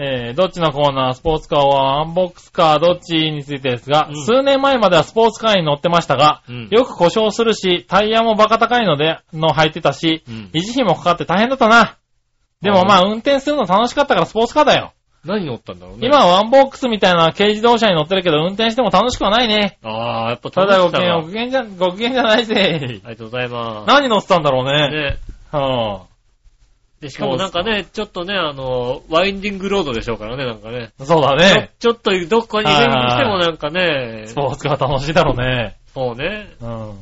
[SPEAKER 3] えー、どっちのコーナー、スポーツカーはアンボックスカー、どっちについてですが、
[SPEAKER 2] うん
[SPEAKER 3] 数年前まではスポーツカーに乗ってましたが、
[SPEAKER 2] うん
[SPEAKER 3] よく故障するし、タイヤもバカ高いので、の履いてたし、
[SPEAKER 2] うん。
[SPEAKER 3] 維持費もかかって大変だったな。でもまあ、運転するの楽しかったからスポーツカーだよ。
[SPEAKER 2] 何乗ったんだろうね。
[SPEAKER 3] 今はワンボックスみたいな軽自動車に乗ってるけど、運転しても楽しくはないね。
[SPEAKER 2] ああ、やっぱ
[SPEAKER 3] ただご機
[SPEAKER 2] 楽しさが
[SPEAKER 3] 嫌、ご機嫌じゃ、ご機嫌じゃないぜ。
[SPEAKER 2] ありがとうございま
[SPEAKER 3] 何乗ってたんだろう
[SPEAKER 2] す。
[SPEAKER 3] ね。
[SPEAKER 2] ね。
[SPEAKER 3] は
[SPEAKER 2] で、しかもなんかね、ちょっとね、あの、ワインディングロードでしょうからね、なんかね。
[SPEAKER 3] あ、そうだね。
[SPEAKER 2] ちょっとどこに行くにしてもなんかね、
[SPEAKER 3] スポーツカー楽しいだろうね。
[SPEAKER 2] そうね。
[SPEAKER 3] うん。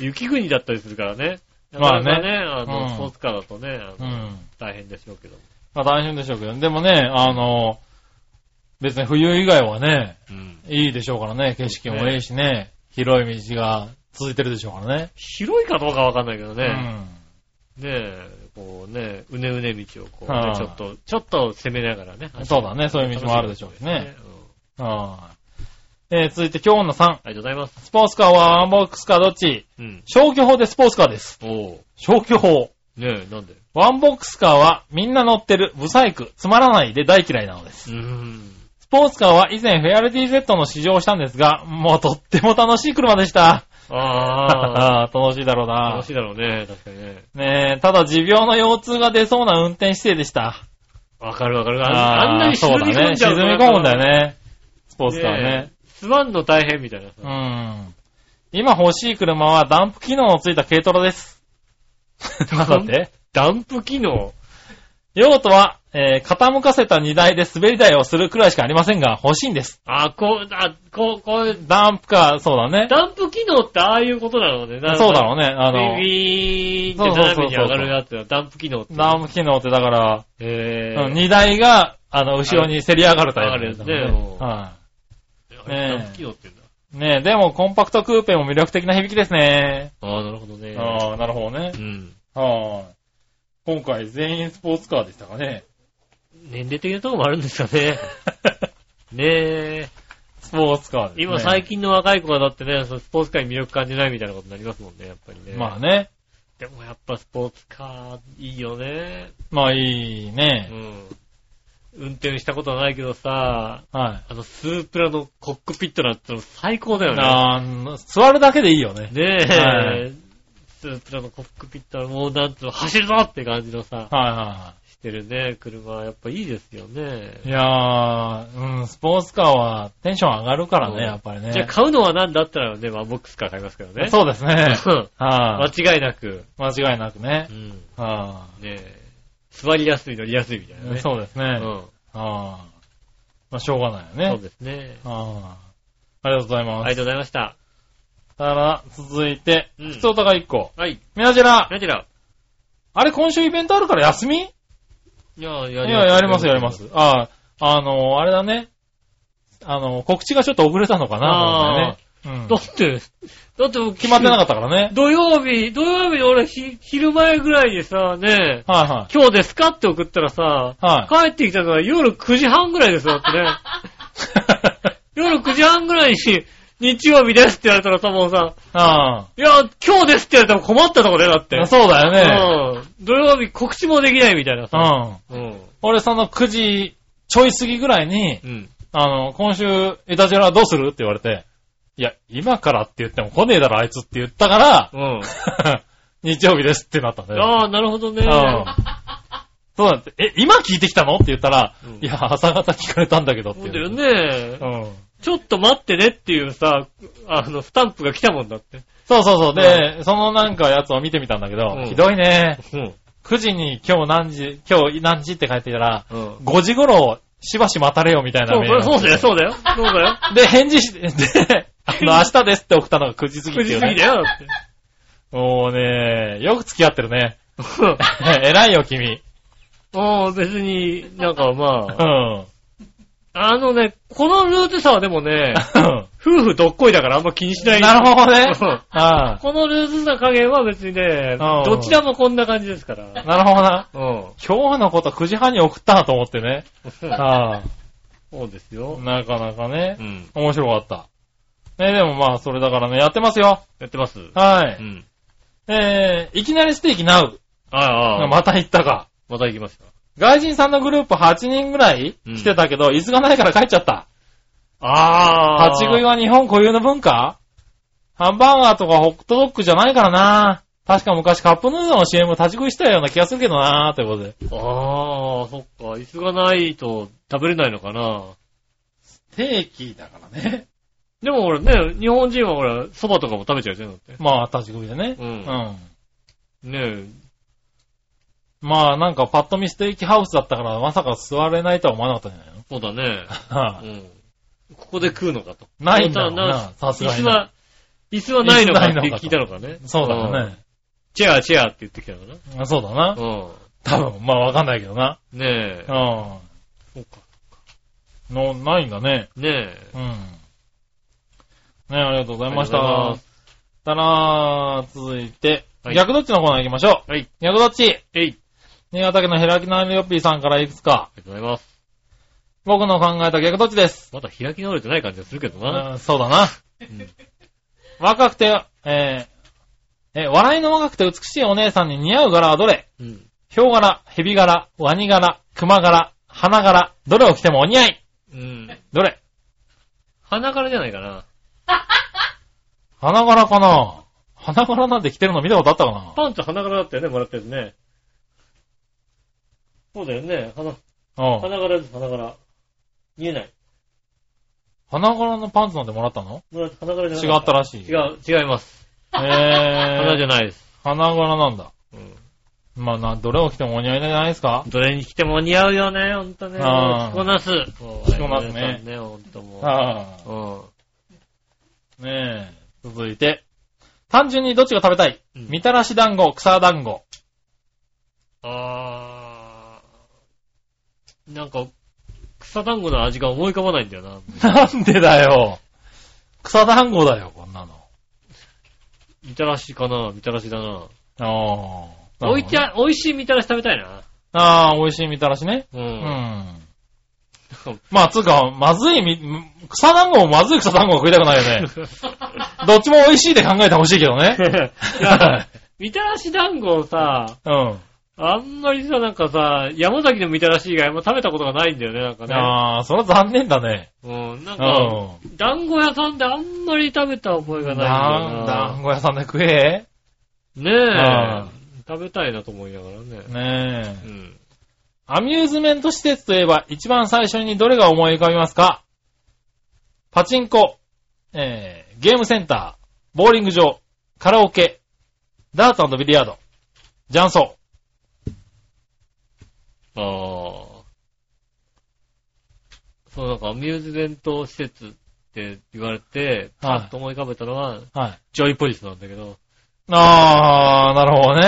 [SPEAKER 2] 雪国だったりするからね。
[SPEAKER 3] まあね
[SPEAKER 2] なかなかね、あの、
[SPEAKER 3] うん
[SPEAKER 2] スポーツカーだとね、あ
[SPEAKER 3] う
[SPEAKER 2] の
[SPEAKER 3] ん。
[SPEAKER 2] 大変でしょうけども。
[SPEAKER 3] まあ大変でしょうけど、でもね、あの、別に冬以外はね、
[SPEAKER 2] うん。
[SPEAKER 3] いいでしょうからね、景色もいいしね、広い道が続いてるでしょうからね。
[SPEAKER 2] 広いかどうかわかんないけど
[SPEAKER 3] う
[SPEAKER 2] ね。
[SPEAKER 3] ん。
[SPEAKER 2] ねえ、こうね、うねうね道をこう、
[SPEAKER 3] は
[SPEAKER 2] ね
[SPEAKER 3] い、
[SPEAKER 2] ちょっと、ちょっと攻めながらね。
[SPEAKER 3] そうだねそういう道もあるでしょうしね
[SPEAKER 2] 楽みですうん
[SPEAKER 3] はい。えー、続いて、京女さん。
[SPEAKER 2] ありがとうございます。
[SPEAKER 3] スポーツカーはワンボックスかどっち
[SPEAKER 2] うん。
[SPEAKER 3] 消去法でスポーツカーです。
[SPEAKER 2] おー
[SPEAKER 3] 消去法。
[SPEAKER 2] ねえ、なんで
[SPEAKER 3] ワンボックスカーはみんな乗ってる、ブサイク、つまらないで大嫌いなのです。
[SPEAKER 2] うー ん。
[SPEAKER 3] スポーツカーは以前フェアレディ Z の試乗をしたんですが、もうとっても楽しい車でした。
[SPEAKER 2] ああ、
[SPEAKER 3] ああー、楽しいだろうな
[SPEAKER 2] 楽し。いだろうね、確かにね。
[SPEAKER 3] ねえ、ただ持病の腰痛が出そうな運転姿勢でした。
[SPEAKER 2] わかるわかる。あんあんなに沈み込んじゃう
[SPEAKER 3] そうだね。沈み込むんだよね。スポーツカーね。
[SPEAKER 2] つまんの大変みたいなさ。
[SPEAKER 3] うん。今欲しい車はダンプ機能のついた軽トラです。 なんだって
[SPEAKER 2] ダンプ機能
[SPEAKER 3] 用途は、えー傾かせた荷台で滑り台をするくらいしかありませんが、欲しいんです。
[SPEAKER 2] あ、こう、あ、こう、こう、
[SPEAKER 3] ダンプか、そうだね。
[SPEAKER 2] ダンプ機能ってああいうことなのね。なんか
[SPEAKER 3] そうだろうね。あの、
[SPEAKER 2] ビビーンって斜めに上がるやつはダンプ機能って。
[SPEAKER 3] ダンプ機能ってだから、
[SPEAKER 2] え
[SPEAKER 3] うん荷台が、あの、後ろにせり上がるタイ
[SPEAKER 2] 上
[SPEAKER 3] プ
[SPEAKER 2] がるやつねもう
[SPEAKER 3] は
[SPEAKER 2] ー、
[SPEAKER 3] ねえ
[SPEAKER 2] ダンプ機能って言うんだ。
[SPEAKER 3] い。ねえ、でもコンパクトクーペも魅力的な響きですね。
[SPEAKER 2] ああ、なるほどね。
[SPEAKER 3] ああ、なるほどね
[SPEAKER 2] う。ん。
[SPEAKER 3] はい。今回全員スポーツカーでしたかね。
[SPEAKER 2] 年齢的なとこもあるんですか ね。ねえ。
[SPEAKER 3] スポーツカーです、ね。
[SPEAKER 2] 今最近の若い子はだってね、そのスポーツ界に魅力感じないみたいなことになりますもんね、やっぱりね。
[SPEAKER 3] まあね。
[SPEAKER 2] でもやっぱスポーツカーいいよね。
[SPEAKER 3] まあいいうね。
[SPEAKER 2] ん。運転したことはないけどさ、
[SPEAKER 3] はい。
[SPEAKER 2] あのスープラのコックピットなんての最高だよね。
[SPEAKER 3] あー座るだけでいいよね。
[SPEAKER 2] ねえ、
[SPEAKER 3] はい
[SPEAKER 2] スープラのコックピットはもうなんつうの、走るぞって感じのさ、
[SPEAKER 3] はいは
[SPEAKER 2] してるね、車はやっぱいいですよね
[SPEAKER 3] いはい。。いやー、うん、スポーツカーはテンション上がるから
[SPEAKER 2] うん
[SPEAKER 3] ね、やっぱりね。
[SPEAKER 2] じゃあ買うのは何だったらね、ワンボックスカー買いますけどね。
[SPEAKER 3] そうで すね。
[SPEAKER 2] うん
[SPEAKER 3] はい、
[SPEAKER 2] 間違いなく。
[SPEAKER 3] 間違いなくね
[SPEAKER 2] う。ん。ね
[SPEAKER 3] は
[SPEAKER 2] え、座りやすい、乗りやすいみたい
[SPEAKER 3] い、
[SPEAKER 2] なね。
[SPEAKER 3] そうですね。
[SPEAKER 2] う
[SPEAKER 3] はい、
[SPEAKER 2] ん。
[SPEAKER 3] まあしょうがないよね。
[SPEAKER 2] そうですね。
[SPEAKER 3] はいありがとうございます。
[SPEAKER 2] ありがとうございました。
[SPEAKER 3] たら、続いて、
[SPEAKER 2] うん
[SPEAKER 3] 普通おたが1個。
[SPEAKER 2] はい。
[SPEAKER 3] みなじら、
[SPEAKER 2] 何ちら
[SPEAKER 3] あれ今週イベントあるから休み
[SPEAKER 2] いや、
[SPEAKER 3] い
[SPEAKER 2] や
[SPEAKER 3] や、やります、やります。。ああ、あの、あれだね。あの、告知がちょっと遅れたのかな
[SPEAKER 2] あ、
[SPEAKER 3] と思うんだよね
[SPEAKER 2] だ
[SPEAKER 3] うん
[SPEAKER 2] って、だって
[SPEAKER 3] 決まってなか
[SPEAKER 2] っ
[SPEAKER 3] ったからね。
[SPEAKER 2] 土曜日、土曜日の俺ひ、昼前ぐらいにさ、ねえ、
[SPEAKER 3] はいは
[SPEAKER 2] 今日ですかって送ったらさ、
[SPEAKER 3] い。は
[SPEAKER 2] 帰ってきたのは夜9時半ぐらいですよ、だってね。 夜9時半ぐらいに、日曜日ですって言われたらさ、もうさ、
[SPEAKER 3] い。あ
[SPEAKER 2] いや、今日ですって言われたら困ったとこね、だって。
[SPEAKER 3] あ。そうだよね。
[SPEAKER 2] うん。土曜日告知もできないみたいな
[SPEAKER 3] う
[SPEAKER 2] さ。
[SPEAKER 3] ん。
[SPEAKER 2] うん。
[SPEAKER 3] 俺その9時ちょい過ぎぐらいに、
[SPEAKER 2] うん。
[SPEAKER 3] あの、今週、エタジェラどうするって言われて、いや、今からって言っても来ねえだろ、あいつって言ったか
[SPEAKER 2] うん。
[SPEAKER 3] ら、日曜日ですってなったんだよ。
[SPEAKER 2] ああ、なるほどね。
[SPEAKER 3] うんそうだって、え、今聞いてきたのって言ったら、
[SPEAKER 2] うん
[SPEAKER 3] いや、朝方聞かれたんだけどって
[SPEAKER 2] そう
[SPEAKER 3] 言
[SPEAKER 2] だ
[SPEAKER 3] う
[SPEAKER 2] よね。
[SPEAKER 3] うん。
[SPEAKER 2] ちょっと待ってねっていうさ、あの、スタンプが来たもんだって。
[SPEAKER 3] そうそうそう。で、そのなんかやつを見てみたんだけど、
[SPEAKER 2] うん
[SPEAKER 3] ひどいね。
[SPEAKER 2] うん。
[SPEAKER 3] 9時に今日何時、今日何時って書いてたら、
[SPEAKER 2] うん。
[SPEAKER 3] 5時頃、しばし待たれよみたいな
[SPEAKER 2] そう
[SPEAKER 3] メール
[SPEAKER 2] そうだよ、そうだよ。そうだよ。
[SPEAKER 3] で、返事して、で、あの、明日ですって送ったのが9時過ぎ
[SPEAKER 2] 9
[SPEAKER 3] ってい
[SPEAKER 2] 時
[SPEAKER 3] う
[SPEAKER 2] 過
[SPEAKER 3] ね
[SPEAKER 2] ぎだよ、だって。
[SPEAKER 3] もうね、よく付き合ってるね。
[SPEAKER 2] うん
[SPEAKER 3] 偉いよ、君。
[SPEAKER 2] ああ、別に、なんかま
[SPEAKER 3] う
[SPEAKER 2] あ、
[SPEAKER 3] ん。
[SPEAKER 2] あのね、このルート差はでも ね、夫婦どっこいだからあんま気にしない。
[SPEAKER 3] なるほどね。
[SPEAKER 2] うん
[SPEAKER 3] あ
[SPEAKER 2] このルーズな加減は別にね、
[SPEAKER 3] うん
[SPEAKER 2] どちらもこんな感じですか
[SPEAKER 3] あ
[SPEAKER 2] ら。
[SPEAKER 3] なるほどな。
[SPEAKER 2] うん。
[SPEAKER 3] 今日のこと9時半に送ったなと思って ね。ああ。
[SPEAKER 2] そうですよ。
[SPEAKER 3] なかなか
[SPEAKER 2] う
[SPEAKER 3] ね、
[SPEAKER 2] ん。
[SPEAKER 3] 面白かった。ね、でもまあ、それだからね、やってますよ。
[SPEAKER 2] やってます。
[SPEAKER 3] は
[SPEAKER 2] う
[SPEAKER 3] い。
[SPEAKER 2] ん。
[SPEAKER 3] えー、いきなりステーキナウ。
[SPEAKER 2] ああ、ああ、ま
[SPEAKER 3] また行ったか。
[SPEAKER 2] た行きました。
[SPEAKER 3] 外人さんのグループ8人ぐらい来てたけど、椅子がないから帰っちゃった。
[SPEAKER 2] ああ。
[SPEAKER 3] 立ち食いは日本固有の文化ハンバーガーとかホットドッグじゃないからな。確か昔カップヌードルの CM 立ち食いしたような気がするけどなということで。
[SPEAKER 2] ああ、そっか。椅子がないと食べれないのかな。
[SPEAKER 3] ステーキだからね。
[SPEAKER 2] でも俺ね、日本人はほら、蕎麦とかも食べちゃうじゃん、だって。
[SPEAKER 3] まあ、立ち食いでね。
[SPEAKER 2] うん
[SPEAKER 3] ん
[SPEAKER 2] ね
[SPEAKER 3] まあ、なんかパッと見ステーキハウスだったから、まさか座れないとは思わなかったんじゃないの
[SPEAKER 2] え、そうだね。
[SPEAKER 3] は
[SPEAKER 2] う
[SPEAKER 3] い
[SPEAKER 2] ん。ここで食うのかと。
[SPEAKER 3] ないんだろうな
[SPEAKER 2] 本当は
[SPEAKER 3] さすがに
[SPEAKER 2] 椅子は、椅子はないのかっ
[SPEAKER 3] 椅子な
[SPEAKER 2] て
[SPEAKER 3] いのかと
[SPEAKER 2] 聞いたのかね。
[SPEAKER 3] そうだよ
[SPEAKER 2] ん。
[SPEAKER 3] ね。
[SPEAKER 2] チェア、チェアって言ってきたのかな。
[SPEAKER 3] そうだな。
[SPEAKER 2] う
[SPEAKER 3] 多分、まあわかんないけどな。
[SPEAKER 2] ん。ねえ
[SPEAKER 3] う。ん。
[SPEAKER 2] そうか。
[SPEAKER 3] の、ないんだね。
[SPEAKER 2] ねえ。
[SPEAKER 3] うん。ねありがとうございまし
[SPEAKER 2] ありがとうございま。
[SPEAKER 3] たたらー、続いて、
[SPEAKER 2] はい
[SPEAKER 3] 逆どっちのコーナー行きましょう。
[SPEAKER 2] はい。
[SPEAKER 3] 逆どっち
[SPEAKER 2] えい。
[SPEAKER 3] 新潟県のヘラキナルヨッピーさんからいくつか。
[SPEAKER 2] りがとうございます。
[SPEAKER 3] 僕の考えた逆どっちです。
[SPEAKER 2] まだ開き直れてない感じがするけどな。
[SPEAKER 3] うん、そうだな。
[SPEAKER 2] うん
[SPEAKER 3] 若くて、えーえ、笑いの若くて美しいお姉さんに似合う柄はどれ
[SPEAKER 2] うん。
[SPEAKER 3] ヒョウ柄、ヘビ柄、ワニ柄、クマ柄、花柄、どれを着てもお似合い
[SPEAKER 2] うん。
[SPEAKER 3] どれ
[SPEAKER 2] 鼻からじゃないかな。
[SPEAKER 3] 花柄かな花柄なんて着てるの見たことあったかな
[SPEAKER 2] パンツ鼻からだったよね、もらったやつね。そうだよね。鼻、
[SPEAKER 3] う
[SPEAKER 2] 鼻
[SPEAKER 3] ん。
[SPEAKER 2] からです、鼻から。見えない。
[SPEAKER 3] 花柄のパンツなんてもらったの
[SPEAKER 2] もら鼻からじゃない。
[SPEAKER 3] 違ったらしい。
[SPEAKER 2] 違。う、違います。
[SPEAKER 3] えー、
[SPEAKER 2] 鼻じゃないです。
[SPEAKER 3] 花柄なんだ。
[SPEAKER 2] うん
[SPEAKER 3] まあな、どれを着てもお似合いじゃないですか
[SPEAKER 2] どれに着ても似合うよね、ほんとね。
[SPEAKER 3] あー
[SPEAKER 2] 着こなす。着
[SPEAKER 3] 着こなすね
[SPEAKER 2] ね、ほんともう。
[SPEAKER 3] あ
[SPEAKER 2] う
[SPEAKER 3] あ。ねえ。続いて。単純にどっちが食べたい、
[SPEAKER 2] うん
[SPEAKER 3] みたらし団子、草団子。
[SPEAKER 2] ん。あー。なんか、草団子の味が思い浮かばないんだよな。
[SPEAKER 3] なんでだよ。草団子だよ、こんなの。
[SPEAKER 2] みたらしかな、みたらしだな。
[SPEAKER 3] ああ。
[SPEAKER 2] おいちゃ、美味しいみたらし食べたいな。
[SPEAKER 3] ああ、美味しいみたらしね。
[SPEAKER 2] う。
[SPEAKER 3] うんん。まあ、つうか、まずいみ、草団子もまずい草団子を食いたくない よね。どっちも美味しいで考えてほしいけどね。
[SPEAKER 2] いやみたらし団子をさ、
[SPEAKER 3] うん。
[SPEAKER 2] あんまりさ、なんかさ、山崎のみたらし以外も食べたことがないんだよね、なんかね。
[SPEAKER 3] ああ、それは残念だね。
[SPEAKER 2] うん、なん
[SPEAKER 3] う
[SPEAKER 2] か、
[SPEAKER 3] ん。
[SPEAKER 2] 団子屋さんであんまり食べた覚えがないんだ
[SPEAKER 3] 団子屋さんで食え
[SPEAKER 2] よな。
[SPEAKER 3] あ
[SPEAKER 2] ねえ。食べたいなと思いながらね。
[SPEAKER 3] ね
[SPEAKER 2] う
[SPEAKER 3] え。
[SPEAKER 2] ん。
[SPEAKER 3] アミューズメント施設といえば、一番最初にどれが思い浮かびますかパチンコ、えー、ゲームセンター、ボーリング場、カラオケ、ダーツビリヤード、雀荘。
[SPEAKER 2] ああ。そう、なんかアミューズメント施設って言われて、
[SPEAKER 3] はい
[SPEAKER 2] パッと思い浮かべたのは、
[SPEAKER 3] はい。
[SPEAKER 2] ジョイポリスなんだけど。
[SPEAKER 3] あー、なるほど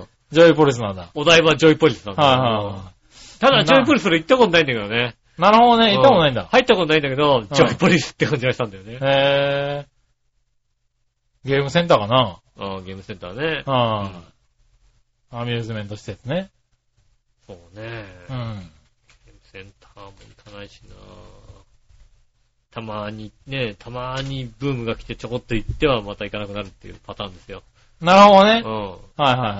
[SPEAKER 3] ね。ジョイポリスなんだ。
[SPEAKER 2] お台場ジョイポリスなんだけ
[SPEAKER 3] はい
[SPEAKER 2] ど。
[SPEAKER 3] は
[SPEAKER 2] ただ、ジョイポリスそれ行ったことないんだけどね。
[SPEAKER 3] い。なるほどね。行ったことないん
[SPEAKER 2] う
[SPEAKER 3] だ。
[SPEAKER 2] 入ったことないんだけど、ジョイポリスって感じがしたんだよね。
[SPEAKER 3] へー。ゲームセンターかな
[SPEAKER 2] ああ、ゲームセンターね。
[SPEAKER 3] あー。アミューズメント施設ね。
[SPEAKER 2] そうね。ゲ
[SPEAKER 3] うん。
[SPEAKER 2] ームセンターも行かないしなたまに、ね、たまにブームが来てちょこっと行ってはまた行かなくなるっていうパターンですよ。
[SPEAKER 3] なる
[SPEAKER 2] う
[SPEAKER 3] ほどね。
[SPEAKER 2] ん。
[SPEAKER 3] はい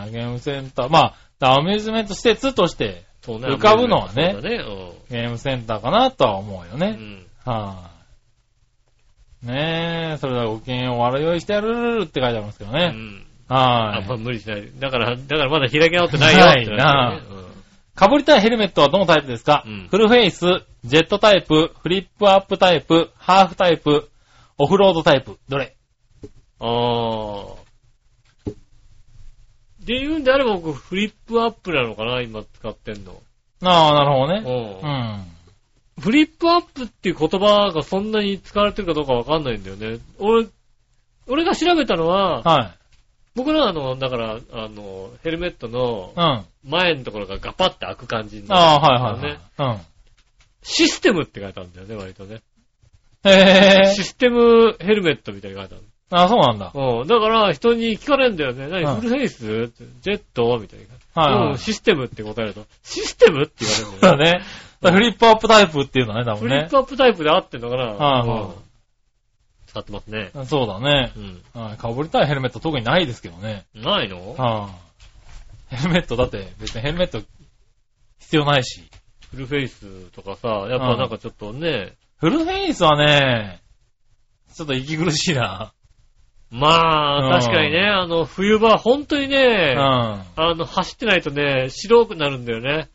[SPEAKER 3] はい。ゲームセンター。まあ、アミューズメント施設として、
[SPEAKER 2] そうね。
[SPEAKER 3] 浮かぶのはね
[SPEAKER 2] そうだね。うん
[SPEAKER 3] ゲームセンターかなとは思うよ
[SPEAKER 2] う
[SPEAKER 3] ね。
[SPEAKER 2] ん。
[SPEAKER 3] はい。ねえ、それではご機嫌を悪酔いしてやるって書いてありますけど
[SPEAKER 2] う
[SPEAKER 3] ね。
[SPEAKER 2] ん。あ
[SPEAKER 3] は
[SPEAKER 2] んま
[SPEAKER 3] い。
[SPEAKER 2] 無理しない。だから、だからまだ開き直ってないよってなるよね
[SPEAKER 3] かぶりたいヘルメットはどのタイプですか、
[SPEAKER 2] うん
[SPEAKER 3] フルフェイス、ジェットタイプ、フリップアップタイプ、ハーフタイプ、オフロードタイプ、どれ
[SPEAKER 2] うん。あー。で言うんであれば僕、フリップアップなのかな今使ってんの。
[SPEAKER 3] ああ、なるほどね。う。
[SPEAKER 2] うんフリップアップっていう言葉がそんなに使われてるかどうかわかんないんだよね。俺、俺が調べたのは、
[SPEAKER 3] はい。
[SPEAKER 2] 僕らあの、だから、あの、ヘルメットの
[SPEAKER 3] うん。あ
[SPEAKER 2] 前のところがガパって開く感じになる。
[SPEAKER 3] あー、はいはい、
[SPEAKER 2] ね
[SPEAKER 3] はい。
[SPEAKER 2] システムって書いてあるんだよね、割とね。
[SPEAKER 3] うん。へえ
[SPEAKER 2] シ。ステムヘルメットみたいに書いてある。
[SPEAKER 3] ああ、そうなんだ。
[SPEAKER 2] うん。だから、人に聞かれるんだよね。何
[SPEAKER 3] はい
[SPEAKER 2] フルフェイスってジェットみたいな。
[SPEAKER 3] はい、はい
[SPEAKER 2] うん、システムって答えると、システムって言われるんだ
[SPEAKER 3] そ
[SPEAKER 2] よ
[SPEAKER 3] うだね。だからフリップアップタイプっていうのはね、多
[SPEAKER 2] フ
[SPEAKER 3] 分
[SPEAKER 2] リッ
[SPEAKER 3] ね
[SPEAKER 2] プ。アップタイプで合ってんのかな
[SPEAKER 3] はいはい
[SPEAKER 2] うん使ってますね。
[SPEAKER 3] そうだね
[SPEAKER 2] う。ん。
[SPEAKER 3] はい。かぶりたいヘルメット特にないですけどね。
[SPEAKER 2] ないの
[SPEAKER 3] はい。ヘルメットだって別にヘルメット必要ないし。
[SPEAKER 2] フルフェイスとかさ、やっぱなんかちょっとね、
[SPEAKER 3] フルフェイスはね、ちょっと息苦しいな。
[SPEAKER 2] ま
[SPEAKER 3] う
[SPEAKER 2] あ、
[SPEAKER 3] ん
[SPEAKER 2] 確かにね、あの、冬場、本当に
[SPEAKER 3] う
[SPEAKER 2] ね
[SPEAKER 3] ん。、あ
[SPEAKER 2] あの、走ってないとね、白くなるんだよね。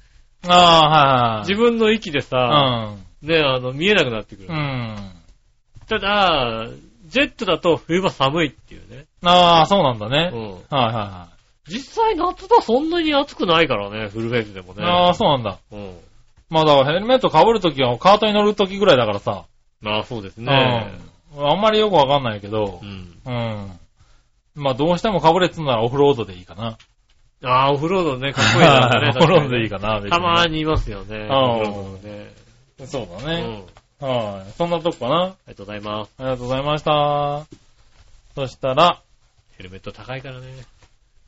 [SPEAKER 3] あー、はいはい。
[SPEAKER 2] 自分の息でさ、ね、あの、見えなくなってく
[SPEAKER 3] う
[SPEAKER 2] る。
[SPEAKER 3] ん。うん。
[SPEAKER 2] ただ、ジェットだと冬場寒いっていうね。
[SPEAKER 3] ああ、そうなんだ
[SPEAKER 2] うん。
[SPEAKER 3] ね。はいはいは
[SPEAKER 2] 実際夏場そんなに暑くないからね、フルフェイスでも
[SPEAKER 3] い。
[SPEAKER 2] ね。
[SPEAKER 3] ああ、そうなんだ。
[SPEAKER 2] うん。
[SPEAKER 3] まあだからヘルメットかぶるときはカートに乗るときぐらいだからさ。
[SPEAKER 2] まあそうですね。
[SPEAKER 3] うん。あんまりよくわかんないけど
[SPEAKER 2] う。ん。
[SPEAKER 3] うん。まあ、どうしてもかぶれっつうならオフロードでいいかな。
[SPEAKER 2] ああ、オフロードね、かっこいいな、 ね。
[SPEAKER 3] オフロードでいいかな、
[SPEAKER 2] たま
[SPEAKER 3] に。
[SPEAKER 2] にいますよね。
[SPEAKER 3] ああ
[SPEAKER 2] オフロードもね。
[SPEAKER 3] そうだ
[SPEAKER 2] うん。あ
[SPEAKER 3] ね。はい。そんなとこかな。
[SPEAKER 2] りがとうございます。
[SPEAKER 3] ありがとうございました。そしたら、
[SPEAKER 2] ヘルメット高いからね。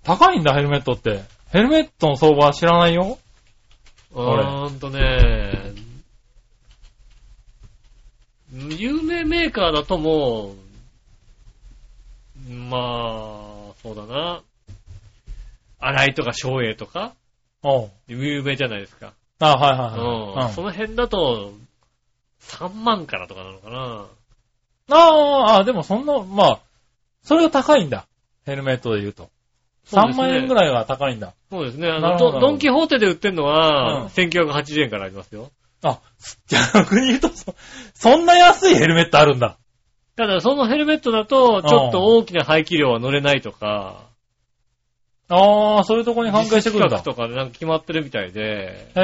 [SPEAKER 3] 高いんだ、ヘルメットって。ヘルメットの相場は知らないよ。
[SPEAKER 2] うーんとね、有名メーカーだともう、まあ、そうだな。荒井とか松栄とか、
[SPEAKER 3] おう。
[SPEAKER 2] 有名じゃないですか。
[SPEAKER 3] あ、はいは
[SPEAKER 2] う
[SPEAKER 3] いはい。
[SPEAKER 2] ん。その辺だと、3万からとかなのかな。
[SPEAKER 3] うん、あーあー、でもそんな、まあ、それが高いんだ。ヘルメットで言うと。
[SPEAKER 2] そうで
[SPEAKER 3] 3
[SPEAKER 2] すね
[SPEAKER 3] 万円ぐらいは高いんだ。
[SPEAKER 2] そうですね。あの
[SPEAKER 3] なるほど
[SPEAKER 2] ド、ドンキホーテで売ってるの
[SPEAKER 3] うん
[SPEAKER 2] は、1980円からありますよ。
[SPEAKER 3] あ、逆に言うとそ、そんな安いヘルメットあるんだ。
[SPEAKER 2] ただ、そのヘルメットだと、ちょっと大きな排気量は乗れないとか、
[SPEAKER 3] ああ、そういうとこに関係してくるん
[SPEAKER 2] 自
[SPEAKER 3] だ
[SPEAKER 2] 主。規格とかでなんか決まってるみたいで、
[SPEAKER 3] へえ、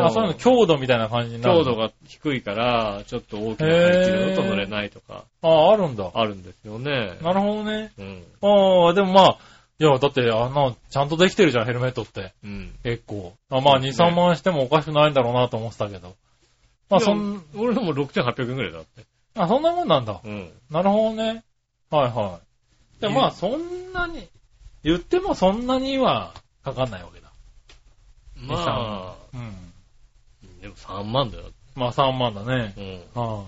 [SPEAKER 2] うん
[SPEAKER 3] あ、そういうの強度みたいな感じになる。
[SPEAKER 2] 強度。が低いから、ちょっと大きな排気量だと乗れないとか、
[SPEAKER 3] ああ、あるんだ。
[SPEAKER 2] あるんですよね。
[SPEAKER 3] なるほどね。
[SPEAKER 2] うん。
[SPEAKER 3] ああ、でもまあ、いや、だって、あんな、ちゃんとできてるじゃん、ヘルメットって。
[SPEAKER 2] うん。
[SPEAKER 3] 結構。あまあ、
[SPEAKER 2] そう
[SPEAKER 3] 2、
[SPEAKER 2] ですね
[SPEAKER 3] 3万円してもおかしくないんだろうなと思ってたけど。まあ、そ
[SPEAKER 2] いや
[SPEAKER 3] ん、
[SPEAKER 2] 俺のも6800円ぐらいだって。
[SPEAKER 3] あ、そんなもんなんだ。
[SPEAKER 2] うん。
[SPEAKER 3] なるほどね。はいはい。でもまあ、
[SPEAKER 2] ね
[SPEAKER 3] そんなに、言ってもそんなにはかかんないわけだ。
[SPEAKER 2] まあ、
[SPEAKER 3] うん。
[SPEAKER 2] でも3万だよ。
[SPEAKER 3] まあ、3万だね。
[SPEAKER 2] うん。
[SPEAKER 3] は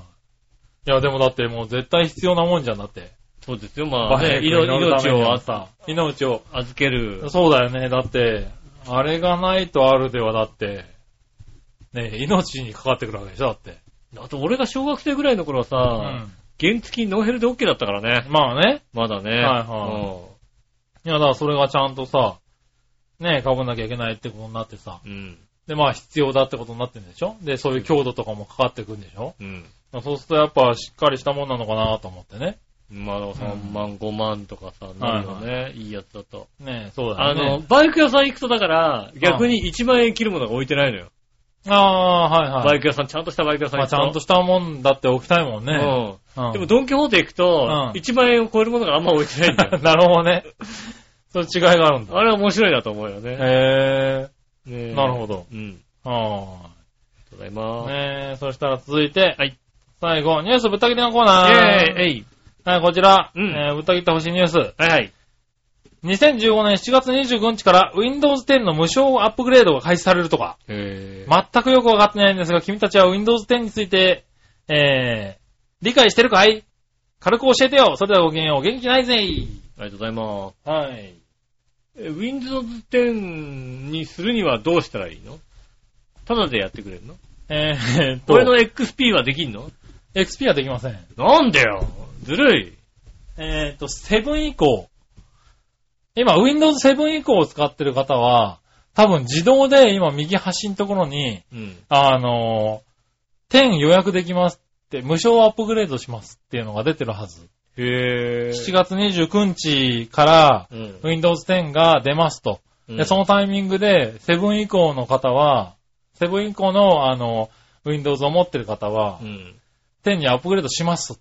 [SPEAKER 3] い。いや、でもだってもう絶対必要なもんじゃんだって。
[SPEAKER 2] そうですよ。まあ、ね、
[SPEAKER 3] バイクに乗
[SPEAKER 2] 命
[SPEAKER 3] るた
[SPEAKER 2] 命
[SPEAKER 3] めに
[SPEAKER 2] を
[SPEAKER 3] は
[SPEAKER 2] あ
[SPEAKER 3] さ、命を。
[SPEAKER 2] 預ける。
[SPEAKER 3] そうだよね。だって、あれがないとあるではだって、ね、命にかかってくるわけでしょ、だって。
[SPEAKER 2] あと、俺が小学生ぐらいの頃はさ、
[SPEAKER 3] う
[SPEAKER 2] 原付きノーヘルで OK だったからね。
[SPEAKER 3] ん。まあね。
[SPEAKER 2] まだね。
[SPEAKER 3] はいはいいや、だからそれがちゃんとさ、ね、かぶんなきゃいけないってことになってさ。
[SPEAKER 2] うん。うん。
[SPEAKER 3] で、まあ必要だってことになってるんでしょで、そういう強度とかもかかってくるんでしょ
[SPEAKER 2] うん。
[SPEAKER 3] そうするとやっぱしっかりしたもんなのかなと思ってね。
[SPEAKER 2] まあ、3万、5万とかさ、なるよね。いいやつだと。
[SPEAKER 3] ね、そう
[SPEAKER 2] あ
[SPEAKER 3] だよね。
[SPEAKER 2] の、バイク屋さん行くとだから、逆に1万円切るものが置いてないのよ。
[SPEAKER 3] ああー、はいは
[SPEAKER 2] バ
[SPEAKER 3] い。
[SPEAKER 2] イク屋さん、ちゃんとしたバイク屋さん行
[SPEAKER 3] まあ
[SPEAKER 2] く
[SPEAKER 3] ち
[SPEAKER 2] と。
[SPEAKER 3] ゃんとしたもんだって置きたいもんね。
[SPEAKER 2] う
[SPEAKER 3] うん
[SPEAKER 2] ん。でも、ドンキホーテ行くと、
[SPEAKER 3] うん
[SPEAKER 2] 1万円を超えるものがあんま置いてないんだ よ。
[SPEAKER 3] なるほどね。そういう違いがあるんだ。
[SPEAKER 2] あれは面白いなと思うよね。
[SPEAKER 3] へ
[SPEAKER 2] ねえ
[SPEAKER 3] なるほど。
[SPEAKER 2] うん。
[SPEAKER 3] ぇー。は
[SPEAKER 2] ただい
[SPEAKER 3] ーい。
[SPEAKER 2] ま。
[SPEAKER 3] ねえ、そしたら続いて、
[SPEAKER 2] はい
[SPEAKER 3] 最後、ニュースぶった切りのコーナー。
[SPEAKER 2] ええ、えい。
[SPEAKER 3] はい、こちら、
[SPEAKER 2] うん
[SPEAKER 3] えーぶった切ってほしいニュース。
[SPEAKER 2] はいはい。
[SPEAKER 3] 2015年7月25日から Windows 10の無償アップグレードが開始されるとか、
[SPEAKER 2] え
[SPEAKER 3] 全くよくわかってないんですが、君たちは Windows 10について、えー、理解してるかい軽く教えてよそれではごきげんよう、元気ないぜい
[SPEAKER 2] ありがとうございます。
[SPEAKER 3] はい。
[SPEAKER 2] え Windows 10にするにはどうしたらいいのただでやってくれるの
[SPEAKER 3] えー、えーっと、
[SPEAKER 2] 俺の XP はできんの
[SPEAKER 3] XP はできません。
[SPEAKER 2] なんでよずるい
[SPEAKER 3] えーっと、7以降。今、Windows 7以降を使ってる方は、多分自動で今右端のところに、
[SPEAKER 2] うん。
[SPEAKER 3] あのー、10予約できますって、無償アップグレードしますっていうのが出てるはず。
[SPEAKER 2] へぇ
[SPEAKER 3] 7月29日から
[SPEAKER 2] うん。
[SPEAKER 3] Windows 10が出ますと。で、そのタイミングで、7以降の方は、7以降の、あの、Windows を持ってる方は
[SPEAKER 2] う、ん。
[SPEAKER 3] 10にアップグレードしますっ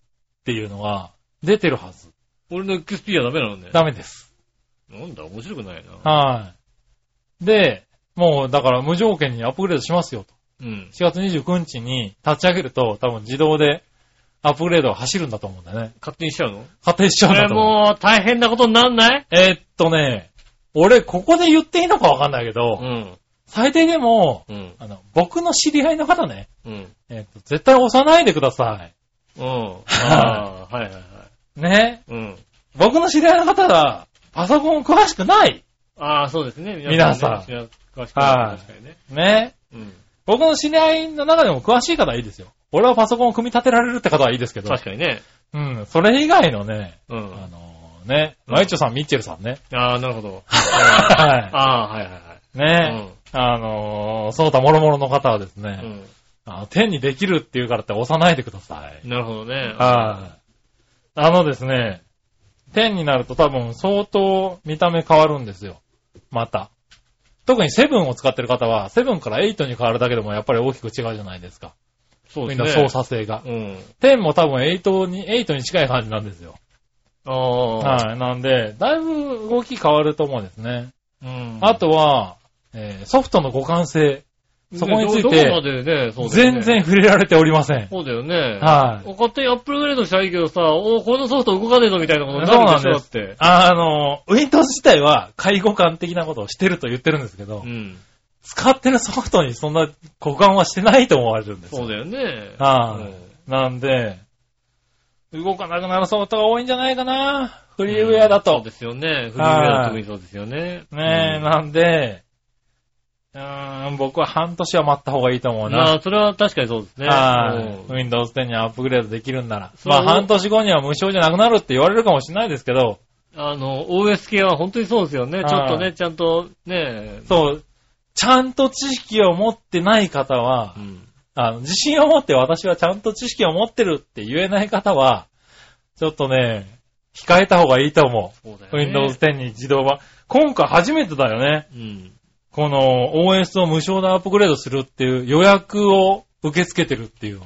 [SPEAKER 3] ていうのが出てるはず。
[SPEAKER 2] 俺の XP はダメなのね。
[SPEAKER 3] ダメです。
[SPEAKER 2] なんだ、面白くないな。
[SPEAKER 3] はい。で、もうだから無条件にアップグレードしますよと。
[SPEAKER 2] うん。
[SPEAKER 3] 4月29日に立ち上げると多分自動でアップグレードが走るんだと思うんだよね。
[SPEAKER 2] 勝手にしちゃうの
[SPEAKER 3] 勝手にしちゃ
[SPEAKER 2] こ
[SPEAKER 3] うん
[SPEAKER 2] れ
[SPEAKER 3] だと思う。
[SPEAKER 2] もう大変なことになんない
[SPEAKER 3] えーっとね、俺ここで言っていいのかわかんないけど、
[SPEAKER 2] うん。
[SPEAKER 3] 最低でも、
[SPEAKER 2] うん。
[SPEAKER 3] あの、僕の知り合いの方ね、
[SPEAKER 2] うん。
[SPEAKER 3] えーっと、絶対押さないでくださ
[SPEAKER 2] うん。ああ、はいはいはい。
[SPEAKER 3] い。ね。
[SPEAKER 2] うん。
[SPEAKER 3] 僕の知り合いの方は、パソコン詳しくない。
[SPEAKER 2] ああ、そうですね。
[SPEAKER 3] 皆さん
[SPEAKER 2] んね。詳しく
[SPEAKER 3] はい
[SPEAKER 2] 確かにね。
[SPEAKER 3] ね。
[SPEAKER 2] うん。
[SPEAKER 3] 僕の知り合いの中でも詳しい方はいいですよ。俺はパソコンを組み立てられるって方はいいですけど。
[SPEAKER 2] 確かにね。
[SPEAKER 3] うん、それ以外のね、
[SPEAKER 2] う
[SPEAKER 3] あ
[SPEAKER 2] ん。
[SPEAKER 3] のね、マイチョさん、ミッチェルさんね。
[SPEAKER 2] ああ、なるほど。
[SPEAKER 3] は
[SPEAKER 2] ああ、はいはいはい。
[SPEAKER 3] い。ね、あのー、その他諸々の方はです
[SPEAKER 2] う
[SPEAKER 3] ね、
[SPEAKER 2] ん。
[SPEAKER 3] あの天にできるっていうからって押さないでください。
[SPEAKER 2] なるほどね。
[SPEAKER 3] はい。あのですね、天になると多分相当見た目変わるんですよ。また。特にセブンを使ってる方は、セブンからエイトに変わるだけでもやっぱり大きく違うじゃないですか。
[SPEAKER 2] そう
[SPEAKER 3] み
[SPEAKER 2] で
[SPEAKER 3] ん
[SPEAKER 2] す
[SPEAKER 3] な
[SPEAKER 2] ね。
[SPEAKER 3] 操作性が。
[SPEAKER 2] うん。
[SPEAKER 3] 10も多分エイトに、エイトに近い感じなんですよ。
[SPEAKER 2] ああ。
[SPEAKER 3] はい。なんで、だいぶ動き変わると思うんですね。
[SPEAKER 2] うん。
[SPEAKER 3] あとは、えーソフトの互換性。そこにつ
[SPEAKER 2] ね
[SPEAKER 3] い
[SPEAKER 2] どこま
[SPEAKER 3] て、
[SPEAKER 2] でね、そうだよね
[SPEAKER 3] 全。然触れられておりません。
[SPEAKER 2] そうだよね。
[SPEAKER 3] はい。
[SPEAKER 2] 勝手にアップルグレードしたらいいけどさ、おーこのソフト動かねえぞみたいなことになるでしょだっ
[SPEAKER 3] そうなん
[SPEAKER 2] て
[SPEAKER 3] で。すあの、Windows 自体は介護官的なことをしてると言ってるんですけど、
[SPEAKER 2] うん。
[SPEAKER 3] 使ってるソフトにそんな股間はしてないと思われるんですよ
[SPEAKER 2] そうだよね。
[SPEAKER 3] はい
[SPEAKER 2] うん
[SPEAKER 3] なんで、動かなくなるソフトが多いんじゃないかな。フリーウェアだ
[SPEAKER 2] そう
[SPEAKER 3] と。
[SPEAKER 2] ですよね。フリーウェアだと特にそうですよね。
[SPEAKER 3] ねえ、
[SPEAKER 2] うん
[SPEAKER 3] なんで、うーん、僕は半年は待った方がいいと思
[SPEAKER 2] ま
[SPEAKER 3] うな。
[SPEAKER 2] あ、それは確かにそうですね。
[SPEAKER 3] はい。
[SPEAKER 2] うん
[SPEAKER 3] Windows 10にアップグレードできるんなら。
[SPEAKER 2] そう
[SPEAKER 3] まあ、半年後には無償じゃなくなるって言われるかもしれないですけど、
[SPEAKER 2] あの、OS 系は本当にそうですよね。
[SPEAKER 3] はい
[SPEAKER 2] ちょっとね、ちゃんとね、
[SPEAKER 3] そう、ちゃんと知識を持ってない方は
[SPEAKER 2] う、ん。
[SPEAKER 3] あの、自信を持って私はちゃんと知識を持ってるって言えない方は、ちょっとね、控えた方がいいと思
[SPEAKER 2] そうだよ
[SPEAKER 3] う。
[SPEAKER 2] ね。
[SPEAKER 3] Windows 10に自動版。今回初めてだよね。
[SPEAKER 2] うん。
[SPEAKER 3] この OS を無償でアップグレードするっていう予約を受け付けてるっていうの。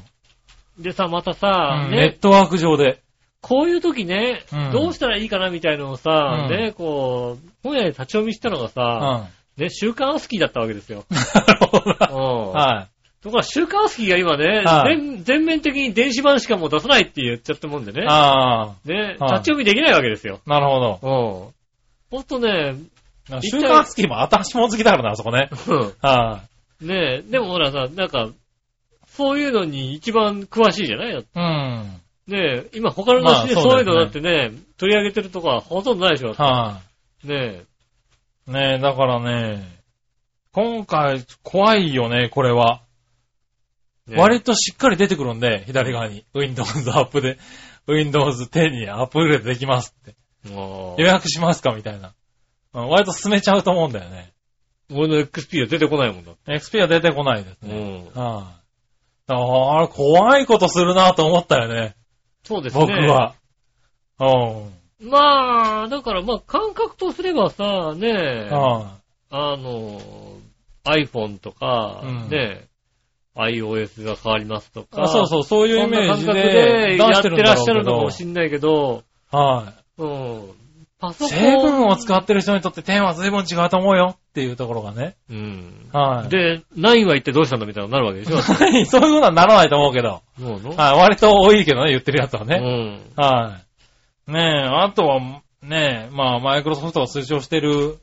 [SPEAKER 2] でさ、またさ、
[SPEAKER 3] うんネ
[SPEAKER 2] ね
[SPEAKER 3] ッ、トワーク上で。
[SPEAKER 2] こういう時ね
[SPEAKER 3] うん、
[SPEAKER 2] どうしたらいいかなみたいのをさ
[SPEAKER 3] う、ん
[SPEAKER 2] ね、こう、本屋で立ち読みしたのが
[SPEAKER 3] うん。
[SPEAKER 2] さ、
[SPEAKER 3] な
[SPEAKER 2] ね、週刊アスキーだったわけですよ。
[SPEAKER 3] るほど
[SPEAKER 2] う
[SPEAKER 3] な。
[SPEAKER 2] ん。
[SPEAKER 3] は
[SPEAKER 2] ところが、週刊アスキーが今ね、
[SPEAKER 3] はい
[SPEAKER 2] 全全面的に電子版しかもう出さないって言っちゃったもんでね
[SPEAKER 3] い。、あ
[SPEAKER 2] ね、立ち
[SPEAKER 3] はい
[SPEAKER 2] 読みできないわけですよ。
[SPEAKER 3] あ、なるほど。
[SPEAKER 2] うん。ほんとね、
[SPEAKER 3] 週刊付きも私も好きだからな、あそこね。
[SPEAKER 2] うん
[SPEAKER 3] は
[SPEAKER 2] ねえ、でもほらさ、なんか、そういうのに一番詳しいじゃないよ。
[SPEAKER 3] い。うん。
[SPEAKER 2] ねえ、今他の
[SPEAKER 3] まあ
[SPEAKER 2] 雑誌で
[SPEAKER 3] そうだ
[SPEAKER 2] そうい
[SPEAKER 3] よね
[SPEAKER 2] うのだってね、取り上げてるとこはほとんどないでしょ。
[SPEAKER 3] はい。
[SPEAKER 2] ね
[SPEAKER 3] ねえ、だからね、今回怖いよね、これは。
[SPEAKER 2] え。ねえ
[SPEAKER 3] 割としっかり出てくるんで、左側に。Windows アップで、Windows 10にアップグレードできますって。
[SPEAKER 2] もう
[SPEAKER 3] 予約しますかみたいな。うん割と進めちゃうと思うんだよね。
[SPEAKER 2] 俺の XP は出てこないもんだ。
[SPEAKER 3] XP は出てこないです
[SPEAKER 2] う
[SPEAKER 3] ね。
[SPEAKER 2] ん。
[SPEAKER 3] はいだからあれ、怖いことするなと思ったよね。
[SPEAKER 2] そうですね。
[SPEAKER 3] 僕。は。うん。
[SPEAKER 2] まあ、だからまあ感覚とすればさ、ねえ、
[SPEAKER 3] は
[SPEAKER 2] あの、iPhone とか、
[SPEAKER 3] うん
[SPEAKER 2] ねえ、iOS が変わりますと
[SPEAKER 3] い
[SPEAKER 2] か。
[SPEAKER 3] あそうそう、そういう
[SPEAKER 2] そ
[SPEAKER 3] イ
[SPEAKER 2] ん
[SPEAKER 3] メ
[SPEAKER 2] な
[SPEAKER 3] ー
[SPEAKER 2] 感
[SPEAKER 3] ジ
[SPEAKER 2] 覚
[SPEAKER 3] で
[SPEAKER 2] で
[SPEAKER 3] 出
[SPEAKER 2] や
[SPEAKER 3] し
[SPEAKER 2] ってて
[SPEAKER 3] るん
[SPEAKER 2] ら
[SPEAKER 3] だ
[SPEAKER 2] っしゃ
[SPEAKER 3] ろう
[SPEAKER 2] る
[SPEAKER 3] け
[SPEAKER 2] のか
[SPEAKER 3] ど
[SPEAKER 2] も。しんないけど、
[SPEAKER 3] はい。
[SPEAKER 2] うん。パソコン。
[SPEAKER 3] 成分を使ってる人にとって10は随分違うと思うよっていうところがね。
[SPEAKER 2] うん。
[SPEAKER 3] はい。
[SPEAKER 2] で、9は一体どうしたんだみたいになるわけでし ょ
[SPEAKER 3] そういうことはならないと思うけど。
[SPEAKER 2] そうなの
[SPEAKER 3] はい。割と多いけどね、言ってるやつはね。
[SPEAKER 2] うん。
[SPEAKER 3] はい。ねえ、あとは、ねえ、まあ、マイクロソフトが推奨してる、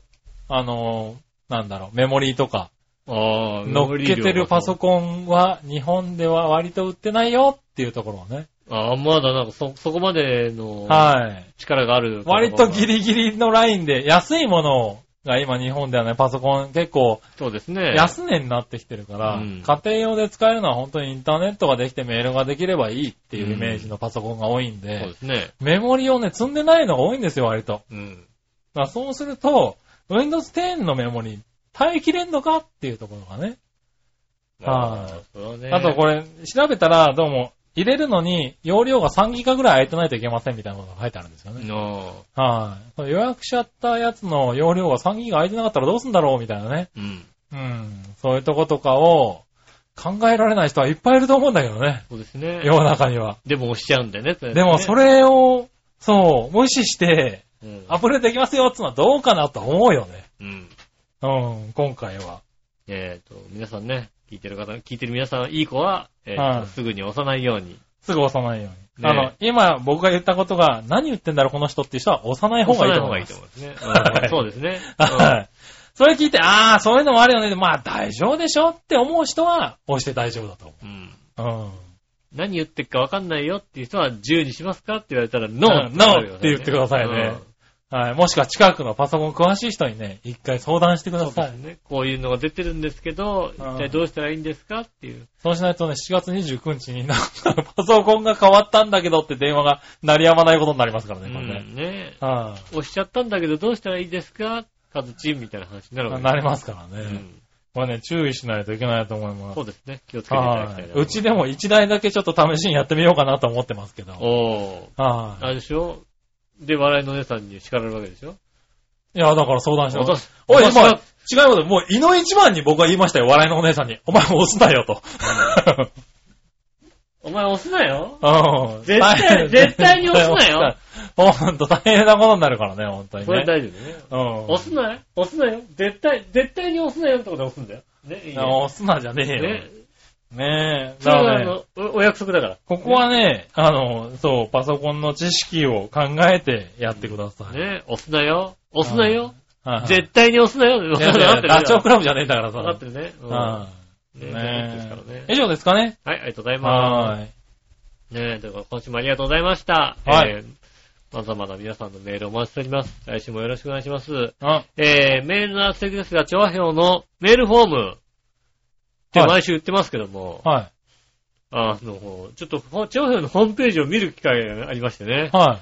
[SPEAKER 3] あの、なんだろう、メモリーとか、
[SPEAKER 2] ああ、
[SPEAKER 3] 乗っけてるパソ
[SPEAKER 2] コ
[SPEAKER 3] コンは日本では割と売ってないよっていうところをね。
[SPEAKER 2] ン。ああ、まだなんかそ、そこまでの
[SPEAKER 3] はい。
[SPEAKER 2] 力がある。
[SPEAKER 3] 割とギ
[SPEAKER 2] リ。
[SPEAKER 3] リギリのラインで、安いものが今日本ではね、パソコン結構
[SPEAKER 2] そうですね。
[SPEAKER 3] 安値になってきてるから、
[SPEAKER 2] うん
[SPEAKER 3] 家庭用で使えるのは本当にインターネットができてメールができればいいっていうイメージのパソコンが多いんで、
[SPEAKER 2] そうですね。
[SPEAKER 3] メモリをね、積んでないのが多いんですよ、割と。だか
[SPEAKER 2] うん。
[SPEAKER 3] らそうすると、Windows 10のメモリ耐えきれんのかっていうところがね。はい
[SPEAKER 2] まあそれはね。
[SPEAKER 3] あとこれ、調べたらどうも、入れるのに容量が3ギガぐらい空いてないといけませんみたいなことが書いてあるんですよね。
[SPEAKER 2] の、
[SPEAKER 3] はい、予約しちゃったやつの容量が3ギガ空いてなかったらどうすんだろうみたいなね。
[SPEAKER 2] うん。
[SPEAKER 3] うん。そういうとことかを考えられない人はいっぱいいると思うんだけどね。
[SPEAKER 2] そうですね。
[SPEAKER 3] 世の中には。
[SPEAKER 2] でも押しちゃうんだよね。
[SPEAKER 3] でもそ
[SPEAKER 2] れ
[SPEAKER 3] れを、そう、無視して、
[SPEAKER 2] ね。うん
[SPEAKER 3] アップデートできますよってのはどうかなと思うよね。
[SPEAKER 2] うん。
[SPEAKER 3] うん、今回は。
[SPEAKER 2] えっと、皆さんね、聞いてる方、聞いてる皆さん、いい子は、えー
[SPEAKER 3] は
[SPEAKER 2] と
[SPEAKER 3] い
[SPEAKER 2] すぐに押さないように。
[SPEAKER 3] すぐ押さないように。
[SPEAKER 2] ね
[SPEAKER 3] あの、今僕が言ったことが、何言ってんだろうこの人っていう人は押さない方がいいと思います。
[SPEAKER 2] 押さない方がいいと思いますね。う
[SPEAKER 3] はい
[SPEAKER 2] んそうですね。
[SPEAKER 3] はい。それ聞いて、ああ、そういうのもあるよね。まあ大丈夫でしょって思う人は、押して大丈夫だと
[SPEAKER 2] うんうん
[SPEAKER 3] 思う。うん。
[SPEAKER 2] 何言ってるか分かんないよっていう人は10にしますかって言われたら
[SPEAKER 3] う
[SPEAKER 2] NO!
[SPEAKER 3] ん No って言ってくださいねはい。もしくは近くのパソコン詳しい人にね、一回相談してく
[SPEAKER 2] うん
[SPEAKER 3] だ
[SPEAKER 2] そう
[SPEAKER 3] さ
[SPEAKER 2] で
[SPEAKER 3] い
[SPEAKER 2] す。ね。こういうのが出てるんですけど、
[SPEAKER 3] うん
[SPEAKER 2] 一体どうしたらいいんですかっていう。
[SPEAKER 3] そうしないとね、7月29日になんかパソコンが変わったんだけどって電話が鳴りやまないことになりますから
[SPEAKER 2] う
[SPEAKER 3] ね、これね。
[SPEAKER 2] んね
[SPEAKER 3] は
[SPEAKER 2] 押しちゃったんだけどどうしたらいいですかカズチンみたいな話になるわ
[SPEAKER 3] い。
[SPEAKER 2] け
[SPEAKER 3] なりますから
[SPEAKER 2] す
[SPEAKER 3] ね。これね、注意しないといけないと思います
[SPEAKER 2] そう。ですね。気をつけていただき
[SPEAKER 3] は
[SPEAKER 2] たい
[SPEAKER 3] い
[SPEAKER 2] な。
[SPEAKER 3] うちでも1台だけちょっと試しにやってみようかなと思ってますけど。
[SPEAKER 2] おー。あ
[SPEAKER 3] は
[SPEAKER 2] れでしょで、笑いのお姉さんに叱られるわけでしょ
[SPEAKER 3] い。いや、だから相談してます。
[SPEAKER 2] 私
[SPEAKER 3] おい、
[SPEAKER 2] 私
[SPEAKER 3] 今
[SPEAKER 2] が、
[SPEAKER 3] 違うこと、もう、井の一番に僕は言いましたよ、笑いのお姉さんに。お前も押すなよと。
[SPEAKER 2] お前押すなよ
[SPEAKER 3] うん
[SPEAKER 2] 絶対
[SPEAKER 3] 大変
[SPEAKER 2] 絶対に押すな よ
[SPEAKER 3] ほんと、大変なことになるからね、ほんとに
[SPEAKER 2] それ
[SPEAKER 3] ね。
[SPEAKER 2] 大丈夫ね。
[SPEAKER 3] うん
[SPEAKER 2] 押すなよ押すなよ絶対、絶対に押すなよってことで押すんだよ。ね、いい
[SPEAKER 3] あ
[SPEAKER 2] ね。
[SPEAKER 3] 押すなじゃねえよ。
[SPEAKER 2] ね。
[SPEAKER 3] ねえ。
[SPEAKER 2] それ
[SPEAKER 3] だか
[SPEAKER 2] はあ
[SPEAKER 3] らね、
[SPEAKER 2] の、おお約束だから。
[SPEAKER 3] ここはね、あの、そう、パソコンの知識を考えてやってください。
[SPEAKER 2] ね、押すなよ。押すなよ。
[SPEAKER 3] はいはい
[SPEAKER 2] 絶対に押すなよ。
[SPEAKER 3] いやい
[SPEAKER 2] な
[SPEAKER 3] や
[SPEAKER 2] ってる
[SPEAKER 3] ダチョウ倶楽部じゃねえんだからさ。
[SPEAKER 2] なってるね。うん
[SPEAKER 3] はい
[SPEAKER 2] ねですからね
[SPEAKER 3] ねえ以上ですかね
[SPEAKER 2] はい、ありがとうございま
[SPEAKER 3] はい。
[SPEAKER 2] す。ねえ、ということで今週もありがとうございました。
[SPEAKER 3] はい
[SPEAKER 2] えーまだまだ皆さんのメールお待ちしております。来週もよろしくお願いします。
[SPEAKER 3] あ、
[SPEAKER 2] えー、メールの宛先ですが、調和表のメールフォームって
[SPEAKER 3] はい
[SPEAKER 2] 毎週言ってますけども、
[SPEAKER 3] は
[SPEAKER 2] あの、ちょっとほ、調和表のホームページを見る機会がありましてね
[SPEAKER 3] い。。は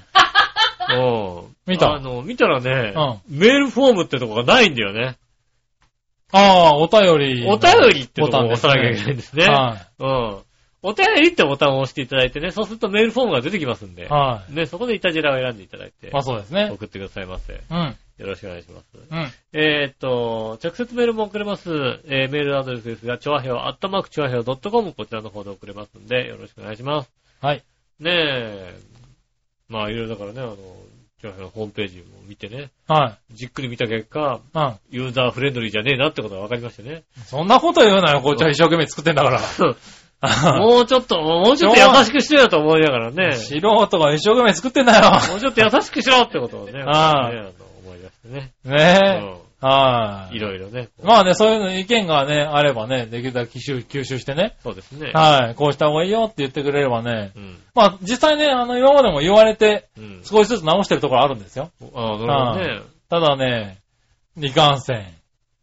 [SPEAKER 2] うん
[SPEAKER 3] 見た
[SPEAKER 2] あの、見たらね
[SPEAKER 3] い。う、ん。
[SPEAKER 2] メールフォームってとこがないんだよね。
[SPEAKER 3] ああ、お便り。
[SPEAKER 2] お便りってと
[SPEAKER 3] ボ
[SPEAKER 2] こ
[SPEAKER 3] タ
[SPEAKER 2] を押
[SPEAKER 3] ンです
[SPEAKER 2] さな
[SPEAKER 3] ね
[SPEAKER 2] きゃいけないんですね。
[SPEAKER 3] は
[SPEAKER 2] うん。お便りってボタンを押していただいてね、そうするとメールフォームが出てきますんで
[SPEAKER 3] い。、は
[SPEAKER 2] ね、そこでイタジェラを選んでいただいて
[SPEAKER 3] い。ま、あそうですね。
[SPEAKER 2] 送ってくださいませ。よ
[SPEAKER 3] うん。
[SPEAKER 2] ろしくお願いします。
[SPEAKER 3] うん。
[SPEAKER 2] えーっと、直接メールも送れます。えーメールアドレスですが、調和表、アットマーク調和表 .com こちらの方で送れますんで、よろしくお願いします。
[SPEAKER 3] はい。
[SPEAKER 2] ねえ、まあいろいろだからね、あの、調和表のホームページも見てね、
[SPEAKER 3] は
[SPEAKER 2] じっくり見た結果、
[SPEAKER 3] い。うん。
[SPEAKER 2] ユーザーフレンドリーじゃねえなってことが分かりまして ね。
[SPEAKER 3] そんなこと言うなよ、こっちは一生懸命作ってんだから。
[SPEAKER 2] もうちょっと、もうちょっと優しくしろよと思いながらね。
[SPEAKER 3] 素人が一生懸命作ってんだよ。
[SPEAKER 2] もうちょっと優しくしろってことをね、
[SPEAKER 3] ああ
[SPEAKER 2] ねの思い出して ね。
[SPEAKER 3] ねえ。は
[SPEAKER 2] うん
[SPEAKER 3] い。
[SPEAKER 2] いろいろね。こう
[SPEAKER 3] まあね、そういうの意見がね、あればね、できるだけ吸収吸収してね。
[SPEAKER 2] そうですね。
[SPEAKER 3] はい。こうした方がいいよって言ってくれればね。
[SPEAKER 2] うん。
[SPEAKER 3] まあ実際ね、あの、今までも言われて、
[SPEAKER 2] うん。
[SPEAKER 3] 少しずつ直してるところあるんですよ。
[SPEAKER 2] ああ、なるほどね。
[SPEAKER 3] ただね、二冠戦。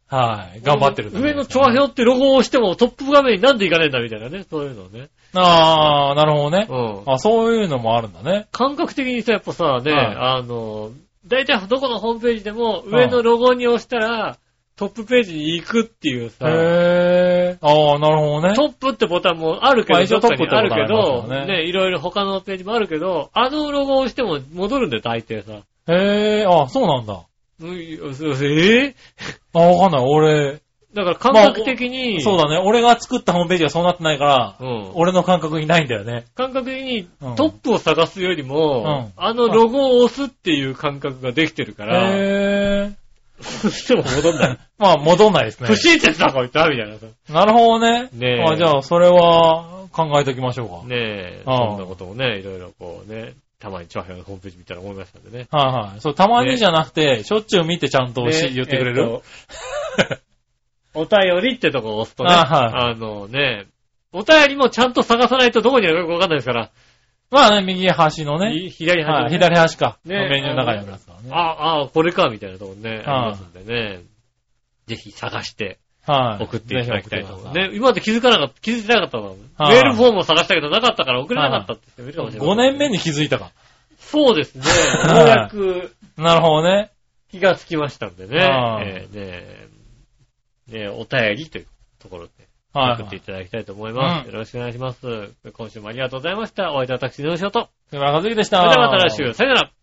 [SPEAKER 3] はい。頑張ってると思い
[SPEAKER 2] 上
[SPEAKER 3] ま
[SPEAKER 2] の
[SPEAKER 3] す
[SPEAKER 2] 調和表ってロゴを押してもトップ画面になんでいかねえんだみたいなね、そういうのね。
[SPEAKER 3] ああ、なるほどね。
[SPEAKER 2] うん。
[SPEAKER 3] あそういうのもあるんだね。
[SPEAKER 2] 感覚的にさ、やっぱさ、ね、
[SPEAKER 3] はい
[SPEAKER 2] あの、大体どこのホームページでも上のロゴに押したらトップページに行くっていうさ、
[SPEAKER 3] へえ。ああ、なるほどね。
[SPEAKER 2] トップってボタンもあるけ
[SPEAKER 3] まあ
[SPEAKER 2] ど、
[SPEAKER 3] 一応
[SPEAKER 2] どっかにあるけ
[SPEAKER 3] トップってボタンあり
[SPEAKER 2] ど、
[SPEAKER 3] ますよね
[SPEAKER 2] ね、いろいろ他のページもあるけど、あのロゴを押しても戻るんだよ、大抵さ。
[SPEAKER 3] へえ、あそうなんだ。
[SPEAKER 2] うんえー
[SPEAKER 3] あわかんない。俺、
[SPEAKER 2] だから感覚的に、
[SPEAKER 3] そうだね。俺が作ったホームページはそうなってないから、
[SPEAKER 2] うん
[SPEAKER 3] 俺の感覚にないんだよね。
[SPEAKER 2] 感覚的に
[SPEAKER 3] うん
[SPEAKER 2] トップを探すよりも、
[SPEAKER 3] う
[SPEAKER 2] あのロゴを押すっていう感覚ができてるから、
[SPEAKER 3] へえ。
[SPEAKER 2] そしても戻ん ない。
[SPEAKER 3] まあ、戻んないですね
[SPEAKER 2] 不。親切だ、こいつは、みたいなさ。
[SPEAKER 3] なるほどね。
[SPEAKER 2] ねえ
[SPEAKER 3] あじゃあ、それは考えておきましょうか。
[SPEAKER 2] ねえ、
[SPEAKER 3] ああ
[SPEAKER 2] そんなこともね、いろいろこうね、たまに長編のホームページ見たら思いましたんでね。
[SPEAKER 3] はいはい。そう、たまにじゃなくて、しょっちゅう見てちゃんとし
[SPEAKER 2] で
[SPEAKER 3] 言ってくれる、
[SPEAKER 2] えっと お便りってとこを押すとね、
[SPEAKER 3] あは
[SPEAKER 2] あのね、お便りもちゃんと探さないとどこにあるかわかんないですから、
[SPEAKER 3] まあね、右端のね。
[SPEAKER 2] い左端
[SPEAKER 3] は
[SPEAKER 2] に
[SPEAKER 3] い、
[SPEAKER 2] ね
[SPEAKER 3] 左端か。
[SPEAKER 2] ねえ
[SPEAKER 3] メニューの中にありますからね。
[SPEAKER 2] あ、あ、これか、みたいなとこね、
[SPEAKER 3] ああ
[SPEAKER 2] ありますんでね。ぜひ探して
[SPEAKER 3] はい。
[SPEAKER 2] 送っていただきたいと思う。
[SPEAKER 3] ぜ
[SPEAKER 2] ね、今まで気づかなかった、気づいてなかったの。
[SPEAKER 3] ああ
[SPEAKER 2] メールフォームを探したけどなかったから送れなかったって人もいるかもし
[SPEAKER 3] ひ送ってください。
[SPEAKER 2] れない。
[SPEAKER 3] 5年目に気づいたか。
[SPEAKER 2] そうです ね。よ
[SPEAKER 3] はいう
[SPEAKER 2] やく
[SPEAKER 3] なるほどね。
[SPEAKER 2] 気がつきましたんでね。
[SPEAKER 3] ああ
[SPEAKER 2] えーねえ、ねえお便りというところで
[SPEAKER 3] はい、
[SPEAKER 2] 送っ
[SPEAKER 3] は
[SPEAKER 2] てい
[SPEAKER 3] い。
[SPEAKER 2] ただきたいと思います。
[SPEAKER 3] うん
[SPEAKER 2] よろしくお願いします。今週もありがとうございました。お相手は私、井上翔と。
[SPEAKER 3] 木村和之でし
[SPEAKER 2] そ
[SPEAKER 3] た。
[SPEAKER 2] れではまた来週、さよなら。